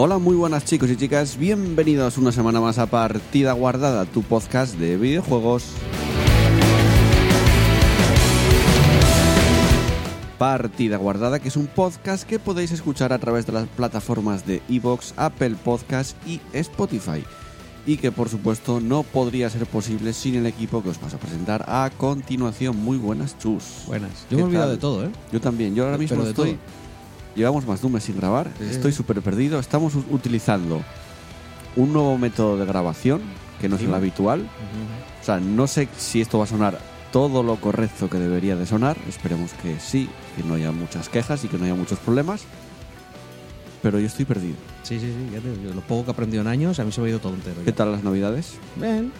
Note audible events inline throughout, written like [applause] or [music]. Hola, muy buenas chicos y chicas, bienvenidos una semana más a Partida Guardada, tu podcast de videojuegos. Partida Guardada, que es un podcast que podéis escuchar a través de las plataformas de Evox, Apple Podcast y Spotify. Y que por supuesto no podría ser posible sin el equipo que os paso a presentar a continuación. Muy buenas, chus. Buenas. ¿Qué Yo me he olvidado tal? de todo, ¿eh? Yo también, yo ahora mismo Pero de estoy. todo. Llevamos más de un mes sin grabar, Sí. estoy súper perdido. Estamos u- utilizando un nuevo método de grabación que no es el habitual. O sea, no sé si esto va a sonar todo lo correcto que debería de sonar. Esperemos que sí, que no haya muchas quejas y que no haya muchos problemas. Pero yo estoy perdido. Sí, sí, sí. ya te digo, lo poco que he aprendido en años, a mí se me ha ido todo entero. ¿Qué tal las navidades? Ven.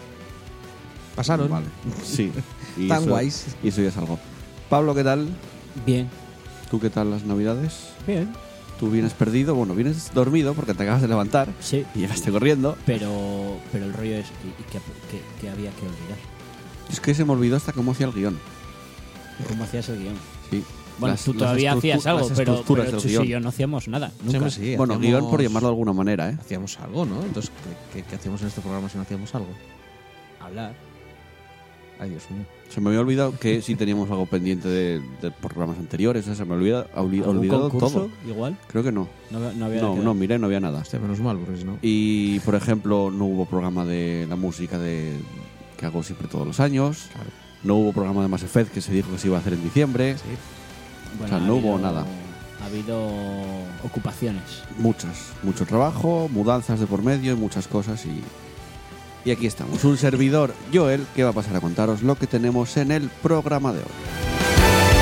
Pasaron. Vale. [laughs] Sí. Y Tan eso- guays. Y eso ya es algo. Pablo, ¿qué tal? Bien, ¿Tú qué tal las navidades? bien, Tú vienes perdido, bueno, vienes dormido porque te acabas de levantar. sí. Y llegaste corriendo. Pero, pero el rollo es y- y que, que- que había que olvidar. Es que se me olvidó hasta cómo hacía el guión. ¿Cómo hacías el guión? Sí. Bueno, Las- tú las todavía estructu- hacías algo, las pero, estructuras pero del Chus y guión. pues yo no hacíamos nada. Nunca. Siempre sí. Bueno, hacíamos- guión por llamarlo de alguna manera, ¿eh? Hacíamos algo, ¿no? Entonces, ¿qué, qué, qué hacíamos en este programa si no hacíamos algo? Hablar. Ay, Dios mío. Se me había olvidado que sí teníamos algo pendiente de, de programas anteriores. ¿eh? Se me había olvi- ¿Algún olvidado concurso? todo. Igual. Creo que no. No, no había No, quedado. no, miré, no había nada. Hostia, Este, menos mal, porque si no. Y, por ejemplo, no hubo programa de la música de que hago siempre todos los años. Claro. No hubo programa de Mass Effect que se dijo que se iba a hacer en diciembre. Sí. Bueno, o sea, ha no hubo habido- nada. Ha habido ocupaciones. muchas, mucho trabajo, mudanzas de por medio y muchas cosas y y aquí estamos, un servidor Joel que va a pasar a contaros lo que tenemos en el programa de hoy.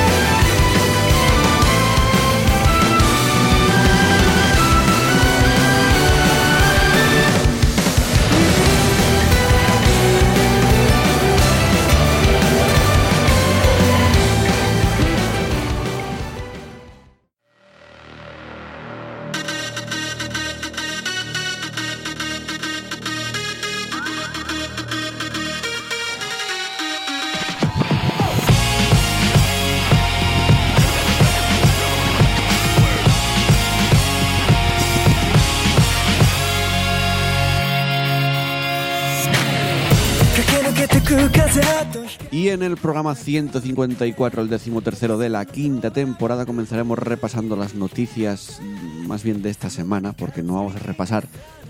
Y en el programa 154, el decimotercero de la quinta temporada, comenzaremos repasando las noticias mm, más bien de esta semana, porque no vamos a repasar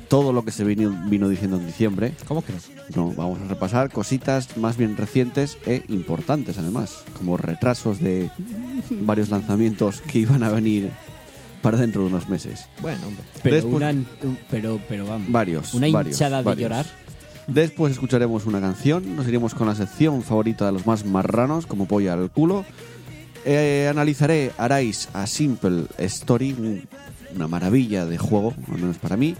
todo lo que se vino, vino diciendo en diciembre, ¿Cómo que no? no, vamos a repasar cositas más bien recientes e importantes además, como retrasos de varios lanzamientos que iban a venir para dentro de unos meses. Bueno, hombre. Pero, Después- una, un- pero, pero vamos. Varios. Una varios, hinchada de varios. llorar. Después escucharemos una canción, nos iremos con la sección favorita de los más marranos, como polla al culo. Eh, analizaré Arise a Simple Story, un- una maravilla de juego, al menos para mí.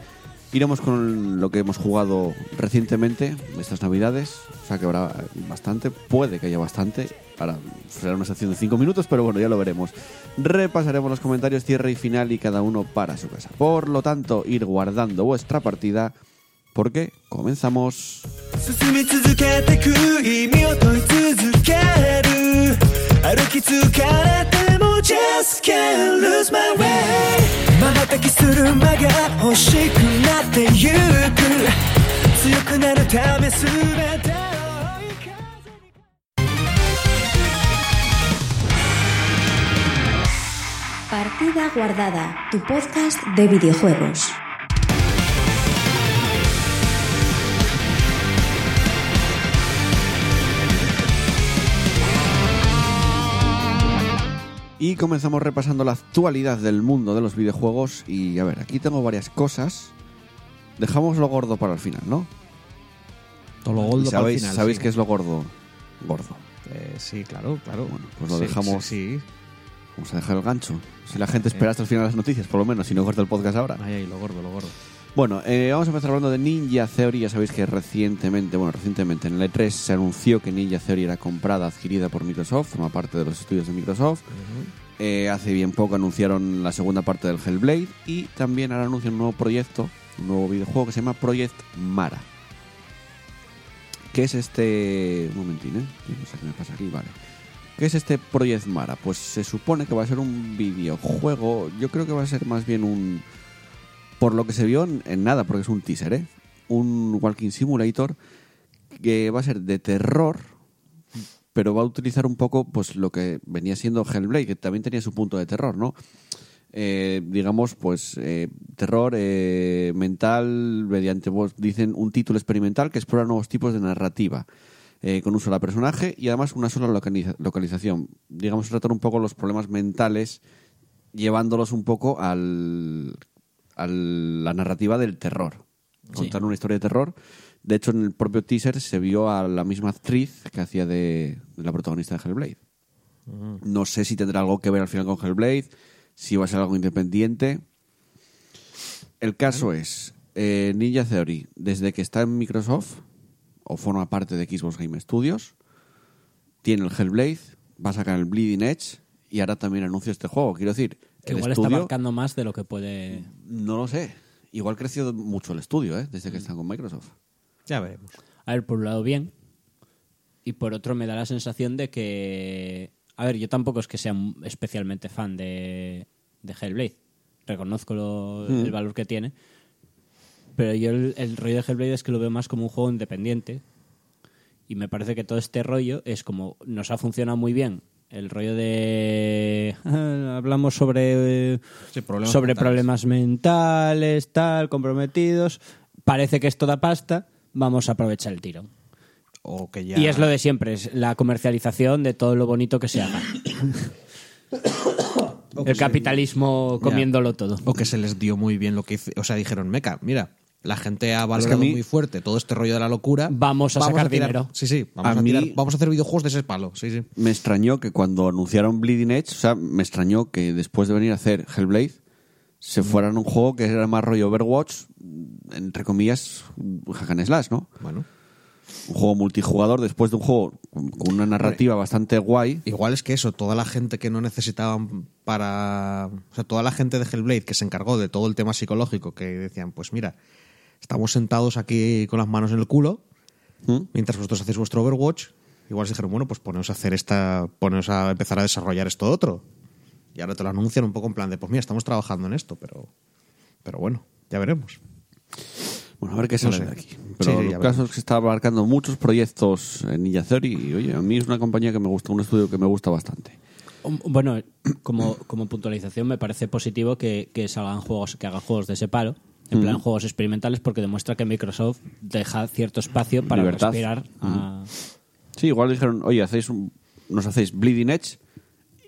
Iremos con lo que hemos jugado recientemente, estas navidades, o sea que habrá bastante, puede que haya bastante, ahora será una sección de 5 minutos, pero bueno, ya lo veremos. Repasaremos los comentarios, cierre y final y cada uno para su casa. Por lo tanto, ir guardando vuestra partida, porque comenzamos. 進み続けてく意味を問い続ける歩き疲れても Just can't lose my way 瞬きする間が欲しくなってゆく強くなるため全てを追い風に Partida Guardada, tu podcast de videojuegos. Y comenzamos repasando la actualidad del mundo de los videojuegos. Y a ver, aquí tengo varias cosas. Dejamos lo gordo para el final, ¿no? Todo lo gordo Y para el sabéis, final. sabéis sí. qué es lo gordo. Gordo. Eh, sí, claro, claro. Bueno, pues lo Sí, dejamos. Sí, sí. Vamos a dejar el gancho. Si la gente Eh. espera hasta el final de las noticias, por lo menos, si no corta el podcast ahora. Ay, ay, lo gordo, lo gordo. Bueno, eh, vamos a empezar hablando de Ninja Theory. Ya sabéis que recientemente, bueno, recientemente en el E3 se anunció que Ninja Theory era comprada, adquirida por Microsoft, forma parte de los estudios de Microsoft. Eh, hace bien poco anunciaron la segunda parte del Hellblade y también ahora anuncian un nuevo proyecto, un nuevo videojuego que se llama Project Mara. ¿Qué es este... Un momentín, ¿eh? No sé qué me pasa aquí, vale. ¿Qué es este Project Mara? Pues se supone que va a ser un videojuego. Yo creo que va a ser más bien un... Por lo que se vio en, en nada, porque es un teaser, ¿eh? Un Walking Simulator que va a ser de terror, pero va a utilizar un poco pues lo que venía siendo Hellblade, que también tenía su punto de terror, ¿no? Eh, digamos, pues eh, terror eh, mental mediante, pues, dicen, un título experimental que explora nuevos tipos de narrativa. eh, con un solo personaje y además una sola localiza- localización. Digamos, tratar un poco los problemas mentales llevándolos un poco al, a la narrativa del terror. Contar una historia de terror. De hecho, en el propio teaser se vio a la misma actriz que hacía de, de la protagonista de Hellblade. No sé si tendrá algo que ver al final con Hellblade, si va a ser algo independiente. El caso es, eh, Ninja Theory, desde que está en Microsoft, o forma parte de Xbox Game Studios, tiene el Hellblade, va a sacar el Bleeding Edge y ahora también anuncia este juego. Quiero decir, Que el igual está estudio- marcando más de lo que puede. no lo sé. Igual creció mucho el estudio, ¿eh? Mm. Desde que están con Microsoft. Ya veremos. A ver, por un lado bien. Y por otro me da la sensación de que... A ver, yo tampoco es que sea un- especialmente fan de, de Hellblade. Reconozco lo- Mm. el valor que tiene. Pero yo el, el rollo de Hellblade es que lo veo más como un juego independiente. Y me parece que todo este rollo es como... Nos ha funcionado muy bien el rollo de... [laughs] Hablamos sobre... eh, Sí, problemas sobre mentales. problemas mentales, tal, comprometidos. Parece que es toda pasta. Vamos a aprovechar el tirón. O que ya... Y es lo de siempre, es la comercialización de todo lo bonito que se [coughs] haga. el capitalismo comiéndolo todo. O que se les dio muy bien lo que hice. O sea, dijeron, meca, mira, la gente ha valorado mí- muy fuerte todo este rollo de la locura. Vamos a sacar tirar- dinero. Sí, sí. Vamos A a, tirar- mí- vamos a hacer videojuegos de ese palo. Sí, sí. Me extrañó que cuando anunciaron Bleeding Edge, o sea, me extrañó que después de venir a hacer Hellblade, se fueran a un juego que era más rollo Overwatch, entre comillas, hack and slash, ¿no? Bueno. Un juego multijugador después de un juego con con una narrativa bastante guay. Igual es que eso, toda la gente que no necesitaban para. O sea, toda la gente de Hellblade que se encargó de todo el tema psicológico, que decían, pues mira, estamos sentados aquí con las manos en el culo, ¿Mm? mientras vosotros hacéis vuestro Overwatch. Igual se dijeron, bueno, pues poneos a hacer esta. poneos a empezar a desarrollar esto otro. Y ahora te lo anuncian un poco en plan de, pues mira, estamos trabajando en esto, pero. Pero bueno, ya veremos. Bueno, a ver qué sale sé. de aquí. Pero Sí, sí, ya el caso es que está abarcando muchos proyectos en Ninja Theory y, oye, a mí es una compañía que me gusta, un estudio que me gusta bastante. Um, Bueno, como, como puntualización me parece positivo que, que salgan juegos, que hagan juegos de ese palo, en plan juegos experimentales, porque demuestra que Microsoft deja cierto espacio para Libertad. respirar a- Sí, igual dijeron, oye, hacéis un- nos hacéis Bleeding Edge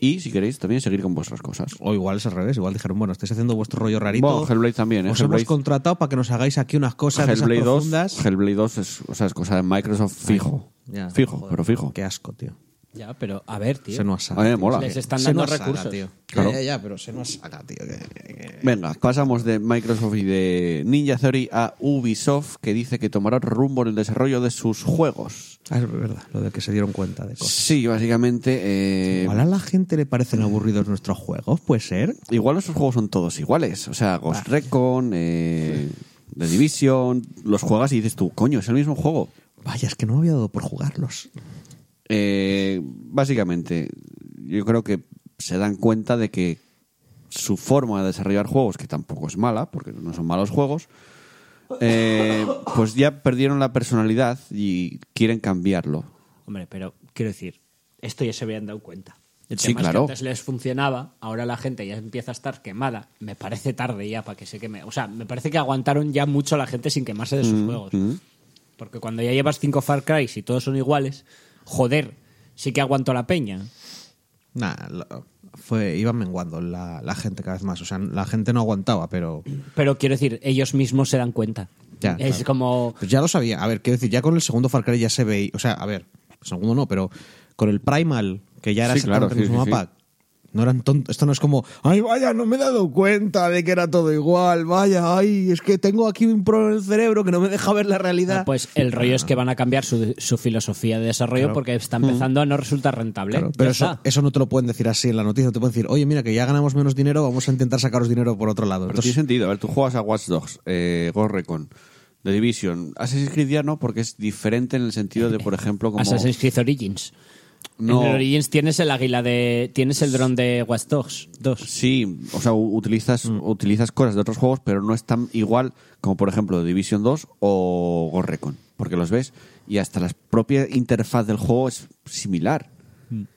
y si queréis también seguir con vuestras cosas. O igual es al revés, igual dijeron, bueno, estáis haciendo vuestro rollo rarito. Bueno, Hellblade también, ¿eh? Os Hellblade- hemos contratado para que nos hagáis aquí unas cosas de esas Hellblade 2, profundas. Hellblade 2 es, o sea, es cosa de Microsoft fijo. Ya, fijo, joder, pero fijo. Qué asco, tío. Ya, pero a ver, tío. Se nos A mí saca. me mola. Les están Se dando nos saca, recursos. tío. Claro. Ya, ya, ya, pero se nos saca, tío. que- que- que- Venga, pasamos de Microsoft y de Ninja Theory a Ubisoft, que dice que tomará otro rumbo en el desarrollo de sus juegos. Ah, es verdad, lo de que se dieron cuenta de cosas. Sí, básicamente. eh, Igual a la gente le parecen aburridos nuestros juegos, puede ser. igual esos juegos son todos iguales. O sea, Ghost Ah. Recon, eh, The Division, los juegas y dices tú, coño, es el mismo juego. Vaya, es que no me había dado por jugarlos. Eh, básicamente, yo creo que se dan cuenta de que su forma de desarrollar juegos, que tampoco es mala, porque no son malos juegos, eh, pues ya perdieron la personalidad y quieren cambiarlo. Hombre, pero quiero decir, esto ya se habían dado cuenta. El Sí, tema es que claro. antes les funcionaba, ahora la gente ya empieza a estar quemada. Me parece tarde ya para que se queme. O sea, me parece que aguantaron ya mucho la gente sin quemarse de sus Mm, juegos. Porque cuando ya llevas cinco Far Cry y todos son iguales, joder, sí que aguanto la peña. Nah, lo- fue, iban menguando la, la gente cada vez más. O sea, la gente no aguantaba, pero. Pero quiero decir, ellos mismos se dan cuenta. Ya, es claro. como... Pues ya lo sabía. A ver, quiero decir, ya con el segundo Far Cry ya se veía. O sea, a ver, segundo no, pero con el Primal, que ya era Sí, claro, exactamente el sí, mismo sí, mapa. No eran tontos. Esto no es como, ay, vaya, no me he dado cuenta de que era todo igual, vaya, ay, es que tengo aquí un problema en el cerebro que no me deja ver la realidad. Ah, pues el rollo es que van a cambiar su, su filosofía de desarrollo Claro. Mm. porque está empezando a no resultar rentable. Claro, Ya pero eso, está. eso no te lo pueden decir así en la noticia. No te pueden decir, oye, mira, que ya ganamos menos dinero, vamos a intentar sacaros dinero por otro lado. Pero Entonces, tiene sentido. A ver, tú juegas a Watch Dogs, eh, Ghost Recon, The Division. Assassin's Creed ya no, porque es diferente en el sentido de, por ejemplo, como... Assassin's Creed Origins. No. En el Origins tienes el águila de. Tienes el dron de Watch Dogs 2. Sí, o sea, u- utilizas, utilizas cosas de otros juegos, pero no es tan igual como, por ejemplo, Division 2 o Ghost Recon, porque los ves y hasta la propia interfaz del juego es similar.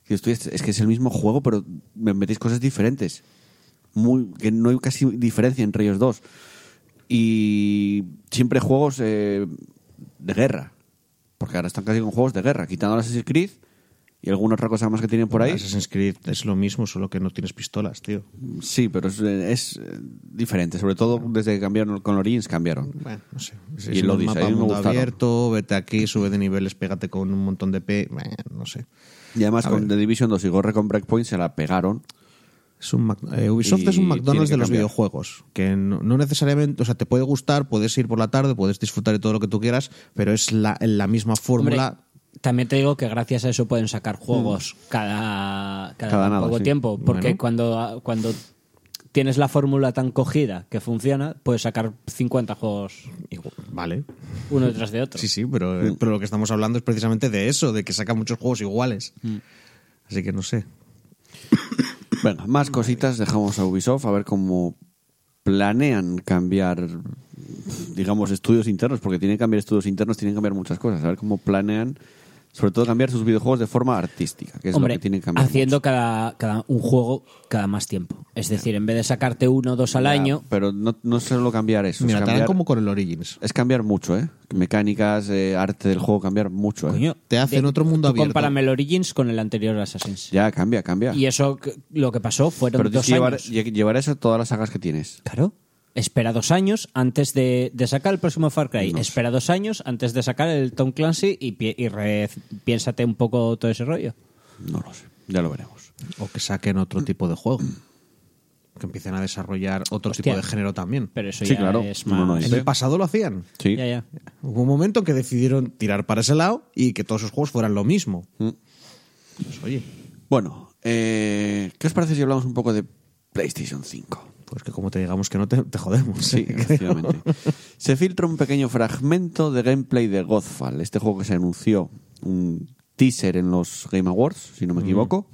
Y estoy- Es que es el mismo juego, pero me metéis cosas diferentes. Muy, que no hay casi diferencia entre ellos dos. Y siempre juegos eh, de guerra. Porque ahora están casi con juegos de guerra, quitando el Assassin's Creed y alguna otra cosa más que tienen por ahí. Assassin's Creed es lo mismo, solo que no tienes pistolas, tío. Sí, pero es, eh, es, eh, diferente. Sobre todo desde que cambiaron con Origins, cambiaron. Bueno, no sé. Es Y el un Odyssey, mapa a mí me mundo gustaron. abierto, vete aquí, sube de niveles, pégate con un montón de P. Bueno, no sé. Y además A con ver. The Division 2 y Gorre con Breakpoint se la pegaron. Es un Mac- eh, Ubisoft Y es un tiene McDonald's que de los cambiar. videojuegos, que no, no necesariamente, o sea, te puede gustar, puedes ir por la tarde, puedes disfrutar de todo lo que tú quieras, pero es la, la misma Hombre, fórmula. también te digo que gracias a eso pueden sacar juegos cada, cada, Mm. Cada nada, poco sí. tiempo. Porque Bueno. cuando, cuando tienes la fórmula tan cogida que funciona, puedes sacar 50 juegos Igual- Vale, uno detrás de otro. sí, sí, pero, eh, pero lo que estamos hablando es precisamente de eso, de que saca muchos juegos iguales. Mm. Así que no sé. Venga, más cositas dejamos a Ubisoft a ver cómo planean cambiar, digamos, estudios internos, porque tienen que cambiar estudios internos, tienen que cambiar muchas cosas. A ver cómo planean, sobre todo cambiar sus videojuegos de forma artística, que es Hombre, lo que tienen que cambiar. haciendo cada, cada un juego cada más tiempo. Es decir, en vez de sacarte uno o dos al mucho. año, Ya, Pero no, no es solo cambiar eso. Mira, es, te harán cambiar, como con el Origins. es cambiar mucho, ¿eh? Mecánicas, eh, arte del juego, cambiar mucho. ¿eh? coño, Te hacen otro mundo tú abierto. Compárame el Origins con el anterior Assassin's. Ya, cambia, cambia. Y eso que- lo que pasó fueron Pero tienes dos que llevar, años. lle- llevar eso a todas las sagas que tienes. Claro. Espera dos años antes de, de sacar el próximo Far Cry. No sé. Espera dos años antes de sacar el Tom Clancy y, pi- y re- piénsate un poco todo ese rollo. No lo sé. Ya lo veremos. O que saquen otro tipo de juego. Que empiecen a desarrollar otro Hostia. tipo de género también. Pero eso Sí, ya claro. es No, más... no, En el pasado lo hacían. Sí. Ya, ya. Hubo un momento en que decidieron tirar para ese lado y que todos sus juegos fueran lo mismo. Mm. Pues oye, Bueno, eh, ¿qué os parece si hablamos un poco de PlayStation 5? pues que como te digamos que no te, te jodemos. [laughs] Sí, ¿eh? creo. efectivamente. Se filtra un pequeño fragmento de gameplay de Godfall, este juego que se anunció un teaser en los Game Awards, si no me equivoco,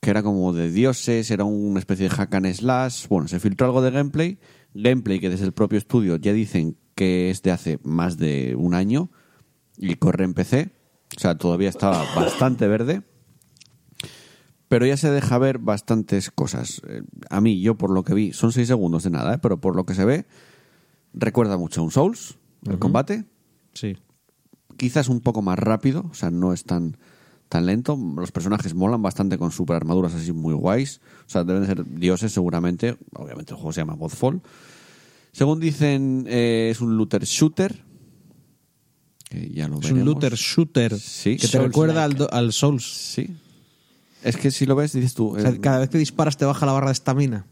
que era como de dioses, era una especie de hack and slash. Bueno, se filtró algo de gameplay, gameplay que desde el propio estudio ya dicen que es de hace más de un año y corre en PC, o sea, todavía estaba bastante verde pero ya se deja ver bastantes cosas. Eh, a mí, yo por lo que vi, son seis segundos de nada, ¿eh? pero por lo que se ve, recuerda mucho a un Souls, el combate, Sí. quizás un poco más rápido, o sea, no es tan, tan lento. Los personajes molan bastante con super armaduras así muy guays, o sea, deben ser dioses seguramente, obviamente el juego se llama Godfall. Según dicen, eh, es un looter shooter. que ya lo Es un veremos. looter shooter Sí. que te Souls-like. recuerda al, do- al Souls. Sí. Es que si lo ves, dices tú. O sea, eh, cada vez que disparas te baja la barra de estamina.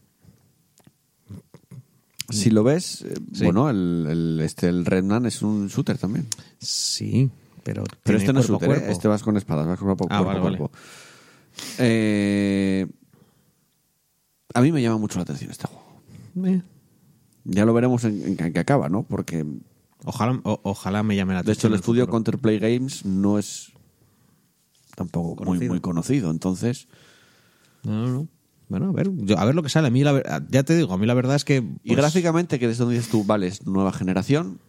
Si lo ves, eh, Mm. Sí. bueno, el, el- este, el Remnant es un shooter también. Sí, pero. Pero tiene este no es cuerpo a shooter, ¿eh? cuerpo. este vas con espadas, vas con cuerpo, Ah, cuerpo, vale, vale. cuerpo. Eh, a mí me llama mucho la atención este juego. Eh, Ya lo veremos en, en que acaba, ¿no? Porque, Ojalá, o- ojalá me llame la de hecho, atención. el en estudio futuro. Counterplay Games no es tampoco muy, Conocido. muy conocido. Entonces, No, no, no. Bueno, a ver, yo- a ver lo que sale. A mí la ver- ya te digo, a mí la verdad es que. Y pues, gráficamente, que es donde dices tú, vale, es nueva generación.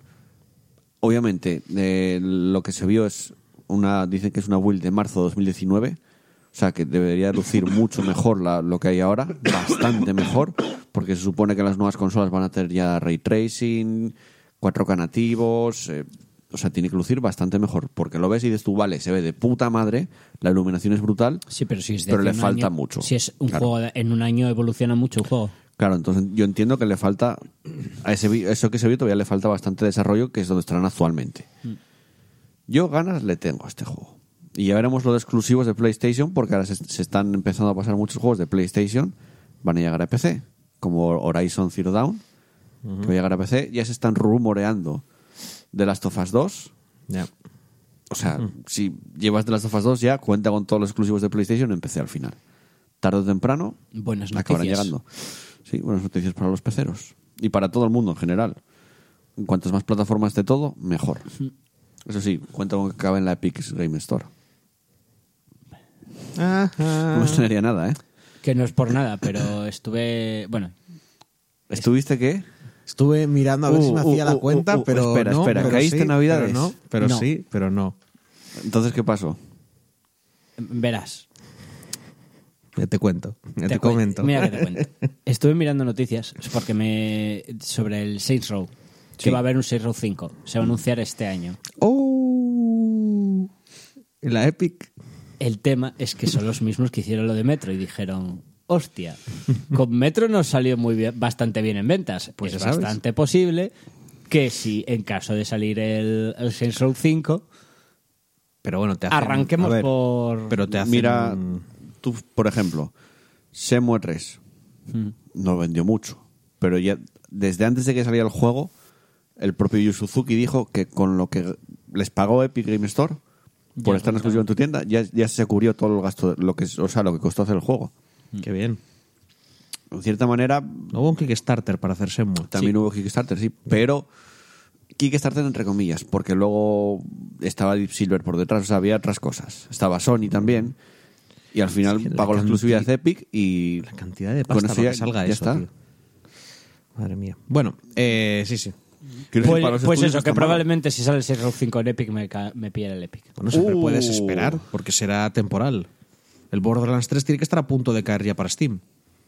Obviamente, eh, lo que se vio es una. Dicen que es una build de marzo de 2019. O sea, que debería lucir mucho mejor la- lo que hay ahora. Bastante mejor. Porque se supone que las nuevas consolas van a tener ya ray tracing, 4K nativos. eh, o sea, tiene que lucir bastante mejor. Porque lo ves y dices tú, vale, se ve de puta madre. La iluminación es brutal. Sí, pero si es de Pero hace le un falta año- mucho. Si es un Claro. juego de- en un año evoluciona mucho el juego. Claro, entonces yo entiendo que le falta a ese vi- eso que se vio todavía le falta bastante desarrollo, que es donde estarán actualmente. Yo ganas le tengo a este juego. Y ya veremos los exclusivos de PlayStation, porque ahora se, se están empezando a pasar muchos juegos de PlayStation. Van a llegar a PC, como Horizon Zero Dawn, que va a llegar a PC. Ya se están rumoreando de Last of Us 2. Ya. O sea, si llevas de Last of Us 2 ya cuenta con todos los exclusivos de PlayStation en PC al final. Tarde o temprano Buenas acabarán noticias. llegando. Sí, buenas noticias para los peceros. Y para todo el mundo en general. En cuantas más plataformas de todo, mejor. Eso sí, cuenta con que acabe en la Epic Game Store. Ah. No me extrañaría nada, ¿eh? Que no es por nada, pero estuve. Bueno, ¿Estuviste qué? Estuve mirando a ver Uh, si me uh, hacía la uh, cuenta, uh, uh, pero. espera, no, espera, pero ¿caíste sí, en Navidades? Pero no, pero No. sí, pero no. Entonces, ¿qué pasó? verás. Ya te cuento, ya te, cuen- comento. Mira que te cuento. Estuve mirando noticias porque me sobre el Saints Row. Que va a haber un Saints Row 5. Se va a anunciar este año. [laughs] ¡Oh! La Epic. El tema es que son los mismos que hicieron lo de Metro y dijeron, hostia, con Metro nos salió muy bien, bastante bien en ventas. Pues Pues es ya sabes. bastante posible que si en caso de salir el, el Saints Row 5, Pero bueno, te hacen- Arranquemos a ver, por- Pero te hacen. Mira, tú, por ejemplo, Semo 3 Mm. no vendió mucho, pero ya desde antes de que saliera el juego, el propio Yu Suzuki dijo que con lo que les pagó Epic Game Store por estar en exclusivo en tu tienda, ya, ya se cubrió todo el gasto, lo que, o sea, lo que costó hacer el juego. Qué bien. En cierta manera, No hubo un Kickstarter para hacer Shenmue. también hubo Kickstarter, sí, pero Kickstarter entre comillas, porque luego estaba Deep Silver por detrás, o sea, había otras cosas. Estaba Sony también. Y al final Es que la pagó la canti- exclusividad de Epic y... La cantidad de con pasta eso para ya- que salga ya eso, está. tío. Madre mía. Bueno, eh, sí, sí. Quiero decir, pues, para los pues estudios eso, no que está mal. probablemente si sale el Saints Row 5 en Epic me, ca- me pillará el Epic. Bueno, siempre Uh. puedes esperar, porque será temporal. El Borderlands 3 tiene que estar a punto de caer ya para Steam.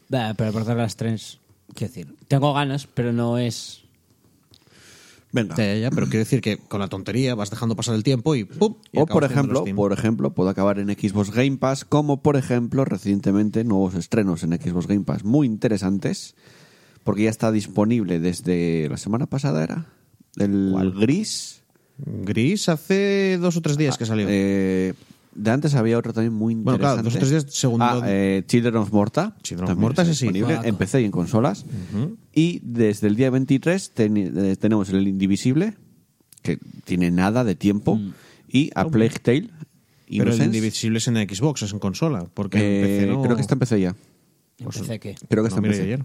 Bah, pero por dar las tres, quiero decir, tengo ganas, pero no es... Venga. Ya, ya, ya, pero quiero decir que con la tontería vas dejando pasar el tiempo y ¡pum! y O acabas por teniendo ejemplo, Steam. por ejemplo, puedo acabar en Xbox Game Pass, como por ejemplo recientemente nuevos estrenos en Xbox Game Pass muy interesantes, porque ya está disponible desde la semana pasada era el gris. Gris hace dos o tres días que salió. Eh, de antes había otro también muy Bueno, interesante. claro, dos o tres días, Ah, segundo- eh, Children of Morta. Children of también Morta, está ese sí. disponible Juegazo. En PC y en consolas. Y desde el día 23 teni- eh, tenemos el Indivisible, que tiene nada de tiempo, y a Plague Tale. pero el Innocence. Indivisible es en Xbox, es en consola. Porque en Eh, PC no- Creo que está en PC ya. Pues Empecé que, Creo que no está en miré PC. ayer.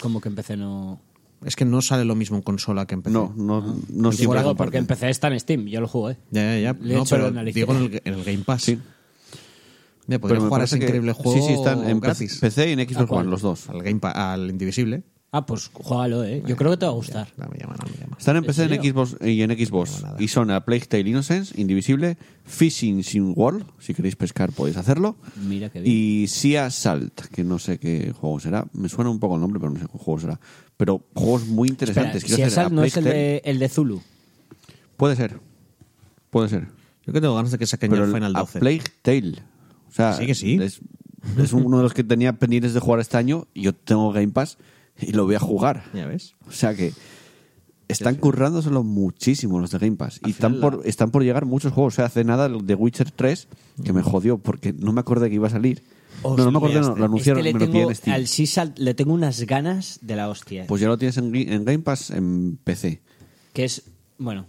como que empecé no... Es que no sale lo mismo en consola que en PC. No, no, Ah. no Yo siempre digo, comparten. porque empecé está en Steam, yo lo jugué. Ya, ya, ya. Le he no, hecho pero el análisis. digo en el, en el Game Pass. Sí. Ya, podría Pero me jugar a parece ese que- increíble juego Sí, sí, están en gratis. Ah, PC y en ¿A Xbox cuál? One, los dos. Al, Game Pa- al Indivisible. Ah, pues juégalo, ¿eh? Yo creo que te va a gustar. No me llama, no me llama. Están en ¿En PC en serio? Xbox eh, y en Xbox. y son a Plague Tale Innocence, Indivisible, Fishing Sin World, si queréis pescar podéis hacerlo. Mira qué bien. Y Sea Salt, que no sé qué juego será. Me suena un poco el nombre, pero no sé qué juego será. Pero juegos muy interesantes. Quiero Espera, si hacer Asal a no es el Plague Tale- de, el de Zulu. Puede ser. Puede ser. Yo que tengo ganas de que saquen ya Pero el el- Final a 12. Plague Tale. O sea, Sí, que sí. Es, es uno de los que tenía pendientes de jugar este año. y Yo tengo Game Pass y lo voy a jugar. Ya ves. O sea que están currándoselo muchísimo los de Game Pass. y están por, están por llegar muchos juegos. O sea, hace nada el de Witcher 3, que me jodió porque no me acordé que iba a salir. no, no me acordé, no, lo anunciaron, Mm. me Este le lo pillé tengo, en Steam. al Sisal le tengo unas ganas de la hostia. Pues ya lo tienes en, Gui- en Game Pass en PC. que es, bueno,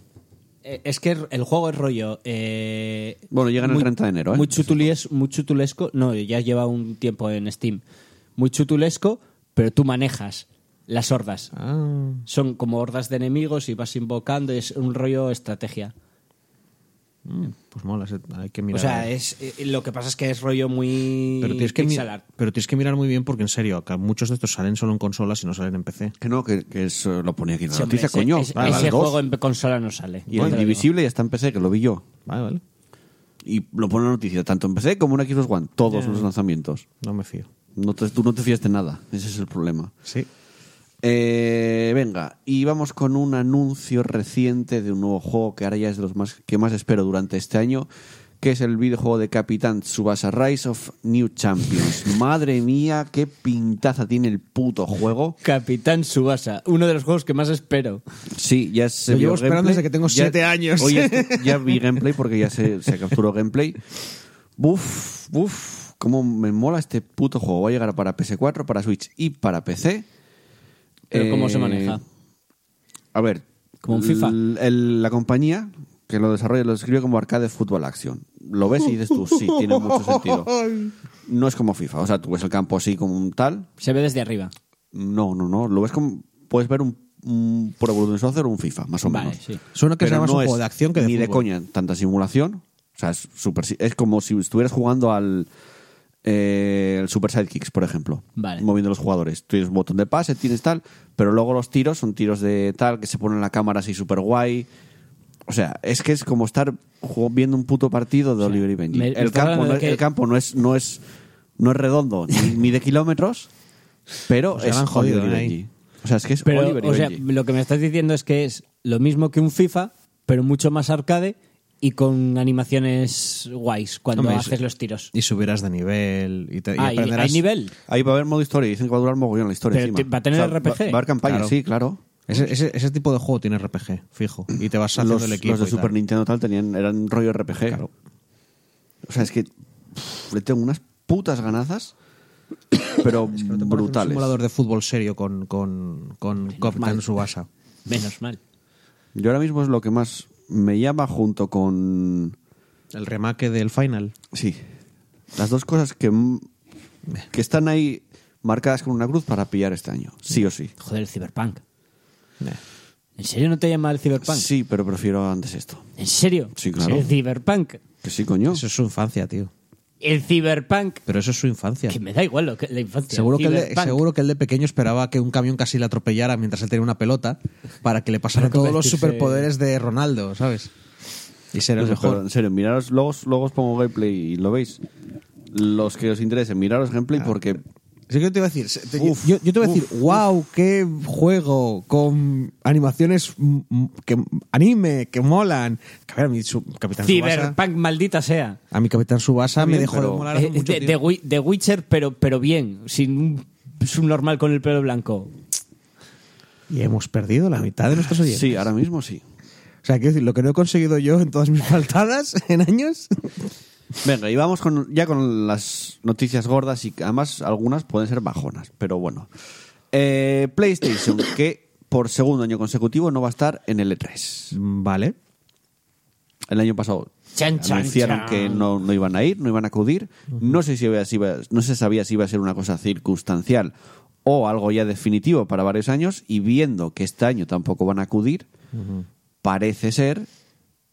eh, es que el juego es rollo... eh, Bueno, llegan el muy- 30 de enero, ¿eh? Muy, chutulies- muy chutulesco. No, ya lleva un tiempo en Steam. Muy chutulesco, pero tú manejas las hordas. Ah, Son como hordas de enemigos y vas invocando. Es un rollo estrategia. pues mola. se- Hay que mirar. O sea, es, eh, lo que pasa es que es rollo muy pero tienes, que mi- pixel art. pero tienes que mirar muy bien porque, en serio, acá muchos de estos salen solo en consolas y no salen en PC. Que no, que, que eso lo ponía aquí en la Sí, hombre, noticia, ese- coño. Ah, ese- Vale, ese vale, dos. juego en consola no sale. Y el ya te lo digo. Indivisible ya está en PC, que lo vi yo. Vale, vale. Y lo pone la noticia, tanto en PC como en Xbox One. Todos los lanzamientos. No me fío. No te- tú no te fías de nada. Ese es el problema. Sí. Eh, venga, y vamos con un anuncio reciente de un nuevo juego que ahora ya es de los más que más espero durante este año, que es el videojuego de Capitán Tsubasa Rise of New Champions. [laughs] Madre mía, qué pintaza tiene el puto juego. Capitán Subasa, uno de los juegos que más espero. Sí, ya se Lo vio llevo esperando gameplay. desde que tengo Ya- siete años. Oye, [laughs] es que ya vi gameplay porque ya se, se capturó gameplay. Buf, buf, cómo me mola este puto juego. Va a llegar para PS4, para Switch y para PC. Pero Eh, ¿cómo se maneja? A ver. Como un FIFA. l- el- la compañía que lo desarrolla lo describe como Arcade Football Action. Lo ves y dices tú, sí, tiene mucho sentido. [laughs] No es como FIFA. O sea, tú ves el campo así como un tal, Se ve desde arriba. no, no, no. Lo ves como. Puedes ver un, un Pro Evolution Soccer o un FIFA, más o Vale, menos. sí. Suena que Pero sea más un es juego de acción que de Ni de fútbol. coña, tanta simulación. O sea, es, super, es como si estuvieras jugando al. eh, el Super Sidekicks, por ejemplo. Vale. Moviendo los jugadores. Tienes un botón de pase, tienes tal. Pero luego los tiros son tiros de tal que se ponen la cámara así super guay. O sea, es que es como estar jug- viendo un puto partido de Oliver y Benji. me- me el, estás campo hablando de no, es- que- el campo no es, no es, no es redondo ni, ni de kilómetros, pero Pues ya es la han jodido, Oliver y ¿eh? Benji. O sea, es que es Pero, Oliver y o sea, Benji. lo que me estás diciendo es que es lo mismo que un FIFA, pero mucho más arcade y con animaciones guays cuando Hombre, haces sí. los tiros. Y subirás de nivel y, te, y Ah, y aprenderás. hay nivel. Ahí va a haber modo historia. Dicen que va a durar mogollón la historia. Pero encima. te- va a tener RPG. Va, va a haber campaña, Claro. sí, claro. Ese, ese- ese tipo de juego tiene RPG, fijo. Y te vas haciendo Los, el los equipo. de y tal. Super Nintendo eh, tal tenían, eran rollo RPG. Claro. O sea, es que pff, le tengo unas putas [coughs] ganazas, pero Es que no te parece Un brutales. simulador de fútbol serio con, con, con Pues Capitán Subasa. Menos mal. Yo ahora mismo es lo que más me llama junto con... El remake del Final. Sí. Las dos cosas que, m- que están ahí marcadas con una cruz para pillar este año. Sí o sí. Joder, el Cyberpunk. Nah. ¿En serio no te llama el Cyberpunk? Sí, pero prefiero antes esto. ¿En serio? Sí, claro. El Cyberpunk. Que sí, coño. Eso es su infancia, tío. El Cyberpunk. Pero eso es su infancia. Que me da igual lo que, la infancia. Seguro el que, el de, Cyberpunk. seguro que el de pequeño esperaba que un camión casi le atropellara mientras él tenía una pelota para que le pasaran todos los convertirse- superpoderes de Ronaldo, ¿sabes? Pues Y ser No el sé, pero mejor. en serio, miraros, luego, os- luego os pongo gameplay y lo veis. Los que os interesen, miraros gameplay porque Sí, que te iba a decir, se- te- Uf, yo, yo te iba a uf, decir, wow, qué juego con animaciones mm, mm, que anime, que molan. Que a ver, a mi su- Capitán Subasa, Cyberpunk, maldita sea. a mi Capitán Subasa me bien, dejó pero- de molar hace Eh, mucho de, de tiempo. Wi- de Witcher, pero, pero bien. Sin un subnormal con el pelo blanco. Y hemos perdido la mitad de nuestros oyentes. sí, ahora mismo sí. O sea, quiero decir, lo que no he conseguido yo en todas mis faltadas en años. [laughs] Venga, y vamos con, ya con las noticias gordas y que además algunas pueden ser bajonas, pero bueno. Eh, PlayStation, que por segundo año consecutivo no va a estar en el E E3. Vale. El año pasado Chan, chan, anunciaron chan. que no, no iban a ir, no iban a acudir. No sé si iba- si iba- no se sabía si iba a ser una cosa circunstancial o algo ya definitivo para varios años. Y viendo que este año tampoco van a acudir, parece ser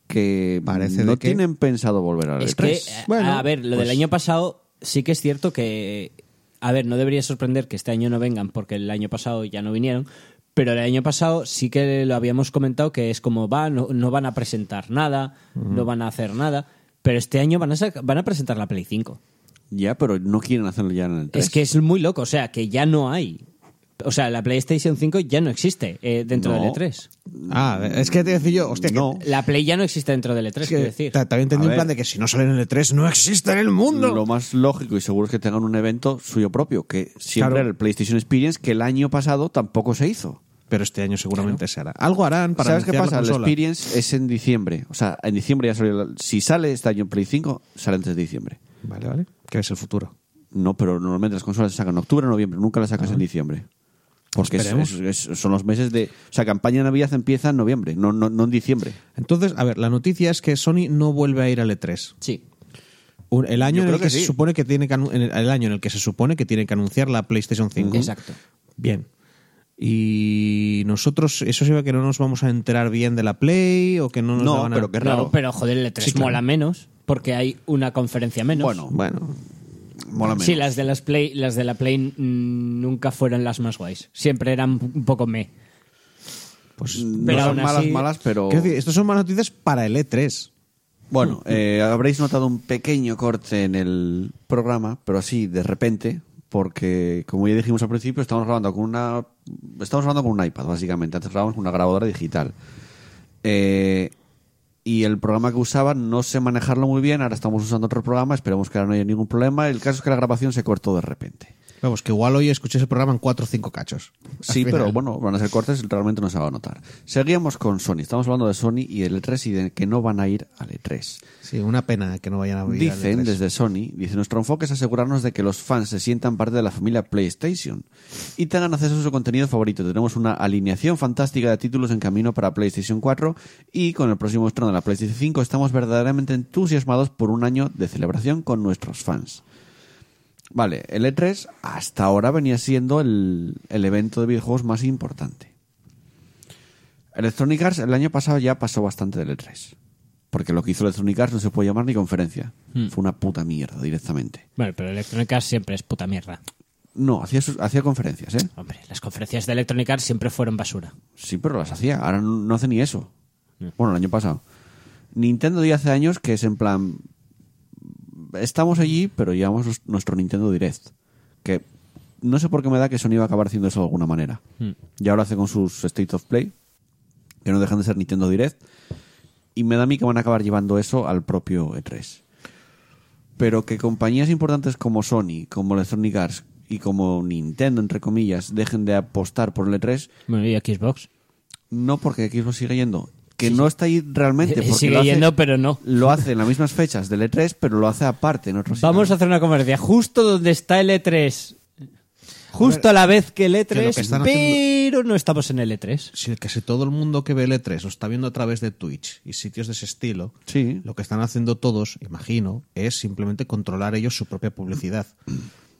que Parece no de que- tienen pensado volver al E Es E3. que, eh, a- a ver, lo del año pasado sí que es cierto que, a ver, no debería sorprender que este año no vengan porque el año pasado ya no vinieron, pero el año pasado sí que lo habíamos comentado que es como va, no, no van a presentar nada, no van a hacer nada, pero este año van a, saca- van a presentar la Play 5. Ya, pero no quieren hacerlo ya en el E E3. Es que es muy loco, o sea, que ya no hay. O sea, la PlayStation 5 ya no existe eh, dentro No. del E3. Ah, es que te decía yo, hostia, que- No. La Play ya no existe dentro del E3, es quiero que decir. ta- también tenía A un ver. plan de que si no sale en el E3 no existe en el mundo. Lo más lógico y seguro es que tengan un evento suyo propio, que siempre Claro. era el PlayStation Experience, que el año pasado tampoco se hizo. Pero este año seguramente se hará. Algo harán para ¿Sabes qué anunciar la pasa? El consola. Experience es en diciembre. O sea, en diciembre ya salió. la- Si sale este año en Play 5, sale antes de diciembre. Vale, vale. Que es el futuro. No, pero normalmente las consolas se sacan en octubre, noviembre. Nunca las Ah. sacas en diciembre. Pues Porque es- Esperemos. es- es- son los meses de. O sea, campaña de Navidad empieza en noviembre, no, no, no en diciembre. Entonces, a ver, la noticia es que Sony no vuelve a ir al E3. Sí. Un- el año Yo en el creo que, que se sí. supone que tiene que anu- en el, el año en el que se supone que tienen que anunciar la PlayStation 5. Exacto. Bien. Y nosotros, eso significa que no nos vamos a enterar bien de la Play o que no nos No, la van a- pero que- Qué No, raro. pero joder, el E3 Sí, claro. mola menos porque hay una conferencia menos. Bueno, Bueno, mola menos. Sí, las de las Play, las de la Play mm, nunca fueron las más guays. Siempre eran un poco me. pues... No pero son aún malas, así- malas, pero. Quiero decir, estos son más noticias para el E E3. Bueno, eh, habréis notado un pequeño corte en el programa, pero así de repente, porque como ya dijimos al principio, estamos grabando con una, estamos grabando con un iPad básicamente. Antes grabamos con una grabadora digital. Eh, y el programa que usaban no sé manejarlo muy bien. Ahora estamos usando otro programa, esperemos que ahora no haya ningún problema. El caso es que la grabación se cortó de repente. Vamos, que igual hoy escuché ese programa en cuatro o cinco cachos. [laughs] Al Sí, pero final. bueno, van a ser cortes, realmente no se va a notar. Seguíamos con Sony, estamos hablando de Sony y el E3 y de que no van a ir al E E3. Sí, una pena que no vayan a E vivir al Dicen E3. desde Sony, dice nuestro enfoque es asegurarnos de que los fans se sientan parte de la familia PlayStation y tengan acceso a su contenido favorito. Tenemos una alineación fantástica de títulos en camino para PlayStation 4 y con el próximo estreno de la PlayStation 5 estamos verdaderamente entusiasmados por un año de celebración con nuestros fans. Vale, el E3 hasta ahora venía siendo el, el evento de videojuegos más importante. Electronic Arts el año pasado ya pasó bastante del E3. Porque lo que hizo Electronic Arts no se puede llamar ni conferencia. Fue una puta mierda directamente. Bueno, pero Electronic Arts siempre es puta mierda. No, hacía, sus- hacía conferencias, ¿eh? Hombre, las conferencias de Electronic Arts siempre fueron basura. Sí, pero las hacía. Ahora no, no hace ni eso. Bueno, el año pasado. Nintendo ya hace años que es en plan... Estamos allí, pero llevamos nos- nuestro Nintendo Direct. Que no sé por qué me da que Sony va a acabar haciendo eso de alguna manera. Y ahora hace con sus State of Play, que no dejan de ser Nintendo Direct. Y me da a mí que van a acabar llevando eso al propio E3. Pero que compañías importantes como Sony, como Electronic Arts y como Nintendo, entre comillas, dejen de apostar por el E E3, Bueno, y Xbox. no, porque Xbox sigue yendo. Que no está ahí realmente. Porque Sigue lo hace- yendo, pero no. Lo hace en las mismas fechas del E3, pero lo hace aparte en Pues otros Vamos a hacer una conferencia justo donde está el E3. Justo a, la vez que el que lo E3, que están pero no estamos en el E E3. Si casi todo el mundo que ve el E3 lo está viendo a través de Twitch y sitios de ese estilo, Sí. lo que están haciendo todos, imagino, es simplemente controlar ellos su propia publicidad.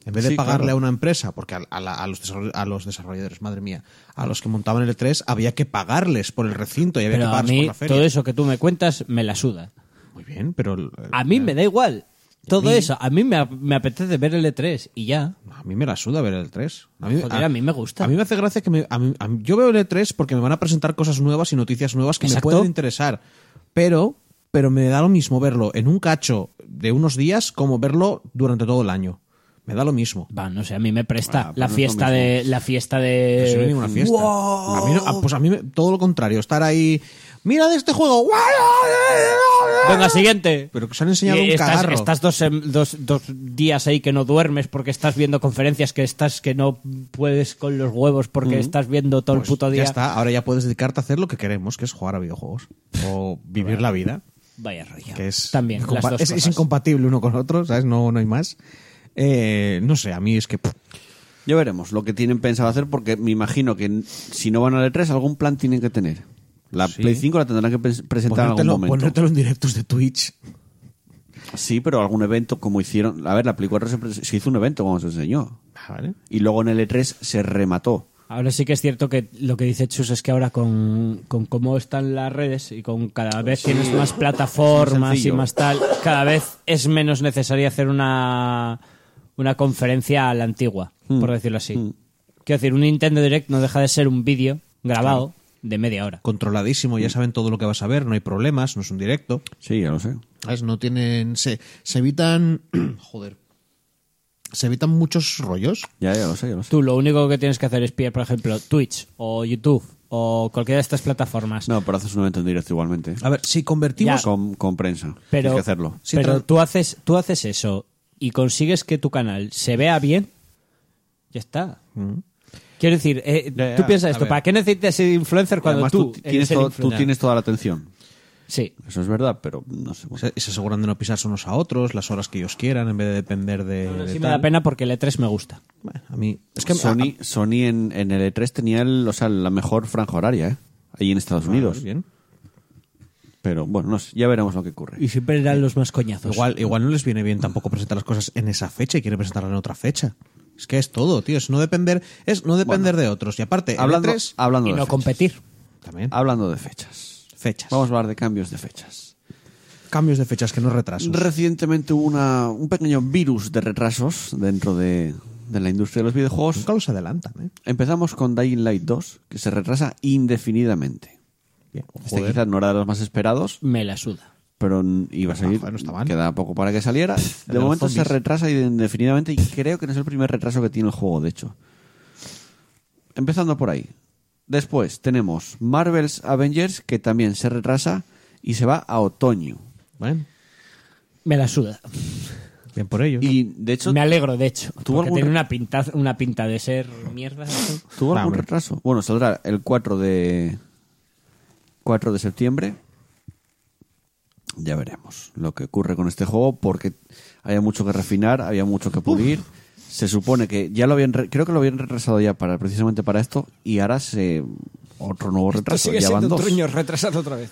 En vez de Sí, pagarle claro. a una empresa, porque a, a la- a los desarroll- a los desarrolladores, madre mía, a los que montaban el E3 había que pagarles por el recinto y había Pero que a pagarles por mí la feria. todo eso que tú me cuentas me la suda. Muy bien, pero... el- A mí me da igual. Todo mí- eso. A mí me, ap- me apetece ver el E3 y ya. A mí me la suda ver el E3. A mí, Joder, a mí me gusta. A mí me hace gracia que me, a mí- a mí- yo veo el E3 porque me van a presentar cosas nuevas y noticias nuevas que Exacto. me pueden interesar. Pero, pero me da lo mismo verlo en un cacho de unos días como verlo durante todo el año. Me da lo mismo. Va, no sé, a mí me presta Ah, pues no la, es lo fiesta mismo. de, la fiesta de... Pero si no hay ninguna fiesta. A mí no- ah, pues a mí me- todo lo contrario. Estar ahí. Mira de este juego. Venga, siguiente. Pero que se han enseñado Y un estás, cagarro. estás dos, em- dos- dos días ahí que no duermes porque estás viendo conferencias que estás que no puedes con los huevos porque estás viendo todo Pues el puto día. Ya está. Ahora ya puedes dedicarte a hacer lo que queremos, que es jugar a videojuegos o vivir la vida. Vaya rollo. que es También, incompa- las dos es, es cosas. incompatible uno con otro, ¿sabes? No, no hay más. Eh, no sé, a mí es que pff, Ya veremos lo que tienen pensado hacer, porque me imagino que n- si no van al E3, algún plan tienen que tener. La Sí. Play 5 la tendrán que pres- presentar en ponértelo, algún momento. ponértelo en directos de Twitch. Sí, pero algún evento como hicieron. A ver, la Play 4 se, pres- se hizo un evento como se enseñó. Vale. Y luego en el E3 se remató. Ahora sí que es cierto que lo que dice Chus es que ahora con, con cómo están las redes y con cada vez tienes más plataformas y sencillo. más tal, cada vez es menos necesario hacer una, una conferencia a la antigua, Mm. por decirlo así. Quiero decir, un Nintendo Direct no deja de ser un vídeo grabado de media hora. Controladísimo, Mm. ya saben todo lo que vas a ver, no hay problemas, no es un directo. Sí, ya lo sé. ¿Sabes? No tienen. Se, se evitan. [clears throat] joder. Se evitan muchos rollos. Ya, ya lo sé, ya lo sé. Tú lo único que tienes que hacer es pillar, por ejemplo, Twitch o YouTube o cualquiera de estas plataformas. No, pero haces un evento en directo igualmente. A ver, si convertimos. Con, con prensa. pero, Tienes que hacerlo. Sí, pero tra- tú haces tú haces eso y consigues que tu canal se vea bien ya está Mm. quiero decir eh, Ya, ya, tú piensas a esto ver. para qué necesitas ser influencer cuando Además, tú, eres tienes el todo- tú influencer? tienes toda la atención. sí Eso es verdad, pero no sé. Se, se aseguran de no pisarse unos a otros, las horas que ellos quieran, en vez de depender de. de sí me tal. da pena porque el E3 me gusta Bueno, a mí. Es que Sony, Sony en, en el E3 tenía el- o sea, la mejor franja horaria, ¿eh? Ahí en Estados Unidos. Ah, Bien. Pero bueno, no sé, ya veremos lo que ocurre. y siempre eran los más coñazos Pues Igual, igual no les viene bien tampoco presentar las cosas en esa fecha y quieren presentarlas en otra fecha. Es que es todo, tío. Es no depender, es no depender de otros. Y aparte, el hablando, E3 hablando, y de no fechas, competir también. hablando de fechas. Fechas. Vamos a hablar de cambios de fechas. Cambios de fechas que no retrasos. Recientemente hubo una, un pequeño virus de retrasos dentro de, de la industria de los videojuegos. Nunca los adelantan, ¿eh? Empezamos con Dying Light 2, que se retrasa indefinidamente. Bien, Este joder. quizás no era de los más esperados, me la suda pero n- iba a salir. joder, Pues no está mal. Queda poco para que saliera. de De los momento se zombies. retrasa indefinidamente y creo que no es el primer retraso que tiene el juego, de hecho. Empezando por ahí. Después tenemos Marvel's Avengers, que también se retrasa y se va a otoño. Bueno, Me la suda. bien por ello. Y de hecho, Me alegro, de hecho. ¿Tuvo porque algún- tiene una pinta, una pinta de ser mierda. eso. [laughs] ¿tuvo Ah, algún hombre. retraso? Bueno, saldrá el 4 de 4 de septiembre. Ya veremos lo que ocurre con este juego porque había mucho que refinar, había mucho que pulir. Se supone que ya lo habían re- creo que lo habían retrasado ya para precisamente para esto y ahora se otro nuevo Esto retraso, sigue ya van siendo dos. truño retrasado otra vez.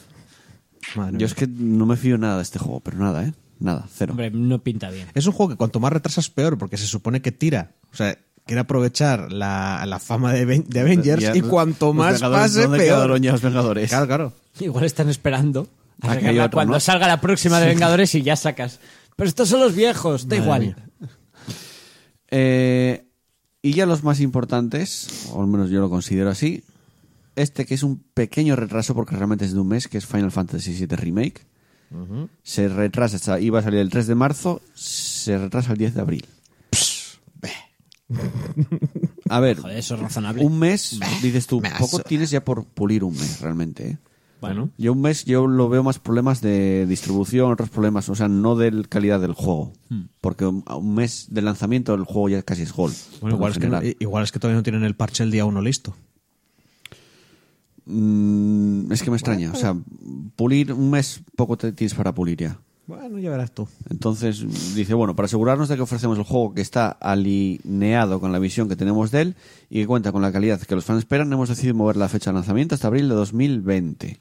Madre Yo mía. es que no me fío nada de este juego, pero nada, ¿eh? Nada, cero. Hombre, no pinta bien. Es un juego que cuanto más retrasas, peor, porque se supone que tira. O sea, quiere aprovechar la, la fama de, Aven- de Avengers Ya, y cuanto los más Vengadores, pase, ¿dónde peor. quedaron ya los Vengadores? Claro, claro. [laughs] Igual están esperando a Ah, que hay sacarla otro, cuando ¿no? salga la próxima de Vengadores y ya sacas. Pero estos son los viejos, da Madre igual. mía. Eh, y ya los más importantes, o al menos yo lo considero así, este que es un pequeño retraso porque realmente es de un mes, que es Final Fantasy VII Remake. Se retrasa, sa- iba a salir el 3 de marzo, se retrasa el 10 de abril. A ver, Joder, eso es razonable. un mes, dices tú, me la poco suda. tienes ya por pulir un mes realmente. ¿eh? Bueno, Yo un mes yo lo veo más problemas de distribución, otros problemas, o sea, no de calidad del juego. Hmm. Porque un- a un mes de lanzamiento el juego ya casi es gol. por Bueno, lo igual es, que no- Pues eh, general. igual es que todavía no tienen el parche el día uno listo. Mm, es que me extraña, o sea, pulir un mes poco te tienes para pulir ya. Bueno, ya verás tú. Entonces dice, bueno, para asegurarnos de que ofrecemos el juego que está alineado con la visión que tenemos de él y que cuenta con la calidad que los fans esperan, hemos decidido mover la fecha de lanzamiento hasta abril de 2020.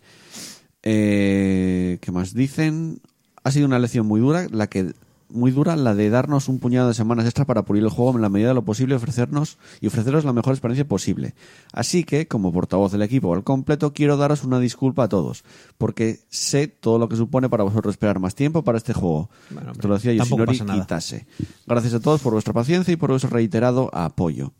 Eh, ¿Qué más dicen? Ha sido una lección muy dura, la que muy dura la de darnos un puñado de semanas extra para pulir el juego en la medida de lo posible ofrecernos y ofreceros la mejor experiencia posible. Así que, como portavoz del equipo al completo, quiero daros una disculpa a todos, porque sé todo lo que supone para vosotros esperar más tiempo para este juego. Bueno, hombre, Te lo decía tampoco Yoshinori pasa nada. Kitase. Gracias a todos por vuestra paciencia y por vuestro reiterado apoyo.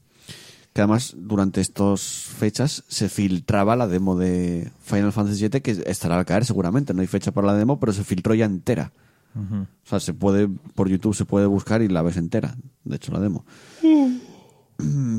Que además, durante estas fechas se filtraba la demo de Final Fantasy VII, que estará al caer seguramente. No hay fecha para la demo, pero se filtró ya entera. O sea, se puede, por YouTube se puede buscar y la ves entera. De hecho, la demo.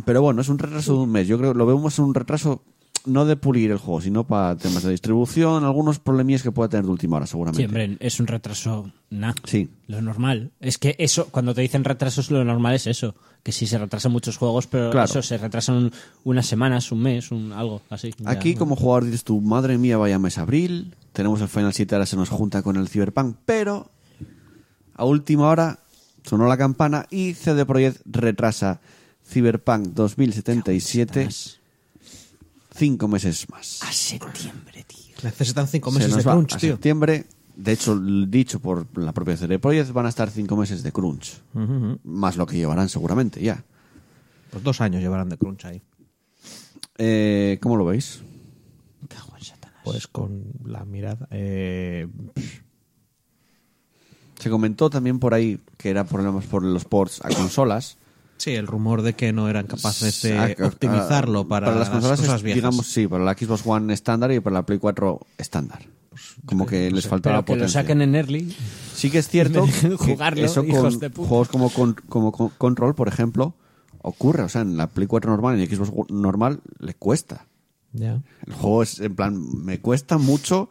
Pero bueno, es un retraso de un mes. Yo creo que lo vemos un retraso no de pulir el juego, sino para temas de distribución, algunos problemillas que pueda tener de última hora, seguramente. sí, hombre, es un retraso. Nah. Sí. Lo normal. Es que eso, cuando te dicen retrasos, lo normal es eso. Que sí se retrasan muchos juegos, pero Claro. eso se retrasan un- unas semanas, un mes, un algo así. Ya, Aquí, no. como jugador, dices tú, madre mía, vaya mes abril. Tenemos el Final 7, ahora se nos junta con el Cyberpunk. Pero, a última hora, sonó la campana y CD Projekt retrasa Cyberpunk 2077 cinco meses más. A septiembre, tío. Necesitan cinco Se meses nos de va crunch, a tío. septiembre. De hecho, l- dicho por la propia CD Projekt, van a estar cinco meses de crunch. Más lo que llevarán seguramente ya. Pues dos años llevarán de crunch ahí. Eh, ¿Cómo lo veis? Cago en Satanás. Pues con la mirada. eh, Se comentó también por ahí que eran problemas por los ports a consolas. sí, el rumor de que no eran capaces este de A- a- optimizarlo para, Ah, las consolas cosas es, viejas. digamos sí para la Xbox One estándar y para la Play 4 estándar como que les faltaba Pues, Pero que lo potencia saquen en early. sí que es [laughs] cierto en vez de que jugarlo, eso hijos con de puta. juegos como, con- como con- Control por ejemplo ocurre o sea en la Play 4 normal y en la Xbox normal le cuesta Ya. el juego es en plan me cuesta mucho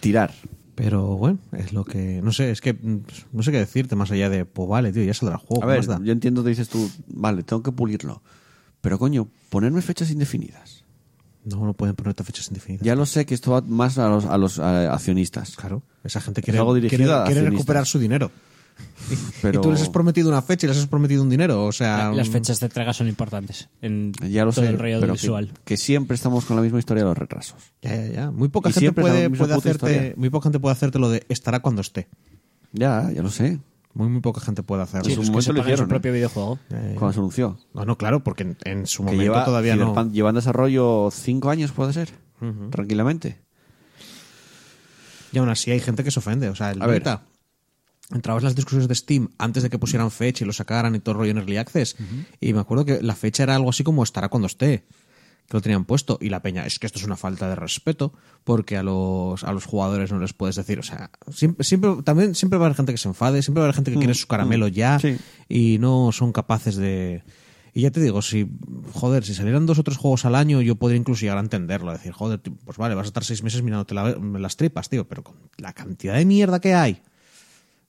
tirar Pero bueno, es lo que. No sé, es que mm, no sé qué decirte más allá de, pues vale, tío, ya saldrá el juego. a ¿qué ver más da? yo entiendo que dices tú vale tengo que pulirlo pero coño ponerme fechas indefinidas No, no pueden ponerte fechas indefinidas. ya lo sé que esto va más a los, a los eh, accionistas Claro, esa gente quiere, algo dirigido quiere- a quiere accionistas. recuperar su dinero. Pero- Y tú les has prometido una fecha y les has prometido un dinero. O sea, Las fechas de entrega son importantes. En Ah, Ya lo todo sé, el rollo pero visual. Que, que siempre estamos con la misma historia de los retrasos. Ya, ya, ya. Muy poca Y gente siempre es la puede, misma puede puta hacerte. historia. Muy poca gente puede hacerte lo de estará cuando esté. Ya, ya lo sé. Muy, muy poca gente puede hacerlo. Sí, los su que momento se lo pagan su hicieron, propio ¿eh? videojuego. Cuando se anunció. No, no, claro, porque en, en su Que momento lleva, todavía no. Cyberpunk lleva en desarrollo cinco años, puede ser. Tranquilamente. Y aún así hay gente que se ofende. O sea, el A ver. beta. Entrabas en las discusiones de Steam antes de que pusieran fecha y lo sacaran y todo el rollo en Early Access. Y me acuerdo que la fecha era algo así como estará cuando esté. Que lo tenían puesto. Y la peña, es que esto es una falta de respeto porque a los, a los jugadores no les puedes decir. O sea, siempre, siempre, también siempre va a haber gente que se enfade, siempre va a haber gente que quiere su caramelo ya sí. y no son capaces de. Y ya te digo, si, joder, si salieran dos o tres juegos al año, yo podría incluso llegar a entenderlo. Decir, joder, tío, pues vale, vas a estar seis meses mirándote la- las tripas, tío, pero con la cantidad de mierda que hay,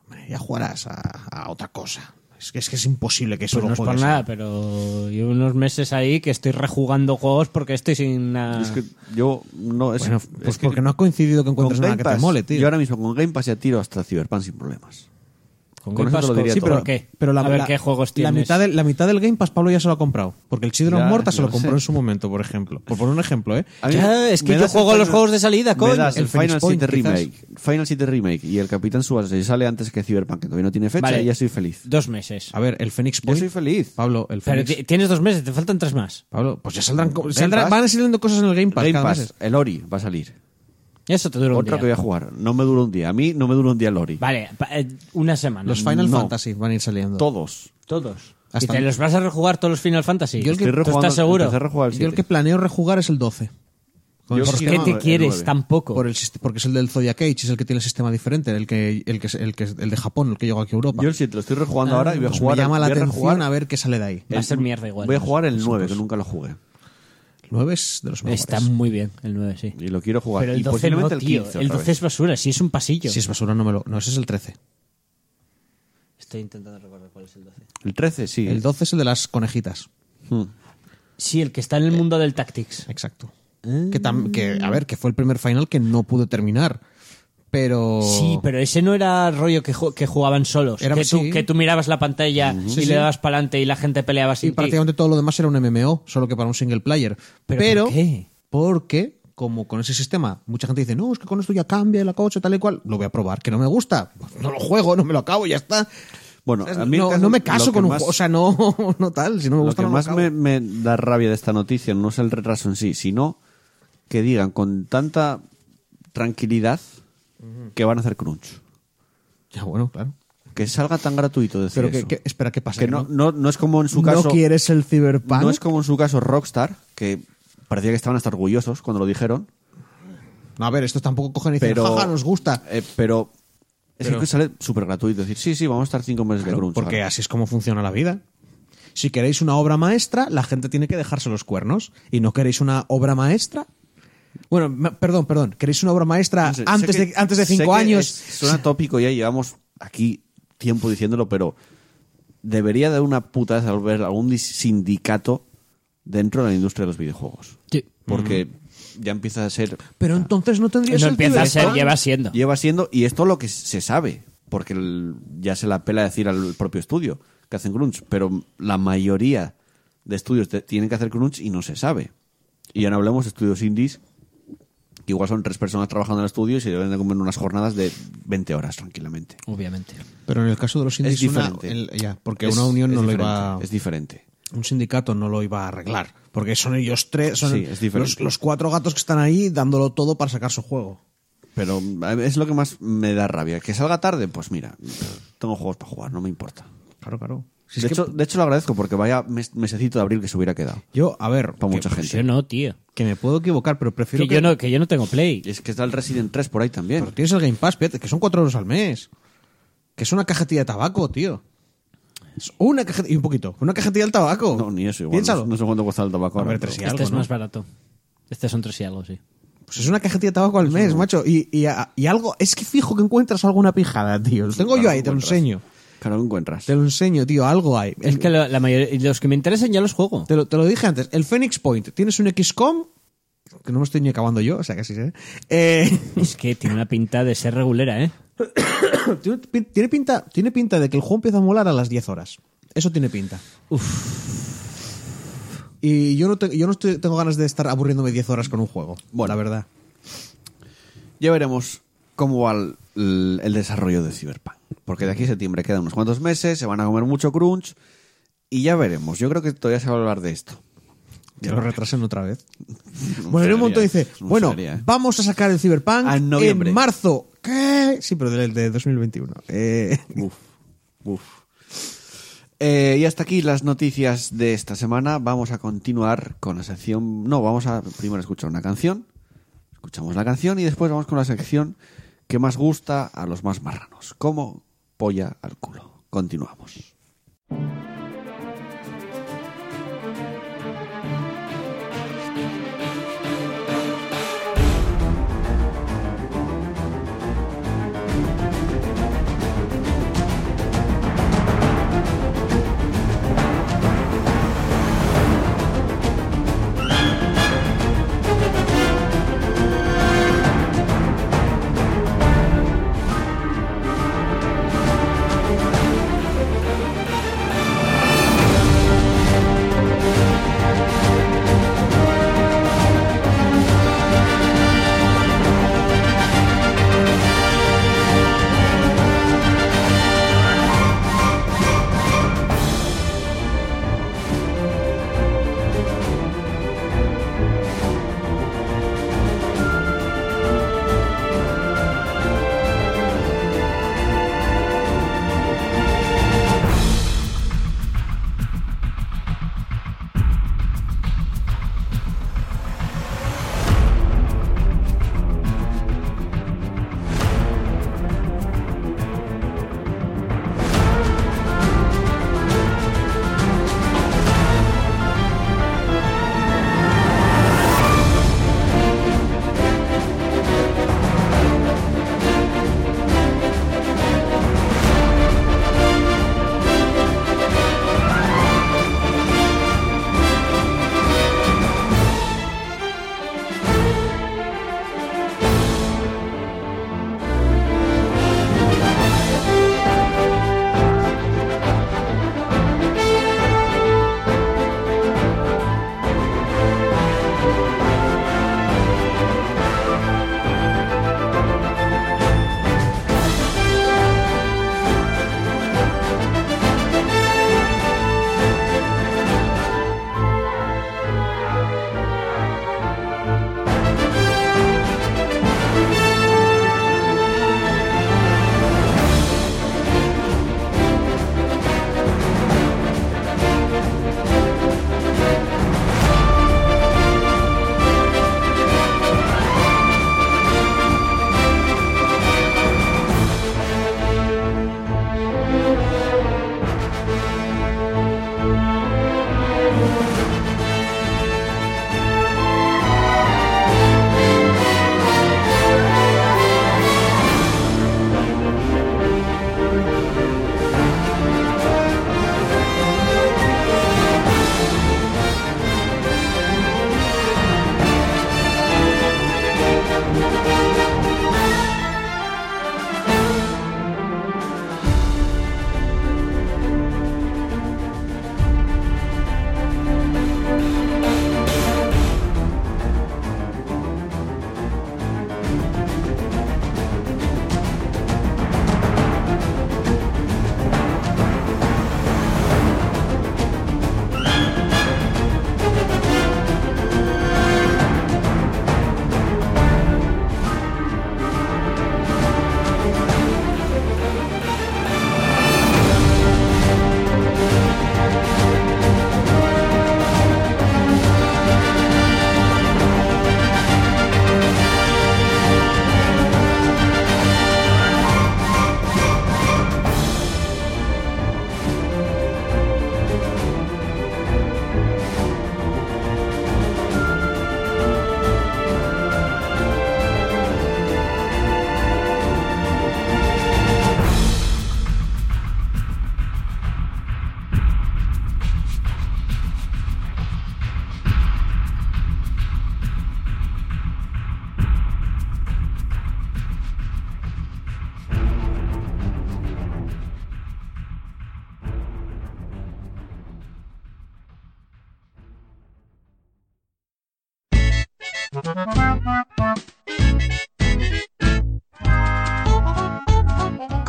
hombre, ya jugarás a, a otra cosa. Es que, es que es imposible que Pues solo no es por juegues a- nada, pero llevo unos meses ahí que estoy rejugando juegos porque estoy sin nada. Es que yo no es, Bueno, es pues que porque no has coincidido que con encuentres nada Game que Pass, te mole, tío. Yo ahora mismo con Game Pass ya tiro hasta Cyberpunk sin problemas. Con con eso Game te Pass, lo diría sí, todo. pero ¿qué? Pero la, a ver la- qué juegos la tienes. mitad, del, la mitad del Game Pass Pablo ya se lo ha comprado. Porque el Children Ya, of Morta se lo lo compró sé. en su momento, por ejemplo. Por poner un ejemplo, ¿eh? A mí Ya, es que me yo das juego el a los juegos de salida, me coño. das el, El Phoenix Final Point, 7 quizás. Remake, Final 7 Remake y el Capitán Subasa sale antes que Cyberpunk, que todavía no tiene fecha Vale. y ya soy feliz. Dos meses. A ver, el Phoenix Yo Point. soy feliz. Pablo, el Pero Phoenix. ti- tienes dos meses, te faltan tres más. Pablo, pues ya saldrán, co- Game saldrán- Pass. van a saliendo cosas en el Game Pass. Game cada Pass, mes. el Ori va a salir. Eso te dura un Otra día. que voy a jugar. No me dura un día. A mí no me dura un día el Ori. Vale, pa- eh, una semana. Los Final No. Fantasy van a ir saliendo. Todos. Todos. Hasta- ¿Y te los vas a rejugar todos los Final Fantasy? Yo el que- Estoy ¿Tú rejugando, estás seguro? empecé a rejugar el Yo el 7. que planeo rejugar es el 12. Con Yo el sí ¿Qué sistema- quiero- te el quieres nueve. tampoco? por el sist- porque es el del Zodiac Age, es el que tiene el sistema diferente, el que el que es- el que es- el de Japón, el que llegó aquí a Europa. Yo el 7 lo estoy rejugando ahora y voy a Pues jugar. me llama la voy a atención rejugar Eh. a ver qué sale de ahí. Va a ser mierda igual. Voy a jugar el 9, que nunca lo jugué. El 9 es de los mejores. Está muy bien el 9, sí. Y lo quiero jugar. Pero el y 12 no, posiblemente el tío. El, 15. otra 12 vez. es basura, si es un pasillo. Si es basura no me lo no, ese es el 13. Estoy intentando recordar cuál es el 12. El 13, sí. El 12 es el de las conejitas. Sí, el que está en Eh, el mundo del Tactics. Exacto. Que, tam- que, a ver, que fue el primer final que no pude terminar. Pero. Sí, pero ese no era rollo que, ju- que jugaban solos. Era- que, tú, sí. que tú mirabas la pantalla y Sí, sí. le dabas para adelante y la gente peleaba Y sin ti. prácticamente todo lo demás era un MMO, solo que para un single player. ¿Pero Pero. por qué? Porque, como con ese sistema, mucha gente dice, no, es que con esto ya cambia la coche, tal y cual. Lo voy a probar, que no me gusta. Pues no lo juego, no me lo acabo, ya está. Bueno, ¿Sabes? a mí el no, caso- no me lo caso que con un más- juego. O sea, no, [laughs] no tal. Si no me Lo gusta, que no lo más acabo. me, me da rabia de esta noticia no es el retraso en sí, sino que digan con tanta tranquilidad que van a hacer crunch. Ya, bueno, claro. Que salga tan gratuito decir Pero que, eso. que- espera, ¿qué pasa? Que ¿Que no, no, no es como en su ¿No caso. quieres el Cyberpunk? no es como en su caso Rockstar, que parecía que estaban hasta orgullosos cuando lo dijeron. No, a ver, esto tampoco cogen y dicen, Pero. jaja, nos gusta. eh, pero. Es que sale súper gratuito. Decir, sí, sí, vamos a estar cinco meses de Claro, crunch. porque ahora. así es como funciona la vida. Si queréis una obra maestra, la gente tiene que dejarse los cuernos. Y no queréis una obra maestra. Bueno, me- perdón, perdón. ¿Queréis una obra maestra No sé, sé Ah, antes, que- de, antes de sé cinco que años? es- suena tópico ya, llevamos aquí tiempo diciéndolo, pero debería de una puta vez volver algún dis- sindicato dentro de la industria de los videojuegos. Porque ya empieza a ser. Pero entonces no tendrías No el empieza a ser, Cyberpunk. lleva siendo. Lleva siendo, y esto lo que se sabe, porque el- ya se la pela decir al propio estudio que hacen crunch, pero la mayoría de estudios te- tienen que hacer crunch y no se sabe. Y ya no hablemos de estudios indies, que igual son tres personas trabajando en el estudio y se deben de comer unas jornadas de 20 horas tranquilamente. Obviamente. Pero en el caso de los indies, Es una- diferente. el- ya, porque Es- una unión es no lo diferente, iba Es diferente. un sindicato no lo iba a arreglar. Porque son ellos tres, son Sí, es diferente. los, los cuatro gatos que están ahí dándolo todo para sacar su juego. Pero eh, es lo que más me da rabia. Que salga tarde, pues mira, tengo juegos para jugar, no me importa. Claro, claro. de, hecho, de hecho, lo agradezco porque vaya mes- mesecito de abril que se hubiera quedado. yo, a ver, Para que- mucha gente. Yo no, tío. Que me puedo equivocar, pero Que, prefiero que, Este yo no, que yo no tengo play. Y Es que está el Resident 3 por ahí también. Pero tienes el Game Pass, fíjate, que son 4 euros al mes. Que es una cajetilla de tabaco, tío. Es una cajetilla y un poquito. Una cajetilla de tabaco. No, ni eso igual. Piénsalo. No, no sé cuánto cuesta el tabaco. A ahora, ver, pero- tres y Este algo, es ¿no? más barato. Este son tres y algo, sí. Pues es una cajetilla de tabaco al mes, macho. Y, y a- y algo. Es que fijo que encuentras alguna pijada, tío. Lo tengo Claro yo que ahí, te lo encuentras. enseño. Claro, lo encuentras. Te lo enseño, tío. Algo hay. Es El- que la, la mayoría, y los que me interesan ya los juego. Te lo, te lo dije antes. El Phoenix Point. Tienes un XCOM. Que no me estoy ni acabando yo, o sea, casi sé. Eh, [laughs] Es que tiene una pinta de ser regulera, ¿eh? tiene, pin- tiene pinta, tiene pinta de que el juego empieza a molar a las 10 horas. Eso tiene pinta. Y yo no, te- yo no estoy- tengo ganas de estar aburriéndome 10 horas con un juego. Bueno. la verdad. Ya veremos cómo va el, el- el desarrollo de Cyberpunk. Porque de aquí a septiembre quedan unos cuantos meses, se van a comer mucho crunch. Y ya veremos. Yo creo que todavía se va a hablar de esto. Que lo retrasen otra vez. No bueno, en un gustaría, momento dice, no bueno, gustaría, ¿eh? vamos a sacar el Cyberpunk Ah, en noviembre. marzo. ¿Qué? Sí, pero del de 2021. Eh, Uf, uf. Eh, y hasta aquí las noticias de esta semana. Vamos a continuar con la sección. No, vamos a primero escuchar una canción. Escuchamos la canción y después vamos con la sección que más gusta a los más marranos. Como polla al culo. Continuamos.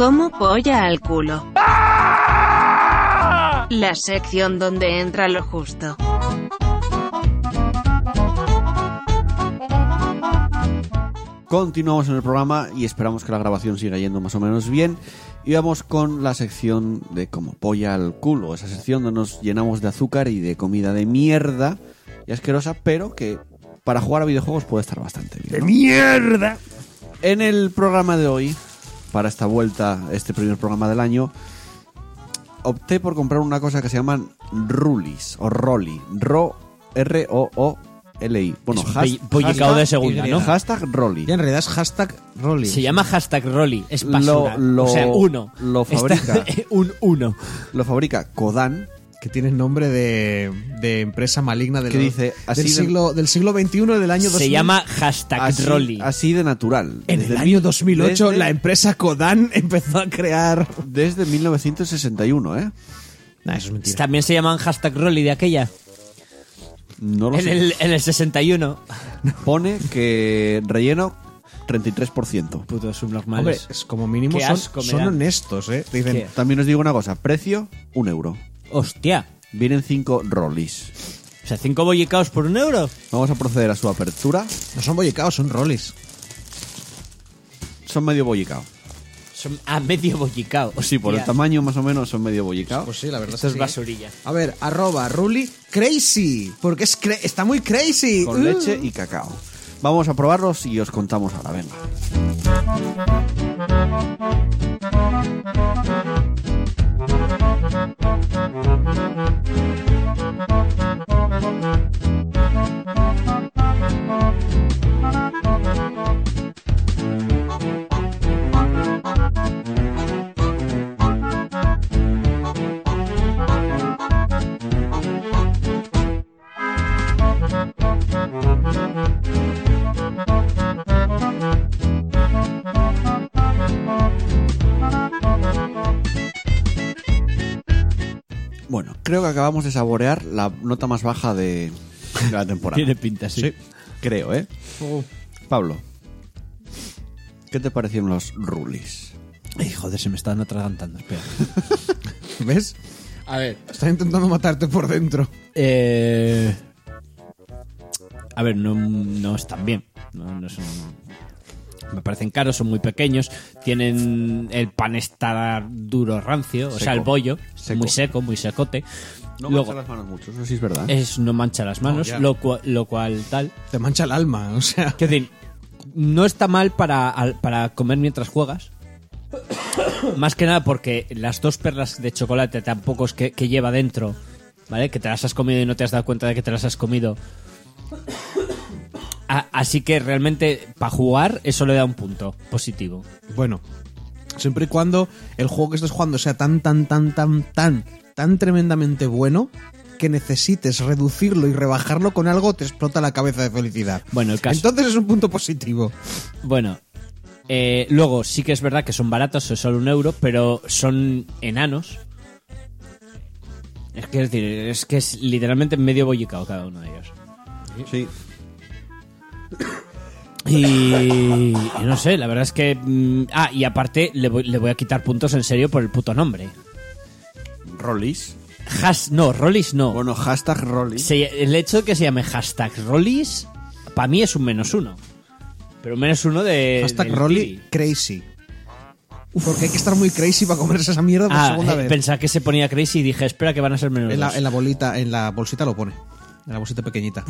Como polla al culo. La sección donde entra lo justo. Continuamos en el programa y esperamos que la grabación siga yendo más o menos bien. Y vamos con la sección de como polla al culo, esa sección donde nos llenamos de azúcar y de comida de mierda y asquerosa, pero que para jugar a videojuegos puede estar bastante bien. ¿no? mierda! En el programa de hoy, para esta vuelta, este primer programa del año, opté por comprar una cosa que se llaman Rulis o Rolly. Ro, R-O-O-L-I. Bueno, Es un has- poll- pollicao de segunda, hashtag- eh, ¿no? Hashtag Rolly. Ya en realidad es hashtag Rolly. Se llama hashtag Rolly, es basura. Lo- lo- o sea, uno. lo Está- [laughs] fabrica. un uno. Lo fabrica Kodan. Que tiene nombre de, de empresa maligna del, Que dice, así del, de- siglo, del siglo XXI del año 2000. Se llama hashtag Así, Rolly. así de natural. En Desde el mil- año 2008 desde- la em- empresa Kodan empezó a crear... Desde 1961, ¿eh? Nah, eso es mentira. También se llaman hashtag Rolly de aquella. No lo En sé. el, en el 61. [laughs] Pone que relleno 33%. Putos Hombre, subnormales. es como mínimo Qué son, asco me son dan. honestos, ¿eh? Te dicen, Qué- También os digo una cosa, precio, un euro. Hostia. Vienen cinco rollies. O sea, cinco bollicaos por un euro. Vamos a proceder a su apertura. no son bollicaos, son rollies. Son medio bollicao. Son a medio bollicao. Sí, por el Hostia. tamaño más o menos son medio bollicao. Pues sí, la verdad Esto es es que sí, ¿eh? basurilla. A ver, arroba Ruli Crazy. Porque es cra- está muy crazy. con Uh. leche y cacao. Vamos a probarlos y os contamos ahora, venga. Bueno, creo que acabamos de saborear la nota más baja de, de la temporada. [laughs] Tiene pinta, sí. Oh. Creo, ¿eh? Pablo, ¿qué te parecieron los rulis? Ay, joder, se me están [laughs] atragantando. Espera. ¿Ves? A ver. Está intentando matarte por dentro. Eh, a ver, no, no están bien. No- no son- me parecen caros, son muy pequeños. Tienen el pan está duro rancio, o sea, el bollo. Seco. Muy seco, muy secote. No Luego, Eh, las manos mucho, eso sí es verdad. es, no mancha las manos, ya. lo, cua- lo cual tal. Te mancha el alma, [laughs] o sea. Quiero decir, no está mal para, al- para comer mientras juegas. Más que nada porque las dos perlas de chocolate tampoco es que, que lleva dentro, ¿vale? Que te las has comido y no te has dado cuenta de que te las has comido. A- así que realmente para jugar eso le da un punto positivo. Bueno, siempre y cuando el juego que estés jugando sea tan, tan, tan, tan, tan, tan tremendamente bueno que necesites reducirlo y rebajarlo con algo, te explota la cabeza de felicidad. Bueno, el caso. Entonces es un punto positivo. Bueno, eh, luego sí que es verdad que son baratos, son solo un euro, pero son enanos. Es que es, decir, es que es literalmente medio bollicao cada uno de ellos. Sí. Y, y no sé, la verdad es que. mm, ah, y aparte le voy, le voy a quitar puntos en serio por el puto nombre. ¿Rollis? Has, no, Rollis no. Bueno, hashtag rollis. Se- el hecho de que se llame hashtag Rollis, para mí es un menos uno. Pero un menos uno de. Hashtag del Rolly Tiri. Crazy. Porque hay que estar muy crazy para comerse esa mierda por Ah, segunda eh, vez. pensaba que se ponía crazy y dije, espera que van a ser menos En la, dos. en la bolita, en la bolsita lo pone. En la bolsita pequeñita.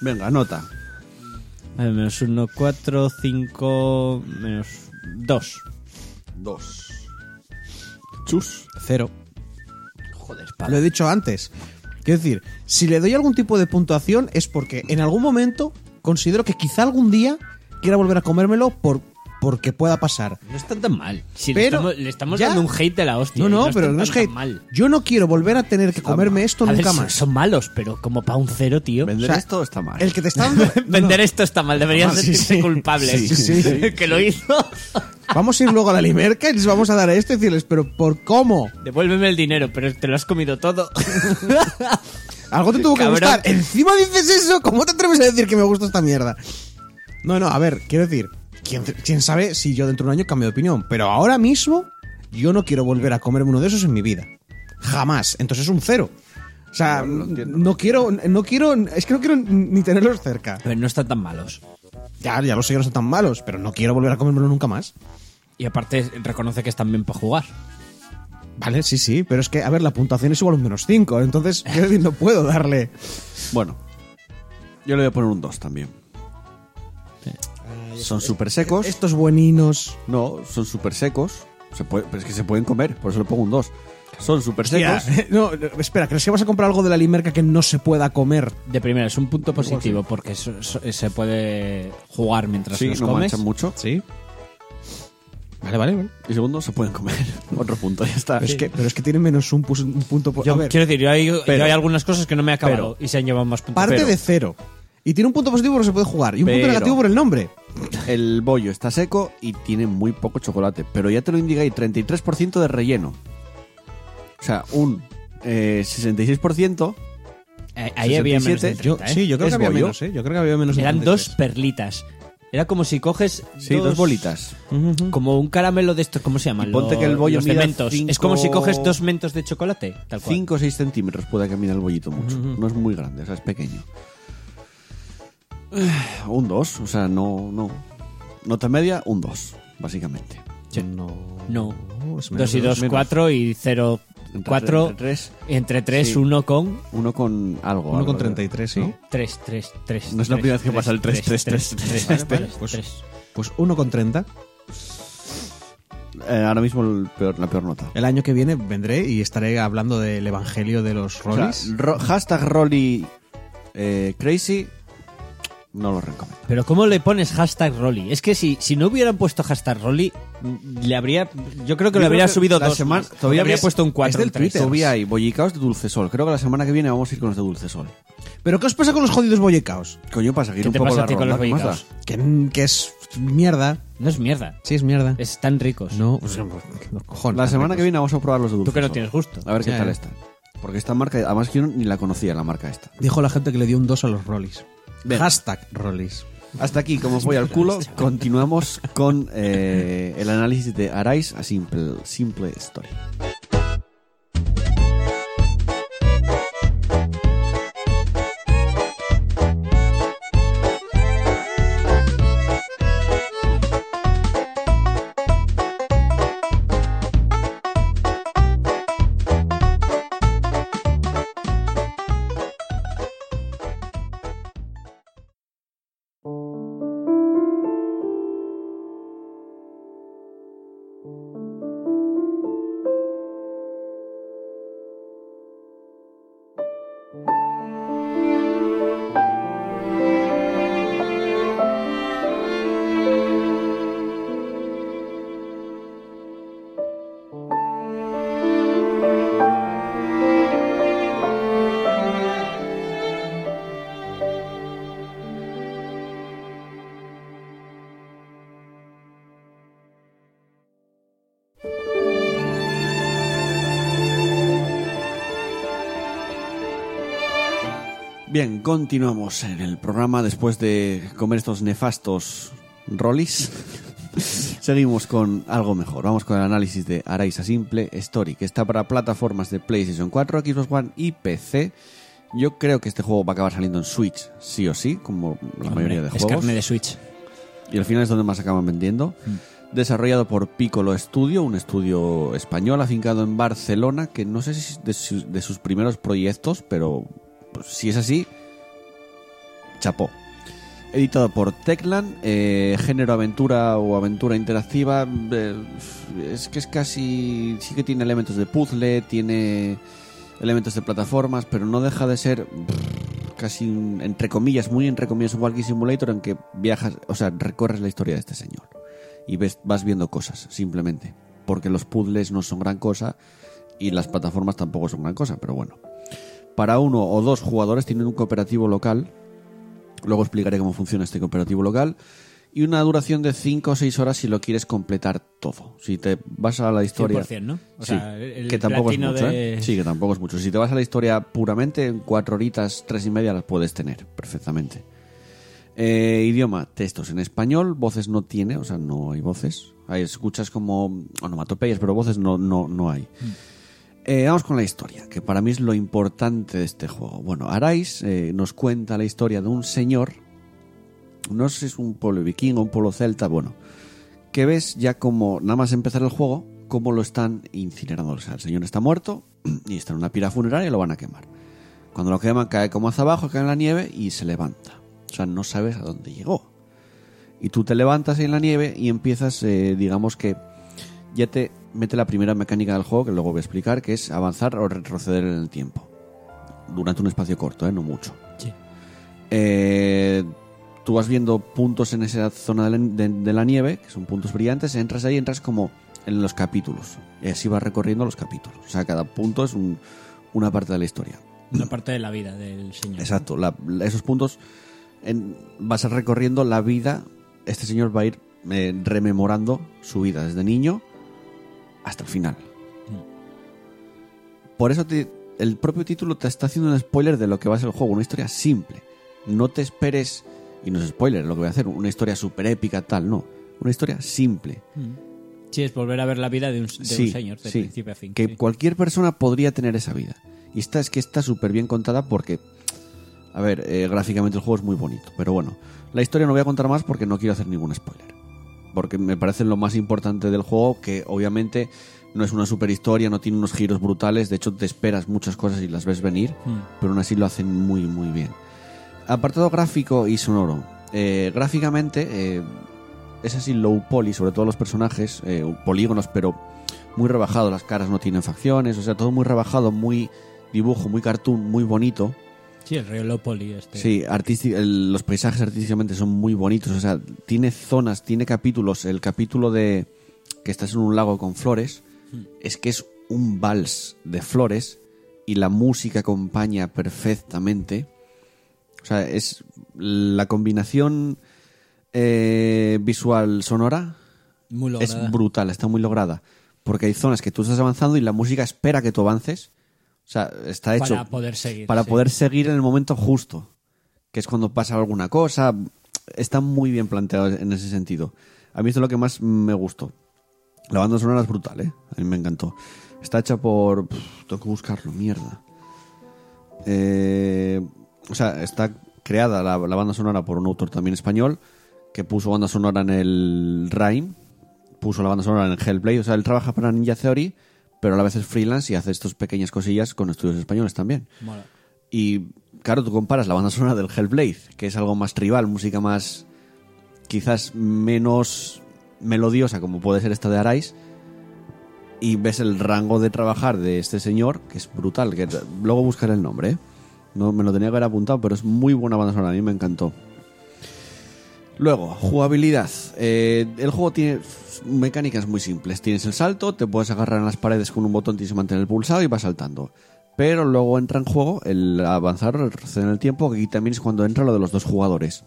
Venga, nota. A ver, menos uno, cuatro, cinco, menos dos. Dos. Chus. Cero. Joder, Ah. Lo he dicho antes. Quiero decir, si le doy algún tipo de puntuación es porque en algún momento considero que quizá algún día quiera volver a comérmelo por, porque pueda pasar. No están tan mal. Si Pero le estamos, le estamos ya- dando un hate de la hostia. No, y no, están pero no tan- es tan hate. mal. Yo no quiero volver a tener que comerme esto A ver, nunca son- más. Son malos, pero como para un cero, tío. Vender O sea, esto está mal. El que te [laughs] está dando... Vender esto está mal, deberías mal, sí, sentirse sí. culpable. Sí, sí, sí. [laughs] que lo hizo. Vamos a ir luego a la limerca y les vamos a dar a esto y decirles, pero ¿por cómo? [laughs] Devuélveme el dinero, pero te lo has comido todo. Algo te tuvo que Cabrón. gustar. Encima dices eso. ¿Cómo te atreves a decir que me gusta esta mierda? No, no, a ver, quiero decir, ¿quién, quién sabe si yo dentro de un año cambio de opinión. Pero ahora mismo, yo no quiero volver a comerme uno de esos en mi vida. Jamás. Entonces es un cero. O sea, Bueno, lo entiendo. no quiero, no quiero, es que no quiero ni tenerlos cerca. A ver, no están tan malos. Ya, ya los sé que no son tan malos, pero no quiero volver a comérmelo nunca más. Y aparte reconoce que están bien para jugar. Vale, sí, sí, pero es que, a ver, la puntuación es igual a un menos 5, entonces, quiero decir, no puedo darle. Bueno, yo le voy a poner un 2 también. Ah, Son súper secos. Estos bueninos. No, son súper secos. Se puede- pero es que se pueden comer, por eso le pongo un 2. Son súper Ya, secos. [laughs] no, no, espera, ¿crees que vas a comprar algo de la limerca que no se pueda comer? De primera, es un punto positivo porque so- so- se puede jugar mientras Sí, los no comes. manchan mucho. Sí. Vale, vale, vale. Y segundo, se pueden comer. [laughs] Otro punto, ya está. Pero, Ah, es que, pero es que tiene menos un, pus- un punto por. Yo a ver, Oh, quiero decir, yo hay, yo pero- hay algunas cosas que no me he acabado y se han llevado más puntos. parte Pero- de cero. Y tiene un punto positivo porque se puede jugar. Y un punto Pero- negativo por el nombre. El bollo está seco y tiene muy poco chocolate. Pero ya te lo indica ahí, 33% de relleno. O sea, un eh, 66%. Eh, ahí había menos de 67, 30, ¿eh? Sí, yo creo ¿Es que había bollo? menos, ¿eh? Yo creo que había menos. de Eran 33. dos perlitas. Era como si coges Sí, dos, bolitas. Como un caramelo de estos, ¿cómo se llaman? Y ponte que el bollo los de mida mentos. cinco- Es como si coges dos mentos de chocolate, tal cual. 5 o 6 centímetros puede que mida el bollito mucho. No es muy grande, o sea, es pequeño. [sighs] Eh, Un 2, o sea, no, no. Nota media, un 2, básicamente. Sí. No. No. es menos Dos y de dos dos, Oh, menos. cuatro y cero, Entre cuatro. tres, entre tres. Entre tres, Sí. uno con... Uno con algo. Uno algo, con creo. 33, sí. ¿No? Tres, tres, tres. No es la tres, primera vez que tres, pasa el tres, tres, tres, tres, Vale, tres, tres, vale, pues- tres. Pues uno con 30. Eh, ahora mismo el peor, la peor nota. El año que viene vendré y estaré hablando del evangelio de los O sea, rollis. ro- hashtag Rolly eh, Crazy no lo recomiendo. Pero ¿cómo le pones hashtag Rolly? Es que si, si no hubieran puesto hashtag Rolly, mm, le habría... Yo creo que Yo creo le habría que subido la dos semana- más. todavía Le habría ves- puesto un cuatro, es del un tres. Twitter. Todavía hay bollicaos de dulce sol. Creo que la semana que viene vamos a ir con los de dulce sol. ¿Pero qué os pasa con los jodidos bollecaos? Coño, para seguir ¿Qué un te poco pasa la a ti con ronda, los ¿qué más da? bollicaos? Que, que es mierda. No es mierda. Sí, es mierda. Están ricos. No, pues, los cojones. pues. La semana que viene vamos a probar los de dulce Tú que no sol. tienes gusto. A ver qué Ya, tal ya. está. Porque esta marca, además que yo ni la conocía, la marca esta. Dijo la gente que le dio un 2 a los rollis. Bien. Hashtag rollis. Hasta aquí, como voy al [laughs] culo, continuamos con eh, el análisis de Arise a Simple, Simple Story. Bien, continuamos en el programa después de comer estos nefastos [laughs] rollis. Seguimos con algo mejor. Vamos con el análisis de Araisa Simple Story, que está para plataformas de PlayStation 4, Xbox One y PC. Yo creo que este juego va a acabar saliendo en Switch, sí o sí, como la Hombre, mayoría de Es juegos. carne de Switch. Y al final es donde más acaban vendiendo. Desarrollado por Piccolo Studio, un estudio español afincado en Barcelona, que no sé si es de, su- de sus primeros proyectos, pero pues, si es así, chapó. Editado por Teclan, eh, género aventura o aventura interactiva. eh, es que es casi. Sí que tiene elementos de puzzle, tiene elementos de plataformas, pero no deja de ser casi un- entre comillas, muy entre comillas, un walking simulator en que viajas, o sea, recorres la historia de este señor y ves, vas viendo cosas, simplemente. Porque los puzzles no son gran cosa y las plataformas tampoco son gran cosa, pero bueno. Para uno o dos jugadores tienen un cooperativo local. Luego explicaré cómo funciona este cooperativo local. y una duración de 5 o 6 horas si lo quieres completar todo. Si te vas a la historia... 100%, ¿no? O sí, sea, el que tampoco es platino mucho, de- ¿eh? Sí, que tampoco es mucho. Si te vas a la historia puramente, en 4 horitas, 3 y media las puedes tener perfectamente. Eh, idioma, textos en español, voces no tiene, o sea, no hay voces. Ahí escuchas como onomatopeyas, pero voces no, no, no hay. Mm. Eh, vamos con la historia, que para mí es lo importante de este juego. Bueno, Arais eh, nos cuenta la historia de un señor, no sé si es un pueblo vikingo, un pueblo celta, bueno, que ves ya como, nada más empezar el juego, cómo lo están incinerando. O sea, el señor está muerto [clears throat] y está en una pira funeraria y lo van a quemar. Cuando lo queman cae como hacia abajo, cae en la nieve y se levanta. O sea, no sabes a dónde llegó. Y tú te levantas ahí en la nieve y empiezas, eh, digamos que ya te mete la primera mecánica del juego que luego voy a explicar, que es avanzar o retroceder en el tiempo. Durante un espacio corto, ¿eh? no mucho. Sí. Eh, tú vas viendo puntos en esa zona de la, de- de la nieve, que son puntos brillantes, entras ahí, entras como en los capítulos. Y así vas recorriendo los capítulos. O sea, cada punto es un- una parte de la historia. Una parte de la vida del señor. Exacto, la- la- esos puntos en- vas a recorriendo la vida. Este señor va a ir eh, rememorando su vida desde niño hasta el final. Por eso te- el propio título te está haciendo un spoiler de lo que va a ser el juego, una historia simple. No te esperes, y no es spoiler lo que voy a hacer, una historia súper épica, tal, no. Una historia simple. Mm. Sí, es volver a ver la vida de un, de un señor de sí, principio a fin. Que sí. cualquier persona podría tener esa vida. Y esta es que está súper bien contada porque, a ver, eh, gráficamente el juego es muy bonito. Pero bueno, la historia no voy a contar más porque no quiero hacer ningún spoiler. Porque me parece lo más importante del juego, que obviamente no es una super historia, no tiene unos giros brutales. De hecho, te esperas muchas cosas y las ves venir. Hmm. Pero aún así lo hacen muy, muy bien. Apartado gráfico y sonoro. Eh, gráficamente eh, es así low poly, sobre todo los personajes, eh, polígonos, pero muy rebajado. Las caras no tienen facciones, o sea, todo muy rebajado, muy dibujo, muy cartoon, muy bonito. Sí, el Riolopoli este. Sí, artisti- el- los paisajes artísticamente son muy bonitos. O sea, tiene zonas, tiene capítulos. El capítulo de que estás en un lago con flores es que es un vals de flores y la música acompaña perfectamente. O sea, es la combinación eh, visual sonora Muy lograda. es brutal, está muy lograda. Porque hay zonas que tú estás avanzando y la música espera que tú avances. O sea, está hecho. Para poder seguir, Para sí. poder seguir en el momento justo. Que es cuando pasa alguna cosa. Está muy bien planteado en ese sentido. A mí esto es lo que más me gustó. La banda sonora es brutal, ¿eh? A mí me encantó. Está hecha por. pf, tengo que buscarlo, mierda. Eh, o sea, está creada la, la banda sonora por un autor también español que puso banda sonora en el Rhyme, puso la banda sonora en el Hellblade. O sea, él trabaja para Ninja Theory, pero a la vez es freelance y hace estas pequeñas cosillas con estudios españoles también. Mola. Y claro, tú comparas la banda sonora del Hellblade, que es algo más tribal, música más. quizás menos melodiosa como puede ser esta de Arais. Y ves el rango de trabajar de este señor, que es brutal. Que t- luego buscaré el nombre, ¿eh? No me lo tenía que haber apuntado, pero es muy buena banda sonora, a mí me encantó. Luego, jugabilidad. Eh, el juego tiene f- mecánicas muy simples. Tienes el salto, te puedes agarrar en las paredes con un botón, tienes que mantener pulsado y vas saltando. Pero luego entra en juego el avanzar o el retroceder en el tiempo, que aquí también es cuando entra lo de los dos jugadores.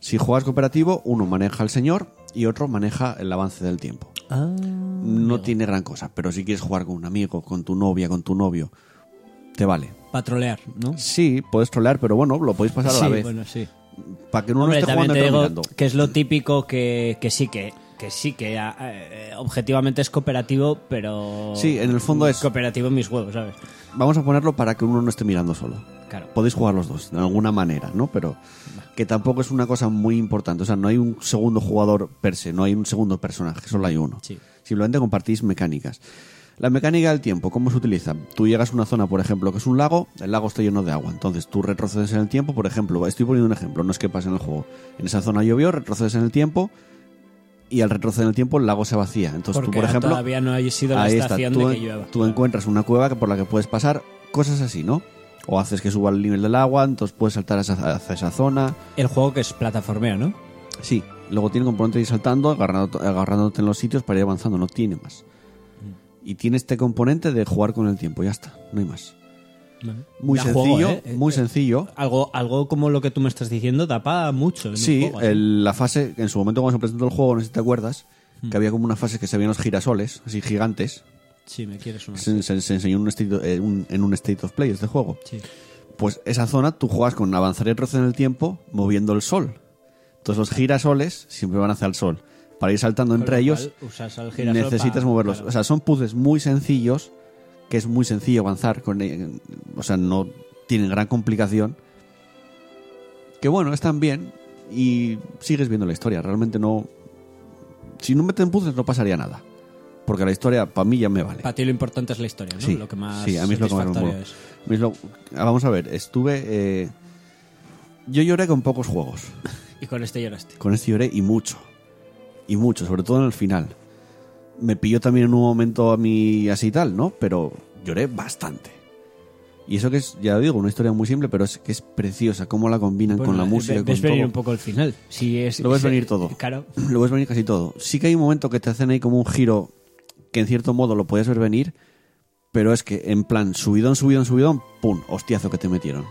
Si juegas cooperativo, uno maneja al señor y otro maneja el avance del tiempo. Ah, no tiene gran cosa, pero si quieres jugar con un amigo, con tu novia, con tu novio, te vale. Patrolear, ¿no? Sí, puedes trolear, pero bueno, lo podéis pasar a la sí, vez. bueno, sí. Para que uno Hombre, no esté también jugando y te otro digo mirando. que es lo típico que, que sí que que sí que ah, eh, objetivamente es cooperativo, pero Sí, en el fondo es- cooperativo en mis juegos, ¿sabes? Vamos a ponerlo para que uno no esté mirando solo. Claro. Podéis jugar los dos, de alguna manera, ¿no? Pero que tampoco es una cosa muy importante. O sea, no hay un segundo jugador per se, no hay un segundo personaje, solo hay uno. Sí. Simplemente compartís mecánicas. La mecánica del tiempo, ¿cómo se utiliza? Tú llegas a una zona, por ejemplo, que es un lago, el lago está lleno de agua, entonces tú retrocedes en el tiempo, por ejemplo, estoy poniendo un ejemplo, no es que pase en el juego. En esa zona llovió, retrocedes en el tiempo y al retroceder en el tiempo el lago se vacía. Entonces Porque tú, por ejemplo, todavía no ha sido la Ahí está. estación Tú, de que llueva. tú encuentras una cueva que- por la que puedes pasar, cosas así, ¿no? O haces que suba el nivel del agua, entonces puedes saltar hacia, hacia esa zona. El juego que es plataformeo, ¿no? Sí, luego tiene componente de ir saltando, agarrando- agarrándote en los sitios para ir avanzando, Mm. no tiene más. Y tiene este componente de jugar con el tiempo, ya está, no hay más. Muy Da sencillo, juego, ¿eh? muy Eh, sencillo. Algo, algo como lo que tú me estás diciendo tapa mucho. en Sí, un juego ¿eh? así. el- la fase, en su momento cuando se presentó el juego, no sé si te acuerdas, Mm. que había como una fase que se veían los girasoles, así gigantes. Sí, me quieres una. Se, se- se enseñó en un, state, eh, un- en un State of Play este juego. Sí. Pues esa zona tú juegas con avanzar y retroceder en el tiempo moviendo el sol. Entonces los girasoles siempre van hacia el sol. Para ir saltando Con entre lo ellos cual, usas al girasol necesitas pa- moverlos. claro. O sea, son puzzles muy sencillos que es muy sencillo avanzar. Con, eh, o sea, no tienen gran complicación. Que bueno, están bien y sigues viendo la historia. Realmente no... Si no meten puzzles no pasaría nada. Porque la historia para mí ya me vale. Para ti lo importante es la historia, ¿no? lo que más sí, a mí es lo que más me satisfactorio mola. es. A mí es lo- ah, Vamos a ver, estuve... eh, Yo lloré con pocos juegos. Y con este lloraste. Con este lloré y mucho. Y mucho, sobre todo en el final. Me pilló también en un momento a mí así y tal, ¿no? Pero lloré bastante. Y eso que es, ya lo digo, una historia muy simple, pero es que es preciosa, cómo la combinan Bueno, con la ve- música. y ves con venir todo. un poco el final. Si es, Lo ves si- venir todo. Claro. [clears throat] Lo ves venir casi todo. Sí que hay un momento que te hacen ahí como un giro que en cierto modo lo puedes ver venir, pero es que en plan subidón, subidón, subidón, ¡pum! Hostiazo que te metieron.